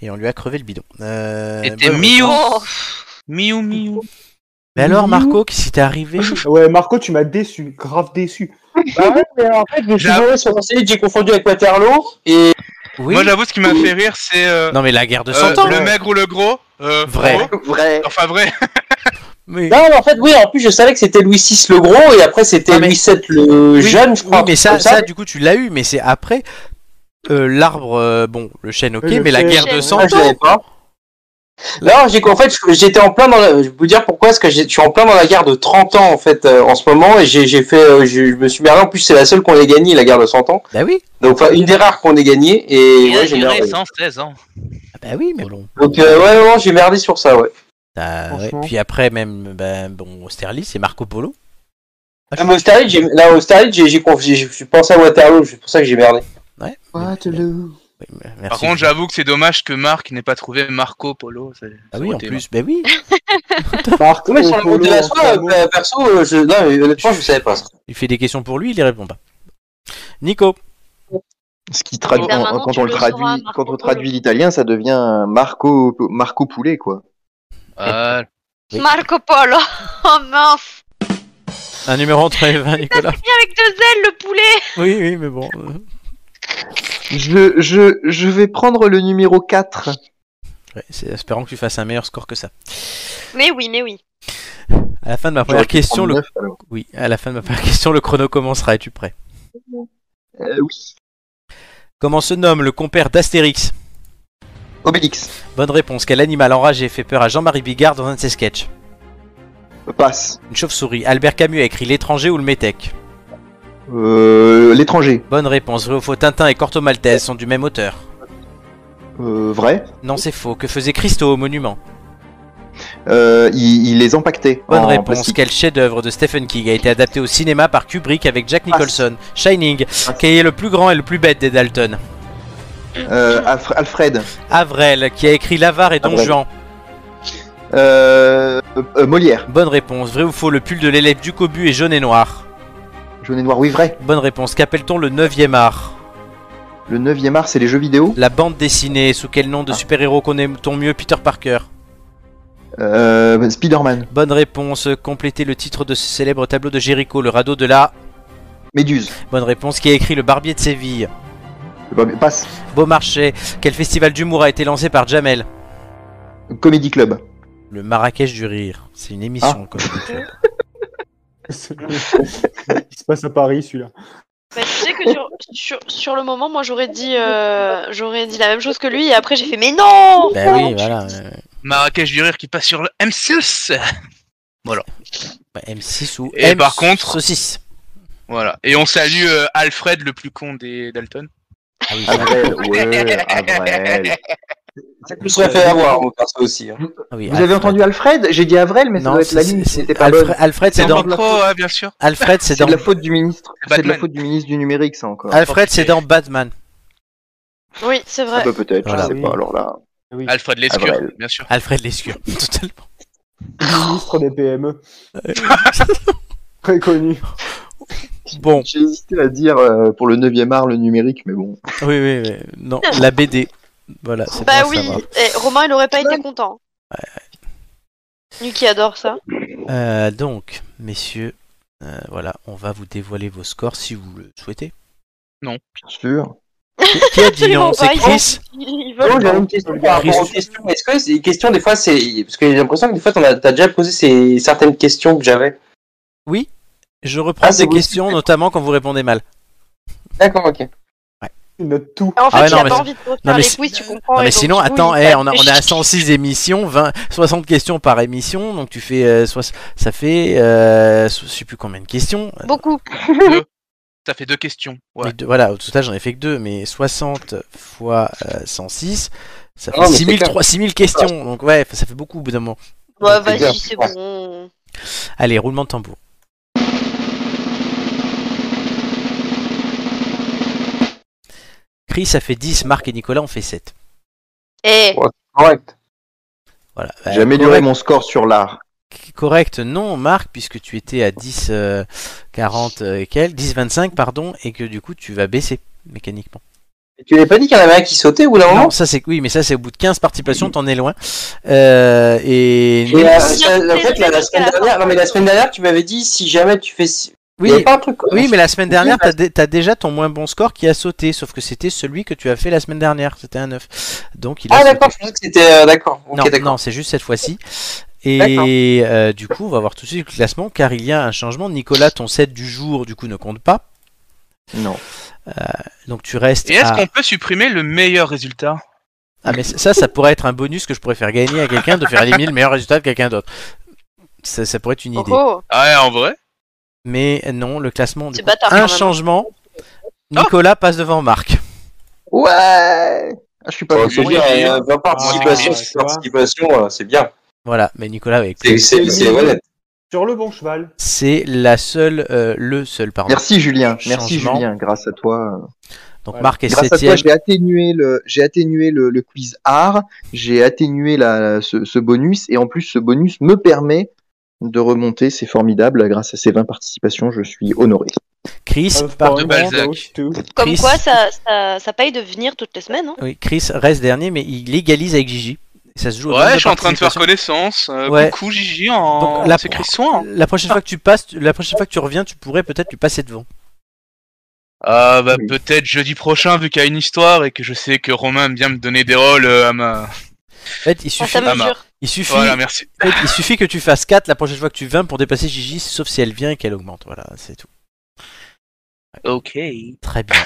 Et on lui a crevé le bidon. Euh, C'était bonne- Miou. Oh. Miou, miou. Mais alors Marco, qu'est-ce qui t'est arrivé Ouais, Marco, tu m'as déçu, grave déçu. Bah ouais, mais en fait, je me suis J'avoue. bourré sur mon site, j'ai confondu avec Waterloo et. Oui Moi, j'avoue, ce qui m'a fait rire, c'est euh, Non mais la guerre de euh, 100 ans le maigre ou le gros. euh, Vrai. gros. Vrai. Enfin, vrai. Oui. Non, mais ben, en fait, oui, en plus, je savais que c'était Louis VI le gros et après, c'était Ah, mais- Louis VII le Oui, jeune, je crois. oui, mais ça, comme ça, du coup, tu l'as eu, mais c'est après euh, l'arbre, euh, bon, le chêne, ok, Oui, le mais la chêne. guerre de Chêne. Cent Ah, je l'avais ans. pas. Non, j'ai qu'en fait, j'étais en plein dans la... Je peux vous dire pourquoi, parce que j'ai- je suis en plein dans la guerre de 30 ans, en fait, euh, en ce moment, et j'ai j'ai fait... euh, je je me suis merdé, en plus, c'est la seule qu'on ait gagnée, la guerre de 100 ans. Bah oui, Donc, enfin, une des rares qu'on ait gagnée, et ouais, j'ai merdé. 116 ans. bah oui, mais bon. Donc, euh, ouais, ouais, ouais, j'ai merdé sur ça, ouais. Bah, ouais. Franchement. Puis après, même, ben, bon, Austerlitz et Marco Polo. Là, au Starlight, j'ai- là, au Starlight, j'ai- j'ai conf- j'ai- je suis pensé à Waterloo, c'est pour ça que j'ai merdé. Oui, mais- merci. Par contre, j'avoue que c'est dommage que Marc n'ait pas trouvé Marco Polo. ça- Ah ça oui, aurait en été plus, bah oui. Marco, Non, mais sur la route de la soie, Polo, euh, perso, euh, je... non, mais honnêtement, je savais pas. ça. Il fait des questions pour lui, il les répond pas. Nico, Ce qui traduit, Ben, en- maintenant, quand tu on le le traduit, sauras, Marco quand on Polo. traduit l'italien, ça devient Marco, Marco Poulet, quoi. Euh, Oui. Marco Polo. Oh mince. un numéro entre les 20, Nicolas. Viens avec deux ailes, le poulet. Oui, oui, mais bon. euh, Je, je, je vais prendre le numéro 4. ouais, c'est- espérons que tu fasses un meilleur score que ça. Mais oui, mais oui. À la fin de ma première question, le... oui, à la fin de ma première question, le chrono commencera. Es-tu prêt Euh, oui. Comment se nomme le compère d'Astérix Obélix. Bonne réponse. Quel animal enragé fait peur à Jean-Marie Bigard dans un de ses sketchs Passe. Une chauve-souris. Albert Camus a écrit L'étranger ou le métèque Euh, L'étranger. Bonne réponse. Vrai ou faux Tintin et Corto Maltese sont du même auteur Euh, vrai. Non, c'est faux. Que faisait Christo au monument Euh, il, il les empaquetait. Bonne en réponse. plastique. Quel chef-d'œuvre de Stephen King a été adapté au cinéma par Kubrick avec Jack Ah. Nicholson Shining. Qui est le plus grand et le plus bête des Dalton Euh, Alf- Alfred. Avrel, qui a écrit L'avare et Don Avrel. Juan. Euh, euh, Molière. Bonne réponse. Vrai ou faux Le pull de l'élève du cobu est jaune et noir Jaune et noir. Oui, vrai. Bonne réponse. Qu'appelle-t-on le 9 art Le 9e art, c'est les jeux vidéo La bande dessinée, sous quel nom de Ah. super-héros connaît-on mieux Peter Parker euh, Spider-Man, Bonne réponse. Complétez le titre de ce célèbre tableau de Jéricho, le radeau de la. Méduse, Bonne réponse. Qui a écrit Le Barbier de Séville le premier- passe, Beaumarchais. Quel festival d'humour a été lancé par Jamel Comedy Club. Le Marrakech du Rire. C'est une émission, Ah. comme C'est- Il se passe à Paris, celui-là. Bah, tu sais que sur, sur, sur le moment, moi j'aurais dit, euh, j'aurais dit la même chose que lui et après j'ai fait mais non Bah oui, voilà. Marrakech du rire qui passe sur le M6. M6 ou Et par contre- Saucisse. Voilà. Et on salue euh, Alfred, le plus con des Dalton. Ah oui, ça- Avrel, ouais, Avrel. Je serais fait avoir, mon perso aussi. hein. ah oui, Vous avez entendu Alfred J'ai dit Avrel, mais ça doit être c'est- la ligne, c'est- c'est- c'était pas Alfred, bonne. Alfred, c'est C'est dans, encore trop, ouais, bien sûr. Alfred, c'est C'est dans, Ah, de la faute du ministre. C'est de la Batman. faute du ministre du numérique, ça encore. Alfred, c'est dans Batman. Oui, c'est Ah vrai. bah peut-être, Voilà. je sais pas, alors là. Oui. Ah Alfred Lescure, bah, Avrel. bien sûr. Alfred Lescure, totalement. Ministre des PME. E. Très connu. Bon, J'ai hésité à dire euh, pour le 9e art le numérique, mais bon. oui, oui, oui, non, la BD. Voilà, c'est Bah bon à oui, savoir. Eh, Romain il aurait pas été content. Lui qui adore ça. Euh, donc, messieurs, euh, voilà, on va vous dévoiler vos scores si vous le souhaitez. Bien sûr. Qui- Qui a dit non Absolument C'est pas, ils Chris sont- ils veulent- Non, j'avais une question par rapport aux questions. Est-ce que ces questions, des fois, c'est. Parce que j'ai l'impression que des fois, t'en as, t'as déjà posé ces... certaines questions que j'avais. Je reprends Ah, c'est des vous. questions, notamment quand vous répondez mal. D'accord, ok. Il note tout. En fait, Ah ouais, il non, a mais pas c'est- envie de refaire non, mais les c'est- quiz, tu comprends. non, et mais donc, sinon, du coup, attends, il eh, fait- on, a, on est à 106 émissions, 20, 60 questions par émission, donc tu fais, euh, soix- ça fait, euh, je sais plus combien de questions. Beaucoup. Ça fait deux questions. Ouais. Les deux- voilà, au total j'en ai fait que deux, mais 60 fois euh, 106, ça Ah non, fait mais c'est 6000 clair. trois- 6000 questions, donc ouais, ça fait beaucoup au bout d'un moment. Bah, C'est clair. vas-y, c'est bon. Allez, roulement de tambour. Chris, ça fait 10, Marc et Nicolas ont fait 7. Eh, Correct. Voilà. J'ai Euh, amélioré correct, mon score sur l'art. correct, non, Marc, puisque tu étais à 10, euh, 40 et quelques, 10, 25, pardon, et que du coup tu vas baisser mécaniquement. Tu n'avais pas dit qu'il y en avait un qui sautait ou d'un moment Non, ça c'est oui, mais ça c'est au bout de 15 participations, t'en es loin. Euh, et. Et euh, si ça- on en fait, fait la, la des semaine trucs à la dernière, fin. non mais la semaine dernière, tu m'avais dit si jamais tu fais, si- il y Oui, avait pas un truc. comme Oui, ça. mais la semaine Oui, dernière, t'as parce- dé- t'as déjà ton moins bon score qui a sauté, sauf que c'était celui que tu as fait la semaine dernière, c'était un 9. Donc il a Ah sauté. d'accord, je pensais que c'était euh, d'accord. Non, Ok d'accord. non, c'est juste cette fois-ci. D'accord. Et euh, du coup, on va voir tout de suite le classement car il y a un changement. Nicolas, ton 7 du jour, du coup, ne compte pas. Euh, Non. Donc tu restes. Et est-ce à- qu'on peut supprimer le meilleur résultat Ah, mais ça, ça pourrait être un bonus que je pourrais faire gagner à quelqu'un de faire éliminer le meilleur résultat de quelqu'un d'autre. Ça, ça pourrait être une oh, idée. oh. Ah ouais, en vrai Mais non, le classement. Du C'est coup, bâtard, quand un même. Oh. changement. Nicolas passe devant Marc. Ouais ah, Je suis pas Bon, content. c'est oui, bien, oui. et, hein. euh, 20 participations, Ah, c'est tu vois. participation, euh, c'est bien. Voilà, mais Nicolas, oui, C'est- C'est c'est honnête. Sur le bon cheval. c'est la seule, euh, le seul, pardon. Merci Julien, merci Changement. Julien, grâce à toi. euh, Donc Voilà. Marc est grâce à toi, septième. j'ai atténué le, j'ai atténué le, le quiz art, j'ai atténué la, ce, ce bonus, et en plus ce bonus me permet de remonter, c'est formidable. Grâce à ces 20 participations, je suis honoré. Chris, Ah, par vraiment, euh, Balzac. bah, oui, tout. Comme Chris. quoi, ça, ça, ça paye de venir toutes les semaines. hein. oui, Chris reste dernier, mais il égalise avec Gigi. Ça se joue. au nombre Ouais, je suis en train de faire participations. connaissance. Euh, Ouais. Coucou Gigi en Donc, la- s'écrit soin. La prochaine fois que tu passes, tu- la prochaine fois que tu reviens, tu pourrais peut-être lui passer devant. Ah bah Oui. peut-être jeudi prochain vu qu'il y a une histoire et que je sais que Romain aime bien me donner des rôles euh, à ma. En fait, il En suffit, sa Ah, bah. mesure. il suffit, Voilà, merci. en fait, il suffit que tu fasses 4 la prochaine fois que tu viens pour dépasser Gigi, sauf si elle vient et qu'elle augmente. Voilà, c'est tout. Ok. Très bien.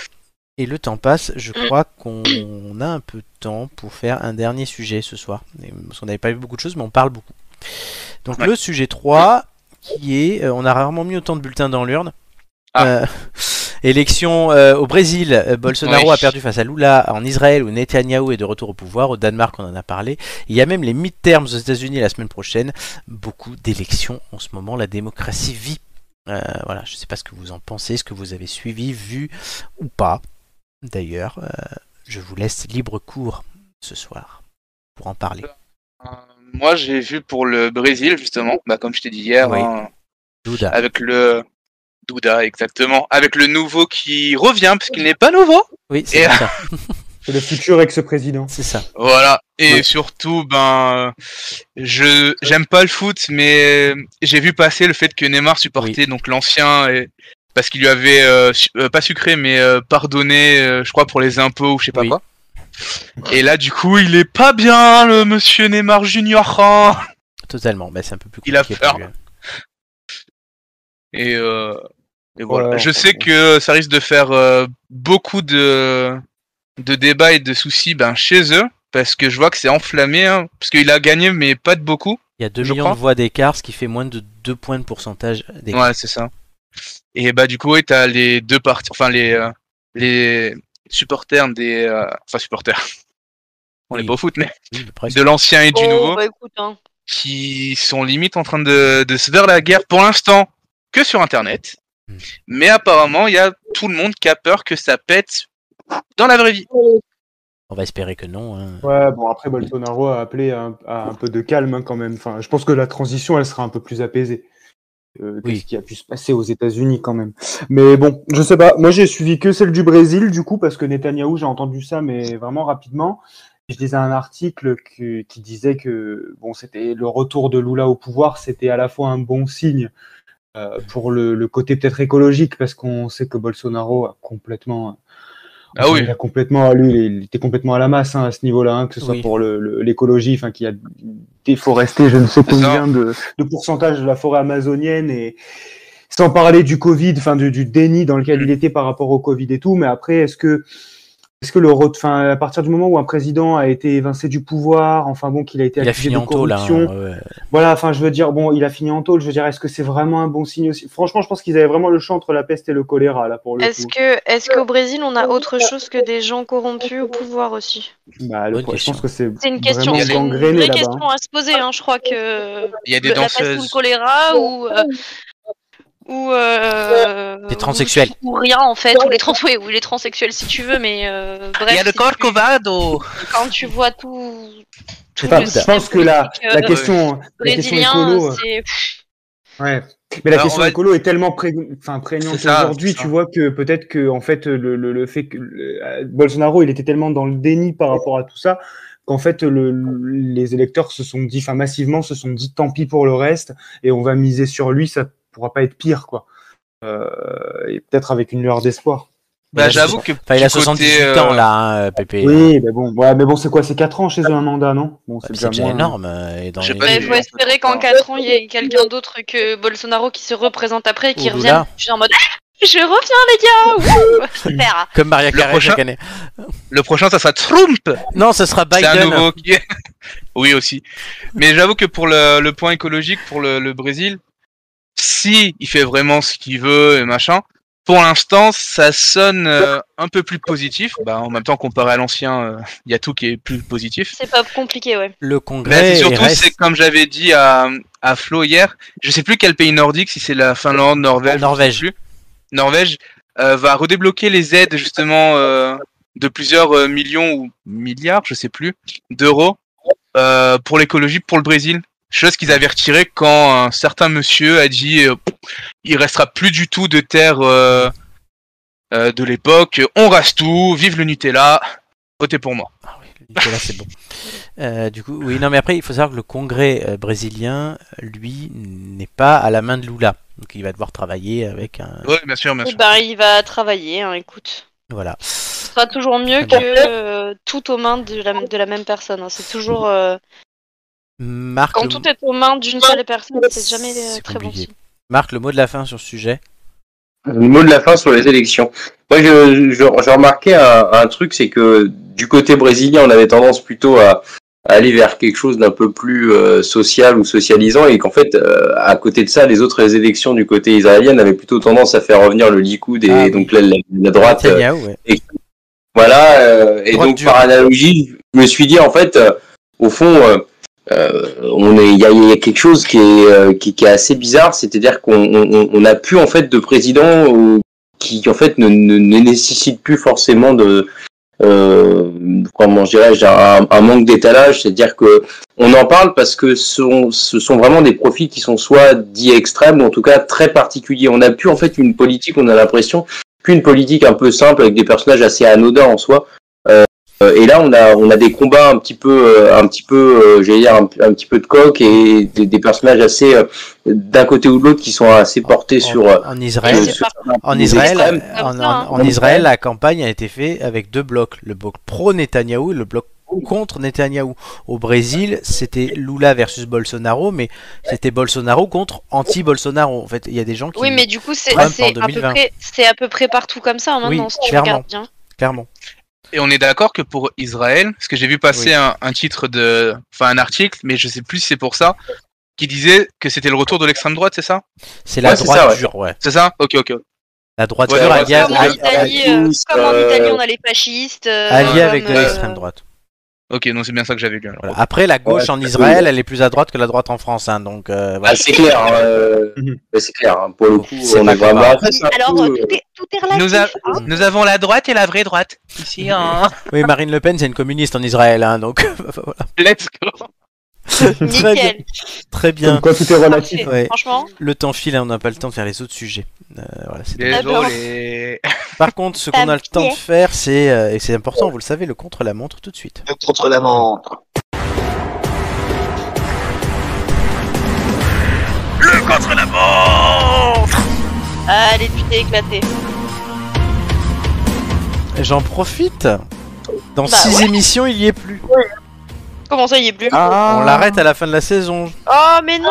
Et le temps passe. Je Mm. crois qu'on a un peu de temps pour faire un dernier sujet ce soir. Et- Parce qu'on n'avait pas vu beaucoup de choses, mais on parle beaucoup. Donc Ouais. le sujet 3, qui est... euh, on a rarement mis autant de bulletins dans l'urne. Ah. Euh, élection euh, au Brésil, euh, Bolsonaro Oui. a perdu face à Lula. En Israël, où Netanyahu est de retour au pouvoir. Au Danemark, on en a parlé. Il y a même les midterms aux États-Unis la semaine prochaine. Beaucoup d'élections en ce moment. La démocratie vit. Euh, voilà, je ne sais pas ce que vous en pensez, ce que vous avez suivi, vu ou pas. D'ailleurs, euh, je vous laisse libre cours ce soir pour en parler. Euh, moi j'ai vu pour le Brésil justement, bah, comme je t'ai dit hier, Oui. hein, Douda. avec le Douda exactement, avec le nouveau qui revient parce qu'il n'est pas nouveau. Oui, c'est Et- ça. C'est le futur ex-président. C'est ça. Voilà. Et Ouais. surtout, ben, euh, je j'aime pas le foot, mais euh, j'ai vu passer le fait que Neymar supportait donc l'ancien et- parce qu'il lui avait euh, su- euh, pas sucré, mais euh, pardonné, euh, je crois pour les impôts ou je sais pas Oui. quoi. Et là, du coup, il est pas bien, le monsieur Neymar Junior. hein. Totalement. Bah, c'est un peu plus Il a compliqué. peur. pour lui. Et, euh, et voilà. Ouais, je on- sais que ça risque de faire euh, beaucoup de, de débats et de soucis ben, chez eux, parce que je vois que c'est enflammé, hein, parce qu'il a gagné, mais pas de beaucoup. Il y a 2 Je millions crois. de voix d'écart, ce qui fait moins de 2 points de pourcentage d'écart. Ouais, c'est ça. Et bah, du coup, ouais, t'as les deux parties, enfin, les, euh, les supporters des. euh, Enfin, supporters. On est Oui. pas au foot, mais Oui, mais presque. de l'ancien et du Bon, nouveau, bah, écoute, hein. qui sont limite en train de, de se faire la guerre pour l'instant que sur internet. Hmm. Mais apparemment, il y a tout le monde qui a peur que ça pète dans la vraie vie. On va espérer que non. hein. Ouais, bon, après, Bolsonaro a appelé à un, à un peu de calme hein, quand même. Enfin, je pense que la transition, elle sera un peu plus apaisée. Euh, que Oui. Ce qui a pu se passer aux États-Unis quand même. Mais bon, je sais pas. Moi, j'ai suivi que celle du Brésil, du coup, parce que Netanyahou, j'ai entendu ça, mais vraiment rapidement. Je lisais un article que- qui disait que bon, c'était le retour de Lula au pouvoir, c'était à la fois un bon signe euh, pour le, le côté peut-être écologique, parce qu'on sait que Bolsonaro a complètement Ah oui. il a complètement, lui, il est- il était complètement à la masse hein, à ce niveau-là, hein, que ce soit Oui. pour le- le- l'écologie, enfin, qui a déforesté je ne sais C'est ça. combien de, de pourcentage de la forêt amazonienne et sans parler du Covid, enfin, du, du déni dans lequel il Mm. était par rapport au Covid et tout. Mais après, est-ce que, est-ce que le, re- enfin, à partir du moment où un président a été évincé du pouvoir, enfin bon, qu'il a été Il a accusé fini de en taux là. hein, corruption, ouais. voilà, enfin, je veux dire, bon, il a fini en tôle. Je veux dire, est-ce que c'est vraiment un bon signe aussi Franchement, je pense qu'ils avaient vraiment le champ entre la peste et le choléra là pour le Est-ce coup. que, est-ce qu'au Brésil, on a autre chose que des gens corrompus au pouvoir aussi Bah, le Bonne pro- je question. pense que c'est C'est une question, vraiment c'est une gangréné vraie là-bas, hein. question à se poser. Hein, je crois que Il y a des le- la peste ou le danseuses. choléra ou euh, ou euh, Des transsexuels. ou, ou rien en fait ou les trans oui, ou les transsexuels si tu veux mais euh, bref si tu- Bah, Corcovado. quand tu vois tout, tout Enfin, le je pense que la, système la question, la question brésilien écolo, euh, c'est ouais. Mais la Alors, question on va- écolo est tellement pré- enfin, prégnante C'est ça, aujourd'hui, c'est ça. tu vois, que peut-être que, en fait, le, le, le fait que le- euh, Bolsonaro, il était tellement dans le déni par rapport à tout ça, qu'en fait, le, le- les électeurs se sont dit, enfin, massivement, se sont dit tant pis pour le reste, et on va miser sur lui, ça pourra pas être pire, quoi. Euh, et peut-être avec une lueur d'espoir. Il Bah, a j'avoue que. Enfin, il a du côté, 78 euh, ans là, hein, Pépé. Oui, mais bon, ouais, mais bon, c'est quoi, c'est 4 ans chez eux un mandat, non Bon, Ah, puis C'est déjà moins- énorme. euh, Et dans Je sais les- pas Mais si- faut espérer qu'en 4 ans il y ait quelqu'un d'autre que Bolsonaro qui se représente après et qui Ou revienne Lula. je suis en mode je reviens les gars Wouh Super. Comme Maria Le Carré prochain- chaque année. Le prochain, ça sera Trump. Non, ce sera C'est un Biden. nouveau qui est- oui, aussi. Mais j'avoue que pour le, le point écologique, pour le, le Brésil, si il fait vraiment ce qu'il veut et machin, pour l'instant, ça sonne euh, un peu plus positif. Bah, en même temps, comparé à l'ancien, euh, il y a tout qui est plus positif. c'est pas compliqué ouais Le Mais Congrès. c'est et surtout, reste c'est comme j'avais dit à, à Flo hier, je sais plus quel pays nordique, si c'est la Finlande, Norvège, Norvège. Norvège euh, va redébloquer les aides justement euh, de plusieurs euh, millions ou milliards, je sais plus, d'euros euh, pour l'écologie pour le Brésil. Chose qu'ils avaient retirée quand un certain monsieur a dit euh, il restera plus du tout de terre euh, euh, de l'époque, on rase tout, vive le Nutella, votez pour moi. Ah oui, le Nicolas, c'est bon. Euh, du coup, oui, non, mais après, il faut savoir que le Congrès euh, brésilien, lui, n'est pas à la main de Lula. Donc, il va devoir travailler avec un. Oui, bien sûr, bien et sûr. ben il va travailler hein, écoute Voilà. ce sera toujours mieux Très que euh, tout aux mains de la, de la même personne hein. c'est toujours euh, Marc, quand le... tout est aux mains d'une seule personne c'est jamais euh, C'est très bon compliqué. signe. Marc, le mot de la fin sur ce sujet. Le mot de la fin sur les élections. Moi, je, je, je remarquais un, un truc, c'est que du côté brésilien, on avait tendance plutôt à, à aller vers quelque chose d'un peu plus euh, social ou socialisant, et qu'en fait, euh, à côté de ça, les autres élections du côté israélien avaient plutôt tendance à faire revenir le Likoud et Ah oui. donc la, la- la droite. euh, Netanyahu, ouais. voilà, euh, et Droite donc dure. par analogie, je me suis dit en fait, euh, au fond, euh, euh, on est, il y a, il y a quelque chose qui est, euh, qui, qui est assez bizarre, c'est-à-dire qu'on on, on- on a plus en fait de président euh, qui en fait ne, ne, ne nécessite plus forcément de euh, comment dirais-je un, un manque d'étalage, c'est-à-dire que on en parle parce que ce sont, ce sont vraiment des profils qui sont soit dits extrêmes ou en tout cas très particuliers. On a plus en fait une politique, on a l'impression qu'une politique un peu simple avec des personnages assez anodins en soi. Euh, et là, on a, on a des combats un petit peu, euh, un petit peu, euh, j'allais dire un, un petit peu de coq et des, des personnages assez euh, d'un côté ou de l'autre qui sont assez portés En- sur, euh, en Israël, sur- En les Israël, extrêmes. euh, en, hein. en- en Comme Israël, la campagne a été faite avec deux blocs, le bloc pro-Netanyahou et le bloc contre Netanyahou. Au Brésil, c'était Lula versus Bolsonaro, mais c'était Bolsonaro contre anti-Bolsonaro. En fait, il y a des gens qui, Oui, mais du coup, c'est Trump en c'est à, peu 2020. près- c'est à peu près partout comme ça hein, Oui, maintenant, si tu clairement. regardes bien. clairement, Et on est d'accord que pour Israël, parce que j'ai vu passer Oui. un, un titre de, enfin un article, mais je sais plus si c'est pour ça, qui disait que c'était le retour de l'extrême droite, c'est ça c'est la Ouais, c'est droite ça, ouais. dure, ouais. C'est ça Ok, ok. La droite Ouais, dure ouais, alliée, c'est Comme en la- alliée- Italie, euh, fasciste, comme en euh, Italie, on a les fascistes. euh, alliée avec de comme, l'extrême euh, droite. Ok, non, c'est bien ça que j'avais lu. alors. Voilà. Après, la gauche en Israël, elle est plus à droite que la droite en France, hein, donc euh, Ah, voilà. c'est clair, hein, euh, Mhm. mais c'est clair. hein, Pour le coup, C'est on pas est vraiment. grave. Après, c'est un Alors, peu, euh, euh, tout est, tout est Nous, relatif. a- hein. nous avons la droite et la vraie droite. Ici, hein. Oui, Marine Le Pen, c'est une communiste en Israël, hein, donc voilà. Let's go. très bien. Nickel. Très Comme bien. quoi, tout est relatif. Parfait. Ouais. Franchement, Le temps file, hein, on n'a pas le temps de faire les autres sujets. Euh, voilà, c'est dommage. Désolé. Par contre, ce qu'on a le Papier. temps de faire, c'est euh, et c'est important, vous le savez, le contre la montre tout de suite. Le contre la montre. allez, tu t'es éclaté. J'en profite. Dans Bah six ouais. émissions, il y est plus. Comment ça, il est plus On l'arrête à la fin de la saison. Oh, mais non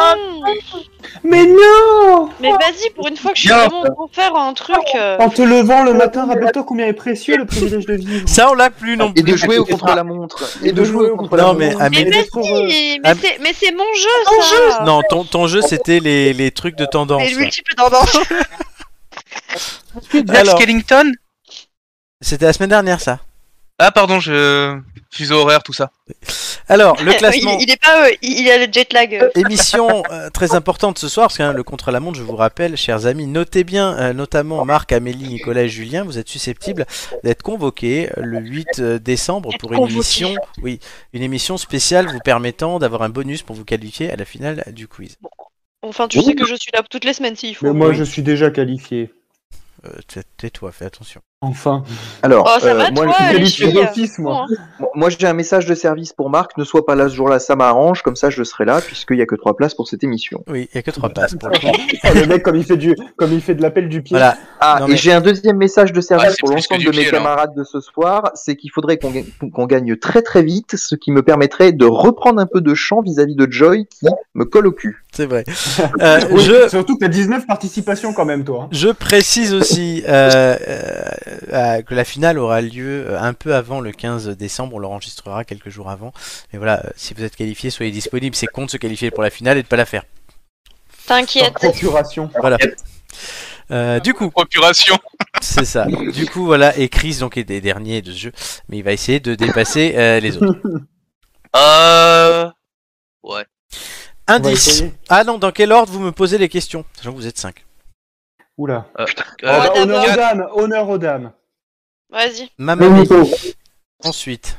Mais non Mais vas-y, pour une fois que je suis Bien. vraiment pour faire un truc. euh, En te levant le matin, rappelle-toi combien est précieux le privilège de vivre. Ça, on l'a plus non Et plus. de jouer au contre la montre. Et de jouer au contre la Non, montre. mais à Mais mes- d'être heureux. vas-y, Ah, mais c'est- mais c'est mon jeu, ça Non, ton, ton jeu, c'était les, les trucs de tendance. Les multiples tendances. Zach Alors. Skellington C'était la semaine dernière, ça. Ah, pardon, je. Fuseau horaire, tout ça. Alors, le classement. Il, il est pas, euh, il, il a le jet lag. euh. Émission euh, très importante ce soir, parce que hein, le contre-la-montre, je vous rappelle, chers amis, notez bien, euh, notamment Marc, Amélie, Nicolas et Julien, vous êtes susceptibles d'être convoqués euh, le 8 euh, décembre pour une Convoqués. émission, oui, une émission spéciale vous permettant d'avoir un bonus pour vous qualifier à la finale du quiz. Enfin, tu sais que je suis là toutes les semaines s'il Mais faut. moi, je suis déjà qualifié. Euh, tais- Tais-toi, fais attention. Enfin. Alors, Oh, ça va, Euh, moi, toi, Ah, je suis les qualifié. filles d'office, moi. Bon, hein. Moi, j'ai un message de service pour Marc. Ne sois pas là ce jour-là, ça m'arrange. Comme ça, je serai là, puisqu'il n'y a que trois places pour cette émission. Oui, il n'y a que trois passes pour le coup. Oh, le mec, comme il fait du, comme il fait de l'appel du pied. Voilà, Ah, Non, et mais- j'ai un deuxième message de service Ah, c'est pour plus l'ensemble que de du mes pied, là. camarades de ce soir. C'est qu'il faudrait qu'on gagne, qu'on gagne très très vite, ce qui me permettrait de reprendre un peu de champ vis-à-vis de Joy qui me colle au cul. c'est vrai. Euh, Oui, je, Surtout que t'as 19 participations quand même, toi. hein. Je précise aussi euh, euh, euh, que la finale aura lieu euh, un peu avant le 15 décembre. On l'enregistrera quelques jours avant. Mais voilà, euh, si vous êtes qualifié, soyez disponible. C'est con de se qualifier pour la finale et de pas la faire. Par T'inquiète. procuration. Voilà. Euh, du coup, Procuration. c'est ça. Du coup, voilà. Et Chris donc est des derniers de ce jeu, mais il va essayer de dépasser euh, les autres. Euh. On va Indice. essayer. Ah non, dans quel ordre vous me posez les questions Sachant que vous êtes 5 Oula. euh, Ouais, Oh, bah, honneur aux quatre. dames, honneur aux dames. Vas-y. Maman. Ensuite,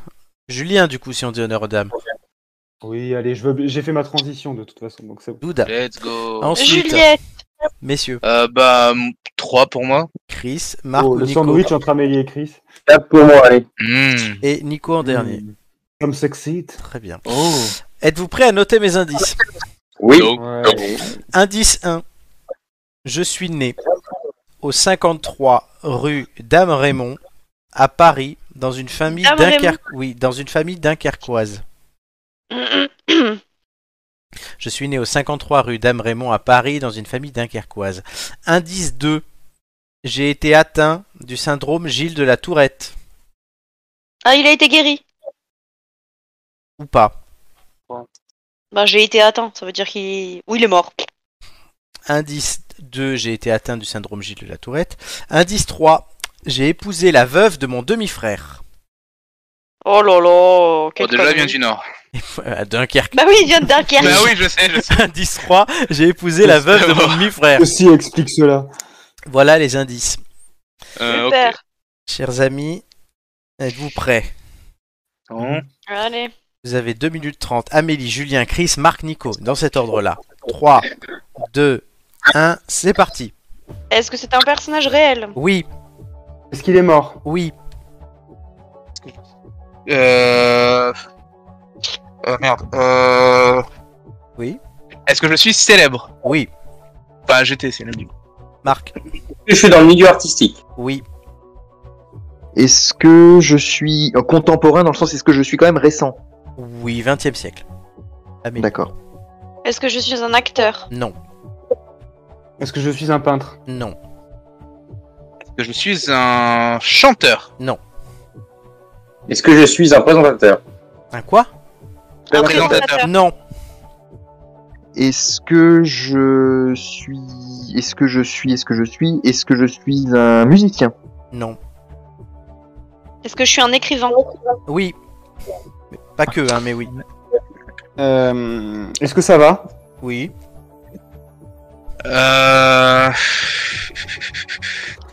Julien. Du coup, si on dit honneur aux dames. Oui, allez, je veux, j'ai fait ma transition de toute façon, donc c'est bon. Douda. Let's go. Ensuite, Juliette. messieurs, Euh, bah, m- trois pour moi. Chris, Marc Oh, ou le Nico. sandwich hein. entre Amélie et Chris. là, pour moi, allez. Hmm. Et Nico en dernier. Mm. Comme s'excite. Très bien. Oh. Êtes-vous prêt à noter mes indices Oui. Donc, Ouais. Indice 1. Je suis né au 53 rue Dame Raymond à Paris dans une famille Dame dunker... oui, dans une famille dunkerquoise. Ah, Je suis né au 53 rue Dame Raymond à Paris dans une famille dunkerquoise. Indice 2. J'ai été atteint du syndrome Gilles de la Tourette ah, il a été guéri. ou pas. Bah, j'ai été atteint. Ça veut dire qu'il. Oui, il est mort. Indice 2. J'ai été atteint du syndrome Gilles de la Tourette. Indice 3. J'ai épousé la veuve de mon demi-frère. Oh là là. quelle bon, déjà, connerie. vient du Nord. Euh, à Dunkerque. Bah oui, il vient de Dunkerque. bah oui, je sais, je sais. Indice 3, j'ai épousé la veuve de mon demi-frère. Ceci explique cela. Voilà les indices. Euh, ok. Super. Chers amis, êtes-vous prêts Ah, Allez. Vous avez 2 minutes 30. Amélie, Julien, Chris, Marc, Nico, dans cet ordre-là. 3, 2, 1, c'est parti. Est-ce que c'est un personnage réel Oui, Est-ce qu'il est mort Oui. Euh... euh, merde. Euh... Oui. Est-ce que je suis célèbre Oui. Enfin, j'étais célèbre du coup. Marc Je suis dans le milieu artistique. Oui. Est-ce que je suis euh, contemporain dans le sens est-ce que je suis quand même récent Oui, 20 e siècle. Amélie. D'accord. Est-ce que je suis un acteur Non. Est-ce que je suis un peintre Non. Est-ce que je suis un chanteur Est-ce que je suis un présentateur Un quoi Un présentateur. présentateur Non. Est-ce que je suis est-ce que je suis est-ce que je suis est-ce que je suis un musicien Non. Est-ce que je suis un écrivain Oui. Mais pas que, hein, mais oui. Euh, Est-ce que ça va Oui. Euh...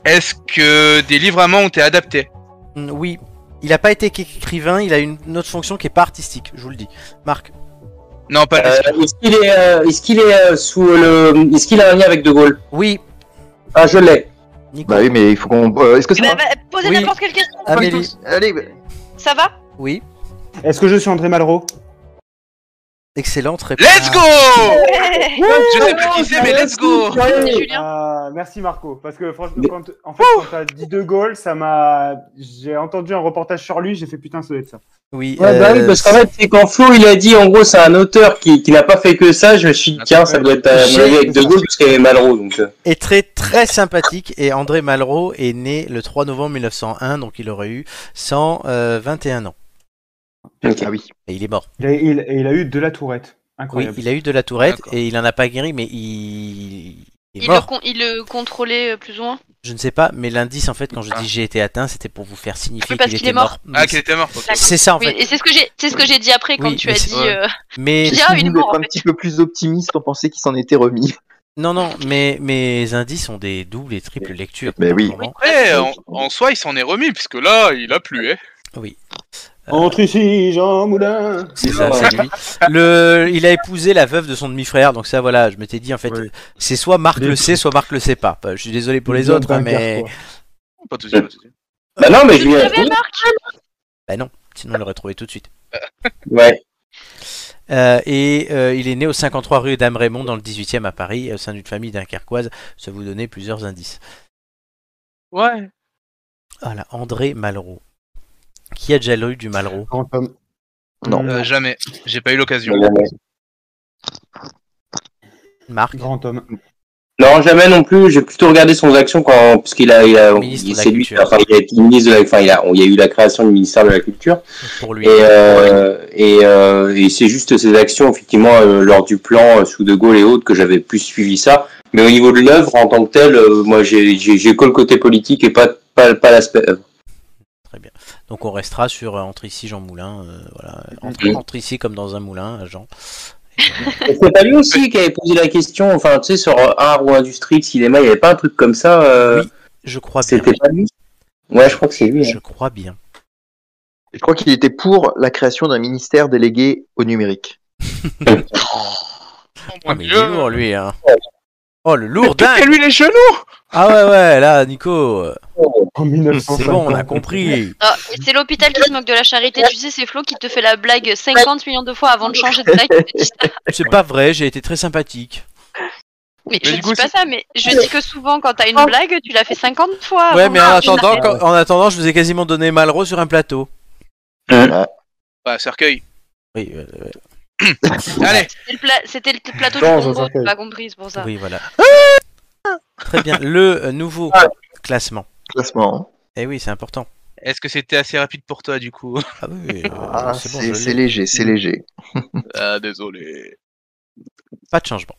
Est-ce que des livres à main ont été adaptés Mm, Oui. Il a pas été écrivain, il a une une autre fonction qui est pas artistique, je vous le dis. Marc Non, pas. Euh, Est-ce qu'il est, euh, est-ce qu'il est euh, sous le, est-ce qu'il a un lien avec De Gaulle Oui. Ah, je l'ai. Nico Bah oui, mais il faut qu'on euh, est-ce que Eh ça ben, va va- Posez Oui. n'importe quelle question. Amélie Allez, Ça va Oui. Est-ce que je suis André Malraux Excellente réponse. Ah, Let's go Ah. Ouais. Je sais pas qui c'est, Eh, mais let's go Merci, Eh, Julien. Ah, merci Marco, parce que franchement, Mais- quand, en fait, quand t'as dit De Gaulle, ça m'a. J'ai entendu un reportage sur lui, j'ai fait putain, ça doit être ça. Oui. Ouais, bah oui, euh, parce qu'en fait, c'est quand Flo il a dit en gros c'est un auteur qui, qui n'a pas fait que ça, je me suis dit tiens, ça doit être à mon J'ai- avis, avec De Gaulle parce qu'il y avait Malraux. Donc, euh. est très très sympathique et André Malraux est né le 3 novembre 1901 donc il aurait eu euh, 121 ans Ok. Ah oui. et il est mort. Il a, il- et il a eu de la tourette. Oui, Incroyable. il a eu de la tourette D'accord. et il en a pas guéri mais il, il est Il le, mort. con- il le contrôlait euh, plus ou moins. Je ne sais pas mais l'indice en fait quand je Ah. dis j'ai été atteint c'était pour vous faire signifier Oui, parce qu'il qu'il était est mort. Ah, Mais qu'il était mort. c'est- C'est ça en Oui, fait. et c'est ce que j'ai, c'est ce que j'ai dit après quand Oui, tu mais as c'est- dit. euh, Mais Bien, il est Vous d'être mort, en un fait. petit peu plus optimiste en pensait qu'il s'en était remis. non non mais mes indices ont des doubles et triples lectures. Mais oui. Vraiment. Ouais, en, en soi, il s'en est remis, puisque là, il a plu, hein. Entre ici, Jean Moulin C'est ça, c'est lui. Le, il a épousé la veuve de son demi-frère, donc ça, voilà, je m'étais dit, en fait, Oui. euh, c'est soit Marc le Des- sait, soit Marc le sait pas. Bah, Je suis désolé pour les Bien autres, hein, Dunkerque, mais quoi. Pas de soucis, pas de soucis. Bah non, mais Je le Julien. savais, Marc. sinon on l'aurait trouvé tout de suite. Ouais. Euh, et euh, il est né au 53 rue Dame Raymond, dans le 18e à Paris, au sein d'une famille dunkerquoise. Ça vous donnait plusieurs indices. Ouais. Voilà, André Malraux. Qui a déjà eu du Malraux Grand homme. Non. Euh, jamais. J'ai pas eu l'occasion. Marc Grand homme. Non, jamais non plus. J'ai plutôt regardé son action quand, parce qu'il a, il a- Ministre il- de la c'est lui, Culture. enfin, il a été ministre de la, enfin, il a, il y a eu la création du ministère de la Culture. pour lui. Et, euh, et, euh, et c'est juste ces actions, effectivement, euh, lors du plan euh, sous De Gaulle et autres, que j'avais plus suivi ça. Mais au niveau de l'œuvre, en tant que telle, euh, moi, j'ai j'ai- j'ai que le côté politique et pas, pas, pas l'aspect euh. œuvre. Donc on restera sur euh, Entre ici, Jean Moulin. euh, voilà. entre, Mhm. entre ici comme dans un moulin, à Jean. C'est pas lui aussi qui avait posé la question, enfin, tu sais, sur euh, art ou industrie, cinéma, il n'y avait pas un truc comme ça euh, Oui, je crois bien. C'était pas lui Ouais, je crois que c'est lui. hein. Je crois bien. Je crois qu'il était pour la création d'un ministère délégué au numérique. Oh, Ah, mon mais il Dieu. est lourd, lui. Hein. Oh, le lourd dingue Piquez lui les genoux Ah ouais, ouais, là, Nico, euh, En 1950. c'est bon, on a compris. Ah, et c'est l'hôpital qui se moque de la charité. Tu sais, c'est Flo qui te fait la blague 50 millions de fois avant de changer de blague. C'est pas vrai, j'ai été très sympathique. Mais, Mais je du dis coup, pas ça, mais je dis que souvent quand t'as une blague, tu l'as fait 50 fois. Ouais, avant mais de en faire une attendant, blague. quand- en attendant, je vous ai quasiment donné Malraux sur un plateau. Bah, cercueil. Oui, euh, Allez, C'était le, pla- c'était le plateau Non, du je Congo, sais. j'ai pas compris, c'est pour ça. Ah. oui, voilà. Très bien, le euh, nouveau Ah. classement. Classement. hein. Eh oui, c'est important. est-ce que c'était assez rapide pour toi, du coup Ah oui, euh, Ah, c'est bon, c'est je c'est l'ai. léger, c'est léger. Ah, désolé. pas de changement.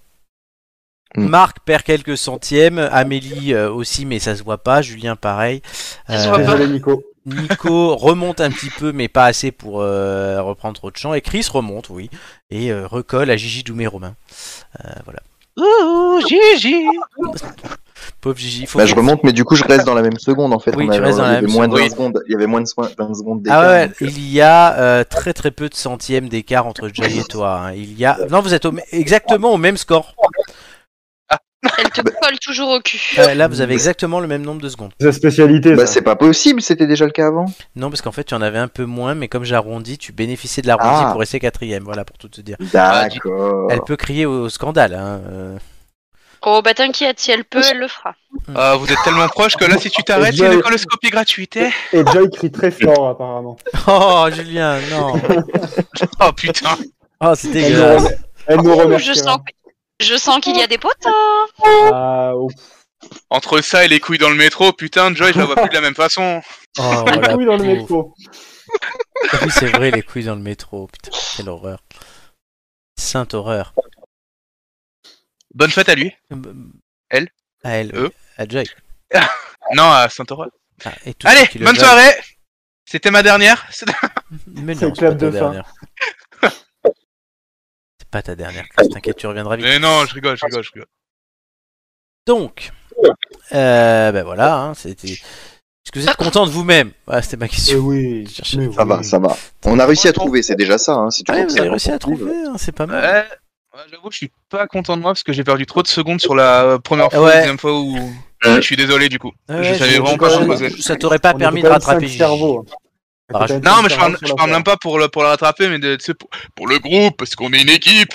Mm. Marc perd quelques centièmes, Amélie euh, aussi, mais ça se voit pas. Julien, pareil. Euh, Ça se voit pas. Désolé, Nico. Nico remonte un petit peu, mais pas assez pour euh, reprendre trop de champs. Et Chris remonte, oui, et euh, recolle à Gigi Doumé Romain. Euh, voilà. Ouh, Oh, Gigi Pauvre Gigi. Faut Bah, je remonte, mais du coup, je reste dans la même seconde en fait. Oui, On tu avait- restes dans la il y avait même moins de seconde. 20 secondes. Il y avait moins de soin- 20 secondes d'écart. Ah ouais, donc, euh, il y a euh, très très peu de centièmes d'écart entre Jay et toi. hein. Il y a non, vous êtes au m- exactement au même score. Elle te colle toujours au cul. Euh, là, vous avez exactement le même nombre de secondes. C'est sa spécialité. Bah, ça. c'est pas possible, c'était déjà le cas avant. Non, parce qu'en fait, tu en avais un peu moins, mais comme j'arrondis, tu bénéficiais de l'arrondi Ah. Bah. pour rester quatrième. Voilà, pour tout te dire. D'accord. Elle peut crier au, au scandale. Hein. euh. Oh bah t'inquiète, si elle peut, elle le fera. Ah, vous êtes tellement proche que là, si tu t'arrêtes, c'est Ouais. une coloscopie gratuite. eh. Et Joy crie très fort, apparemment. Oh, Julien, non. Oh putain. Oh, c'est Elle nous, dégueulasse. remer- elle nous Ouh, remercie. Oh, je sens, je sens qu'il y a des hein. potins. Ah, oh, Entre ça et les couilles dans le métro, putain, Joy, je la vois plus de la même façon. Oh, les la couilles dans le pauvre. métro. Oui, c'est vrai, les couilles dans le métro. Putain, quelle horreur. Sainte horreur. Bonne fête à lui. Elle À Ah, elle. euh, Eux À Joy. Non, à Saint-Aurore. Ah, et tous ceux Allez, qui le bonne veulent. soirée. C'était ma dernière. Mais C'est non, c'est clap pas ta de fin. dernière. C'est pas ta dernière, Chris, t'inquiète, tu reviendras vite. Mais non, je rigole, je rigole, je rigole. Donc, euh, ben voilà, hein, c'était. Est-ce que vous êtes content de vous-même Voilà, c'était ma Eh question. oui. Chercher. mais Ça oui. va, ça va. On a réussi à trouver, c'est déjà ça. Hein. Si tu Ouais, comptes vous ça, avez réussi à on trouve. trouver, hein, c'est pas mal. Ouais, ouais, J'avoue, je suis pas content de moi parce que j'ai perdu trop de secondes sur la euh, première fois, Ouais. deuxième fois où. Je suis désolé du coup. Ouais, je savais j'ai- vraiment pas j'ai- ce j'en que c'était. Ça t'aurait pas On permis était de quand même cinq rattraper. Gigi. Ah, cerveaux. On va rajouter- Non, mais je parle, sur je la parle terre. même pas pour le, pour le rattraper, mais de, tu sais, pour, pour le groupe, parce qu'on est une équipe.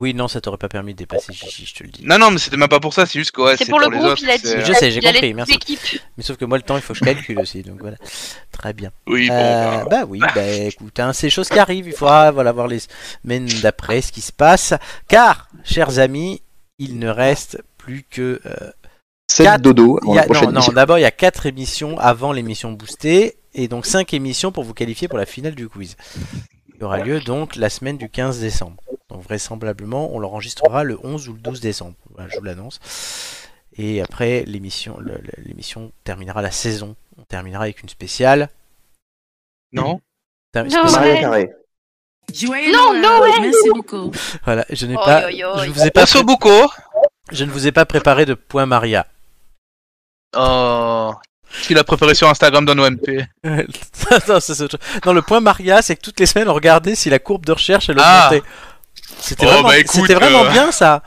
Oui, non, ça t'aurait pas permis de dépasser Gigi, je te le dis. Non, non, mais c'était même pas pour ça, c'est juste que ouais, C'est pour le les groupe, autres, il a c'est- dit. Je sais, j'ai Il y a les- compris, merci. l'équipe. Mais sauf que moi, le temps, il faut que je calcule aussi, donc voilà. Très bien. Oui, bon, Euh, bah, bah oui, bah écoute, hein, c'est des choses qui arrivent, il faudra voilà, voir les semaines d'après ce qui se passe. Car, chers amis, il ne reste plus que... euh, Sept Quatre. dodo il avant y a- la prochaine non, non, émission. d'abord il y a 4 émissions avant l'émission boostée, et donc 5 émissions pour vous qualifier pour la finale du quiz. Il aura lieu donc la semaine du 15 décembre. Donc vraisemblablement, on l'enregistrera le 11 ou le 12 décembre, Voilà, je vous l'annonce. Et après, l'émission le- le- l'émission terminera la saison. On terminera avec une spéciale. non. Ter- Non, spéciale- Maria Ouais. Carré. Non, euh, Noël. Merci beaucoup. Voilà, je n'ai Oi, pas, oi, oi. je vous ai pas, Passe au Bouco. je ne vous ai pas préparé de point Maria. Oh. Tu l'as préparé sur Instagram dans OMP. non, ça, c'est autre chose. Non, le point Maria, c'est que toutes les semaines on regardait si la courbe de recherche elle Ah. augmentait. C'était Oh, vraiment, bah, écoute, c'était vraiment euh. bien ça.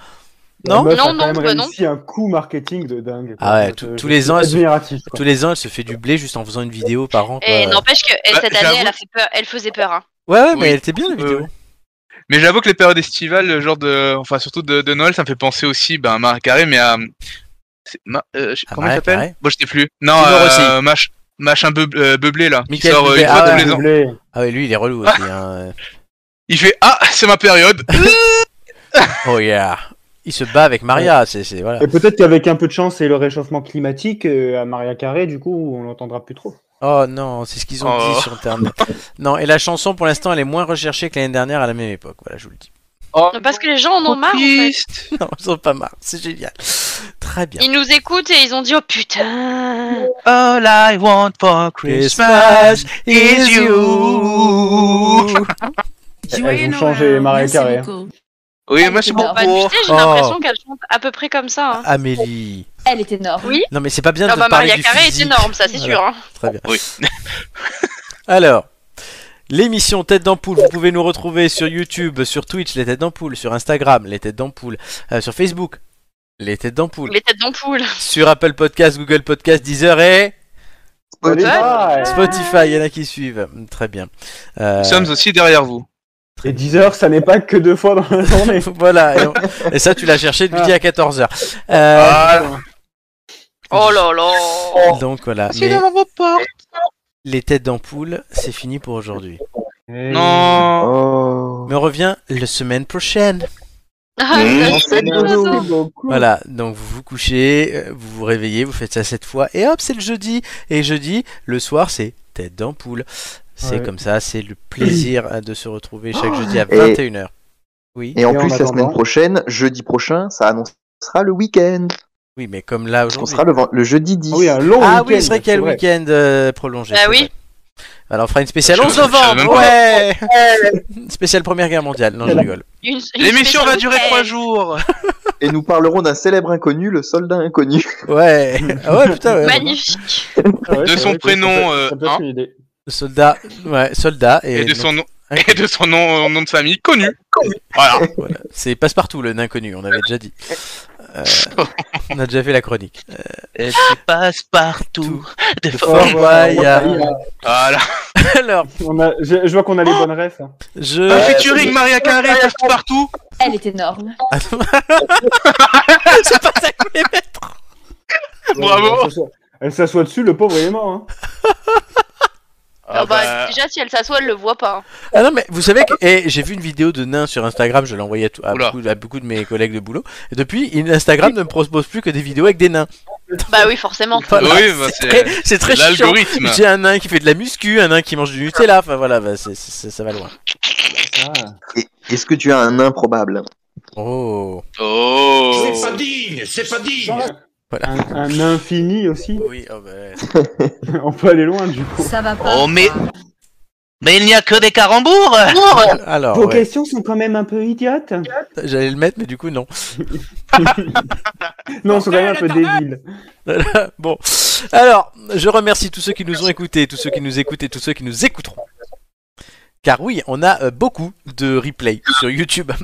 La Non meuf a Non, quand non, même bah non. réussi un coup marketing de dingue. quoi. Euh, Ah ouais, Je- tous- je- tous les ans, elle se- Admiratif. quoi. Tous les ans, elle se fait du blé juste en faisant une vidéo par an. quoi. Et n'empêche que eh, Bah, cette année, j'avoue. elle, a fait peur, elle faisait peur. Hein. Ouais, ouais, mais Oui. elle était bien la vidéo. Mais j'avoue que les périodes estivales, le genre de. Enfin, surtout de, de Noël, ça me fait penser aussi ben, à Marie Carré, mais à. c'est Ma- euh, je- À Comment il Maria s'appelle Carré Bon, je sais plus. Non, Timor euh, mach... Machin beub- euh, Beublé là. Qui Michael sort euh, Beublé, une fois ah tous ouais. les ans. Doublé. Ah ouais, lui, il est relou aussi. hein. Il fait Ah, c'est ma période. Oh yeah. Il se bat avec Maria, c'est, c'est voilà. Et peut-être qu'avec un peu de chance et le réchauffement climatique, euh, à Maria Carré, du coup, on l'entendra plus trop. Oh non, c'est ce qu'ils ont Oh. dit sur internet. non, et la chanson pour l'instant, elle est moins recherchée que l'année dernière à la même époque. Voilà, je vous le dis. Oh, Parce que les gens en ont marre. En fait. triste. Non, ils ont pas marre, c'est génial. Très bien. Ils nous écoutent et ils ont dit Oh putain. All I want for Christmas is you. Elles ont changé Maria Carré. Oui, moi c'est Bon, beaucoup. Bon, bah, tu sais, j'ai Oh. l'impression qu'elle chante à peu près comme ça. hein. Amélie. Elle est énorme. Oui. Non, mais c'est pas bien Ah de bah parler Maria du Carré est physique. énorme, ça c'est Voilà, sûr. hein. Très bien. Oui. Alors, l'émission Tête d'ampoule, vous pouvez nous retrouver sur YouTube, sur Twitch, les Têtes d'ampoule, sur Instagram, les Têtes d'ampoule, euh, sur Facebook, les Têtes d'ampoule, Les têtes d'ampoule. sur Apple Podcast, Google Podcast, Deezer et Allez, bye. Spotify. Il y en a qui suivent. Très bien. Euh, Nous sommes aussi derrière vous. Et 10 heures, ça n'est pas que deux fois dans la journée. voilà. Et, on- et ça, tu l'as cherché de midi à 14h. euh, Ah, Oh là là. Donc voilà. c'est Mais derrière vos portes. les têtes d'ampoule, c'est fini pour aujourd'hui. Et- Non. Oh. Mais on revient la semaine prochaine. Ah, ça, Mmh. je En suis fait, désolée. nous- Merci beaucoup. Voilà, donc vous vous couchez, euh, vous vous réveillez, vous faites ça cette fois, et hop, c'est le jeudi. Et jeudi, le soir, c'est tête d'ampoule. C'est Ouais. comme ça, c'est le plaisir euh, de se retrouver chaque jeudi à Et- 21h. Oui, Et en Et en plus, la attendant- semaine prochaine, jeudi prochain, ça annoncera le week-end. oui, mais comme là On aujourd'hui. sera le, ven- le jeudi 10. Ah oui, un long Ah oui, week-end, c'est vrai qu'il y a le vrai. week-end euh, prolongé. Bah c'est oui. vrai. Alors on fera une spéciale Je- 11 je savais même novembre, pas. ouais Spéciale Première Guerre mondiale, non je rigole. Une- une L'émission va spéciale durer week-end. trois jours. Et nous parlerons d'un célèbre inconnu, le soldat inconnu. Ouais, ah ouais putain, ouais. Magnifique. Ah ouais, De c'est son vrai que prénom, ça peut- euh, ça peut être hein. une idée. Soldat, ouais, soldat et, Et de non- Euh, son nom. Et de son nom, nom de famille connu. Voilà. Voilà. C'est Passepartout, le nain connu, on avait déjà dit. Euh, on a déjà fait la chronique. Et tu passes partout de Fort Oh, Boyard. Voilà. Alors, On a- je, je vois qu'on a Oh. les bonnes refs. hein. Un je. featuring Maria Carré passe partout. Elle est énorme. Ah, C'est pas ça que je voulais mettre. Bravo. Elle s'assoit- Elle s'assoit dessus, le pauvre, il est mort. hein. Ah bah, Déjà, si elle s'assoit, elle le voit pas. hein. Ah non, mais vous savez que eh, j'ai vu une vidéo de nain sur Instagram, je l'ai envoyée à, tout- à, Oula. beaucoup, à beaucoup de mes collègues de boulot. Et depuis, il- Instagram ne me propose plus que des vidéos avec des nains. Bah oui, forcément. Voilà, Oui, bah, c'est c'est- très, c'est très chiant. L'algorithme. J'ai un nain qui fait de la muscu, un nain qui mange du Nutella, enfin voilà, bah, c'est- c'est- ça va loin. hein. Et- Est-ce que tu as un improbable Oh. Oh. C'est pas digne, c'est pas digne. Un, un infini aussi. Oui, oh bah, On peut aller loin du coup. Ça va Oh, mais- Mais il n'y a que des carambours. Alors, Vos Ah, ouais, questions sont quand même un peu idiotes. j'allais le mettre, mais du coup, non. Non, elles sont quand même un peu débiles. bon. Alors, je remercie tous ceux qui nous ont écoutés, tous ceux qui nous écoutent et tous ceux qui nous écouteront. Car oui, on a euh, beaucoup de replays sur YouTube.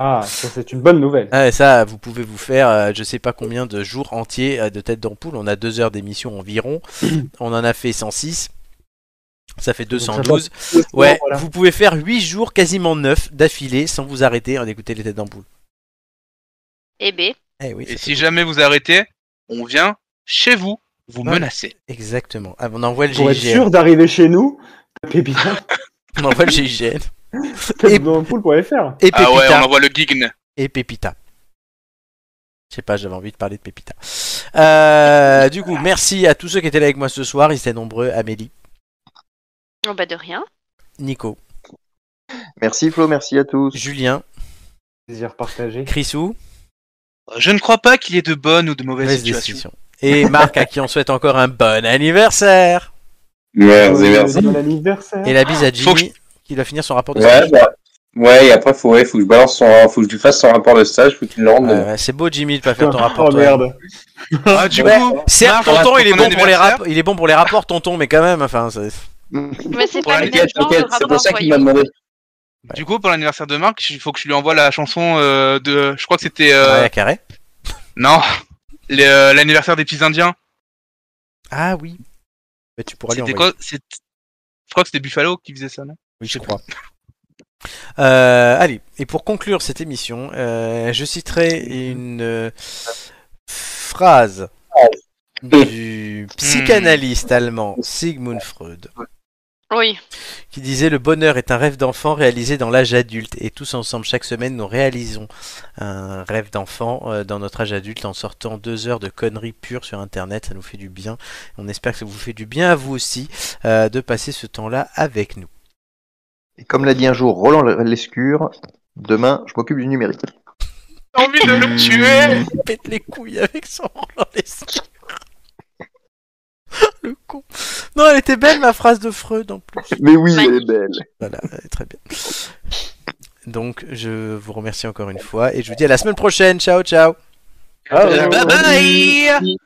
Ah, ça c'est une bonne nouvelle. Ah, et ça, vous pouvez vous faire, euh, je sais pas combien de jours entiers euh, de tête d'ampoule. On a deux heures d'émission environ. on en a fait 106. Ça fait ça 212. Bon, Ouais, voilà. vous pouvez faire 8 jours, quasiment 9 d'affilée, sans vous arrêter en écouter les têtes d'ampoule. Eh ben, Eh oui, Et ça si fait- jamais vous arrêtez, on vient chez vous vous Ouais. menacer. Exactement. Ah, on envoie le Pour être GIGN. sûr d'arriver chez nous, tapez bien On envoie le GIGN. Et- têtedampoule.fr. Et Ah ouais, Pépita. on envoie le gign. et Pépita. Je sais pas, j'avais envie de parler de Pépita. Euh, du coup, merci à tous ceux qui étaient là avec moi ce soir. Ils étaient nombreux. Amélie, oh bah de rien. Nico, Merci Flo, merci à tous. Julien, Plaisir partagé. Chrisou, Je ne crois pas qu'il y ait de bonnes ou de mauvaises mauvaise situations. décision. Et Marc, à qui on souhaite encore un bon anniversaire. Merci, Euh, merci. Bon anniversaire. Et la bise à Faut que Jimmy, qui doit finir son rapport de Ouais, stage. bah, ouais, et après, faut, ouais, faut que je balance son, faut que je lui fasse son rapport de stage, faut que tu le rendes. Euh, c'est beau, Jimmy, de pas faire ton rapport. Oh toi. merde. Ah, du Ouais. coup, Certes, Marc, tonton, il est, ton bon pour les anniversaire. rap- il est bon pour les rapports, tonton, mais quand même, enfin, c'est- Mais c'est pas le même T'inquiète, genre de t'inquiète, c'est pour rapport, ça qu'il m'a voyons. demandé. du coup, pour l'anniversaire de Marc, il faut que je lui envoie la chanson euh, de. Je crois que c'était. euh, Mariah Carey. Non, Le- euh, l'anniversaire des petits Indiens. Ah oui. Bah, tu pourras lui C'était envoyer. quoi C'est- Je crois que c'était Buffalo qui faisait ça. non Oui, je crois. Euh, allez, et pour conclure cette émission, euh, je citerai une euh, phrase du psychanalyste allemand Sigmund Freud Oui. qui disait Le bonheur est un rêve d'enfant réalisé dans l'âge adulte. Et tous ensemble, chaque semaine, nous réalisons un rêve d'enfant euh, dans notre âge adulte en sortant deux heures de conneries pures sur Internet. Ça nous fait du bien. On espère que ça vous fait du bien à vous aussi euh, de passer ce temps-là avec nous. Et comme l'a dit un jour Roland Lescure, demain je m'occupe du numérique. J'ai envie de le tuer pète les couilles avec son Roland Lescure. Le con. Non, elle était belle ma phrase de Freud en plus. Mais oui, elle est belle. Voilà, elle est très bien. Donc, je vous remercie encore une fois et je vous dis à la semaine prochaine. Ciao, ciao. Ah, ouais, ouais, ouais. Bye bye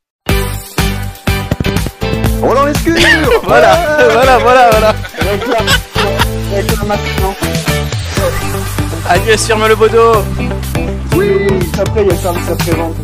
Roland Lescure Voilà, voilà, voilà, voilà. Agnès, ferme le bodo. Oui, après, il y a ça, ça présente.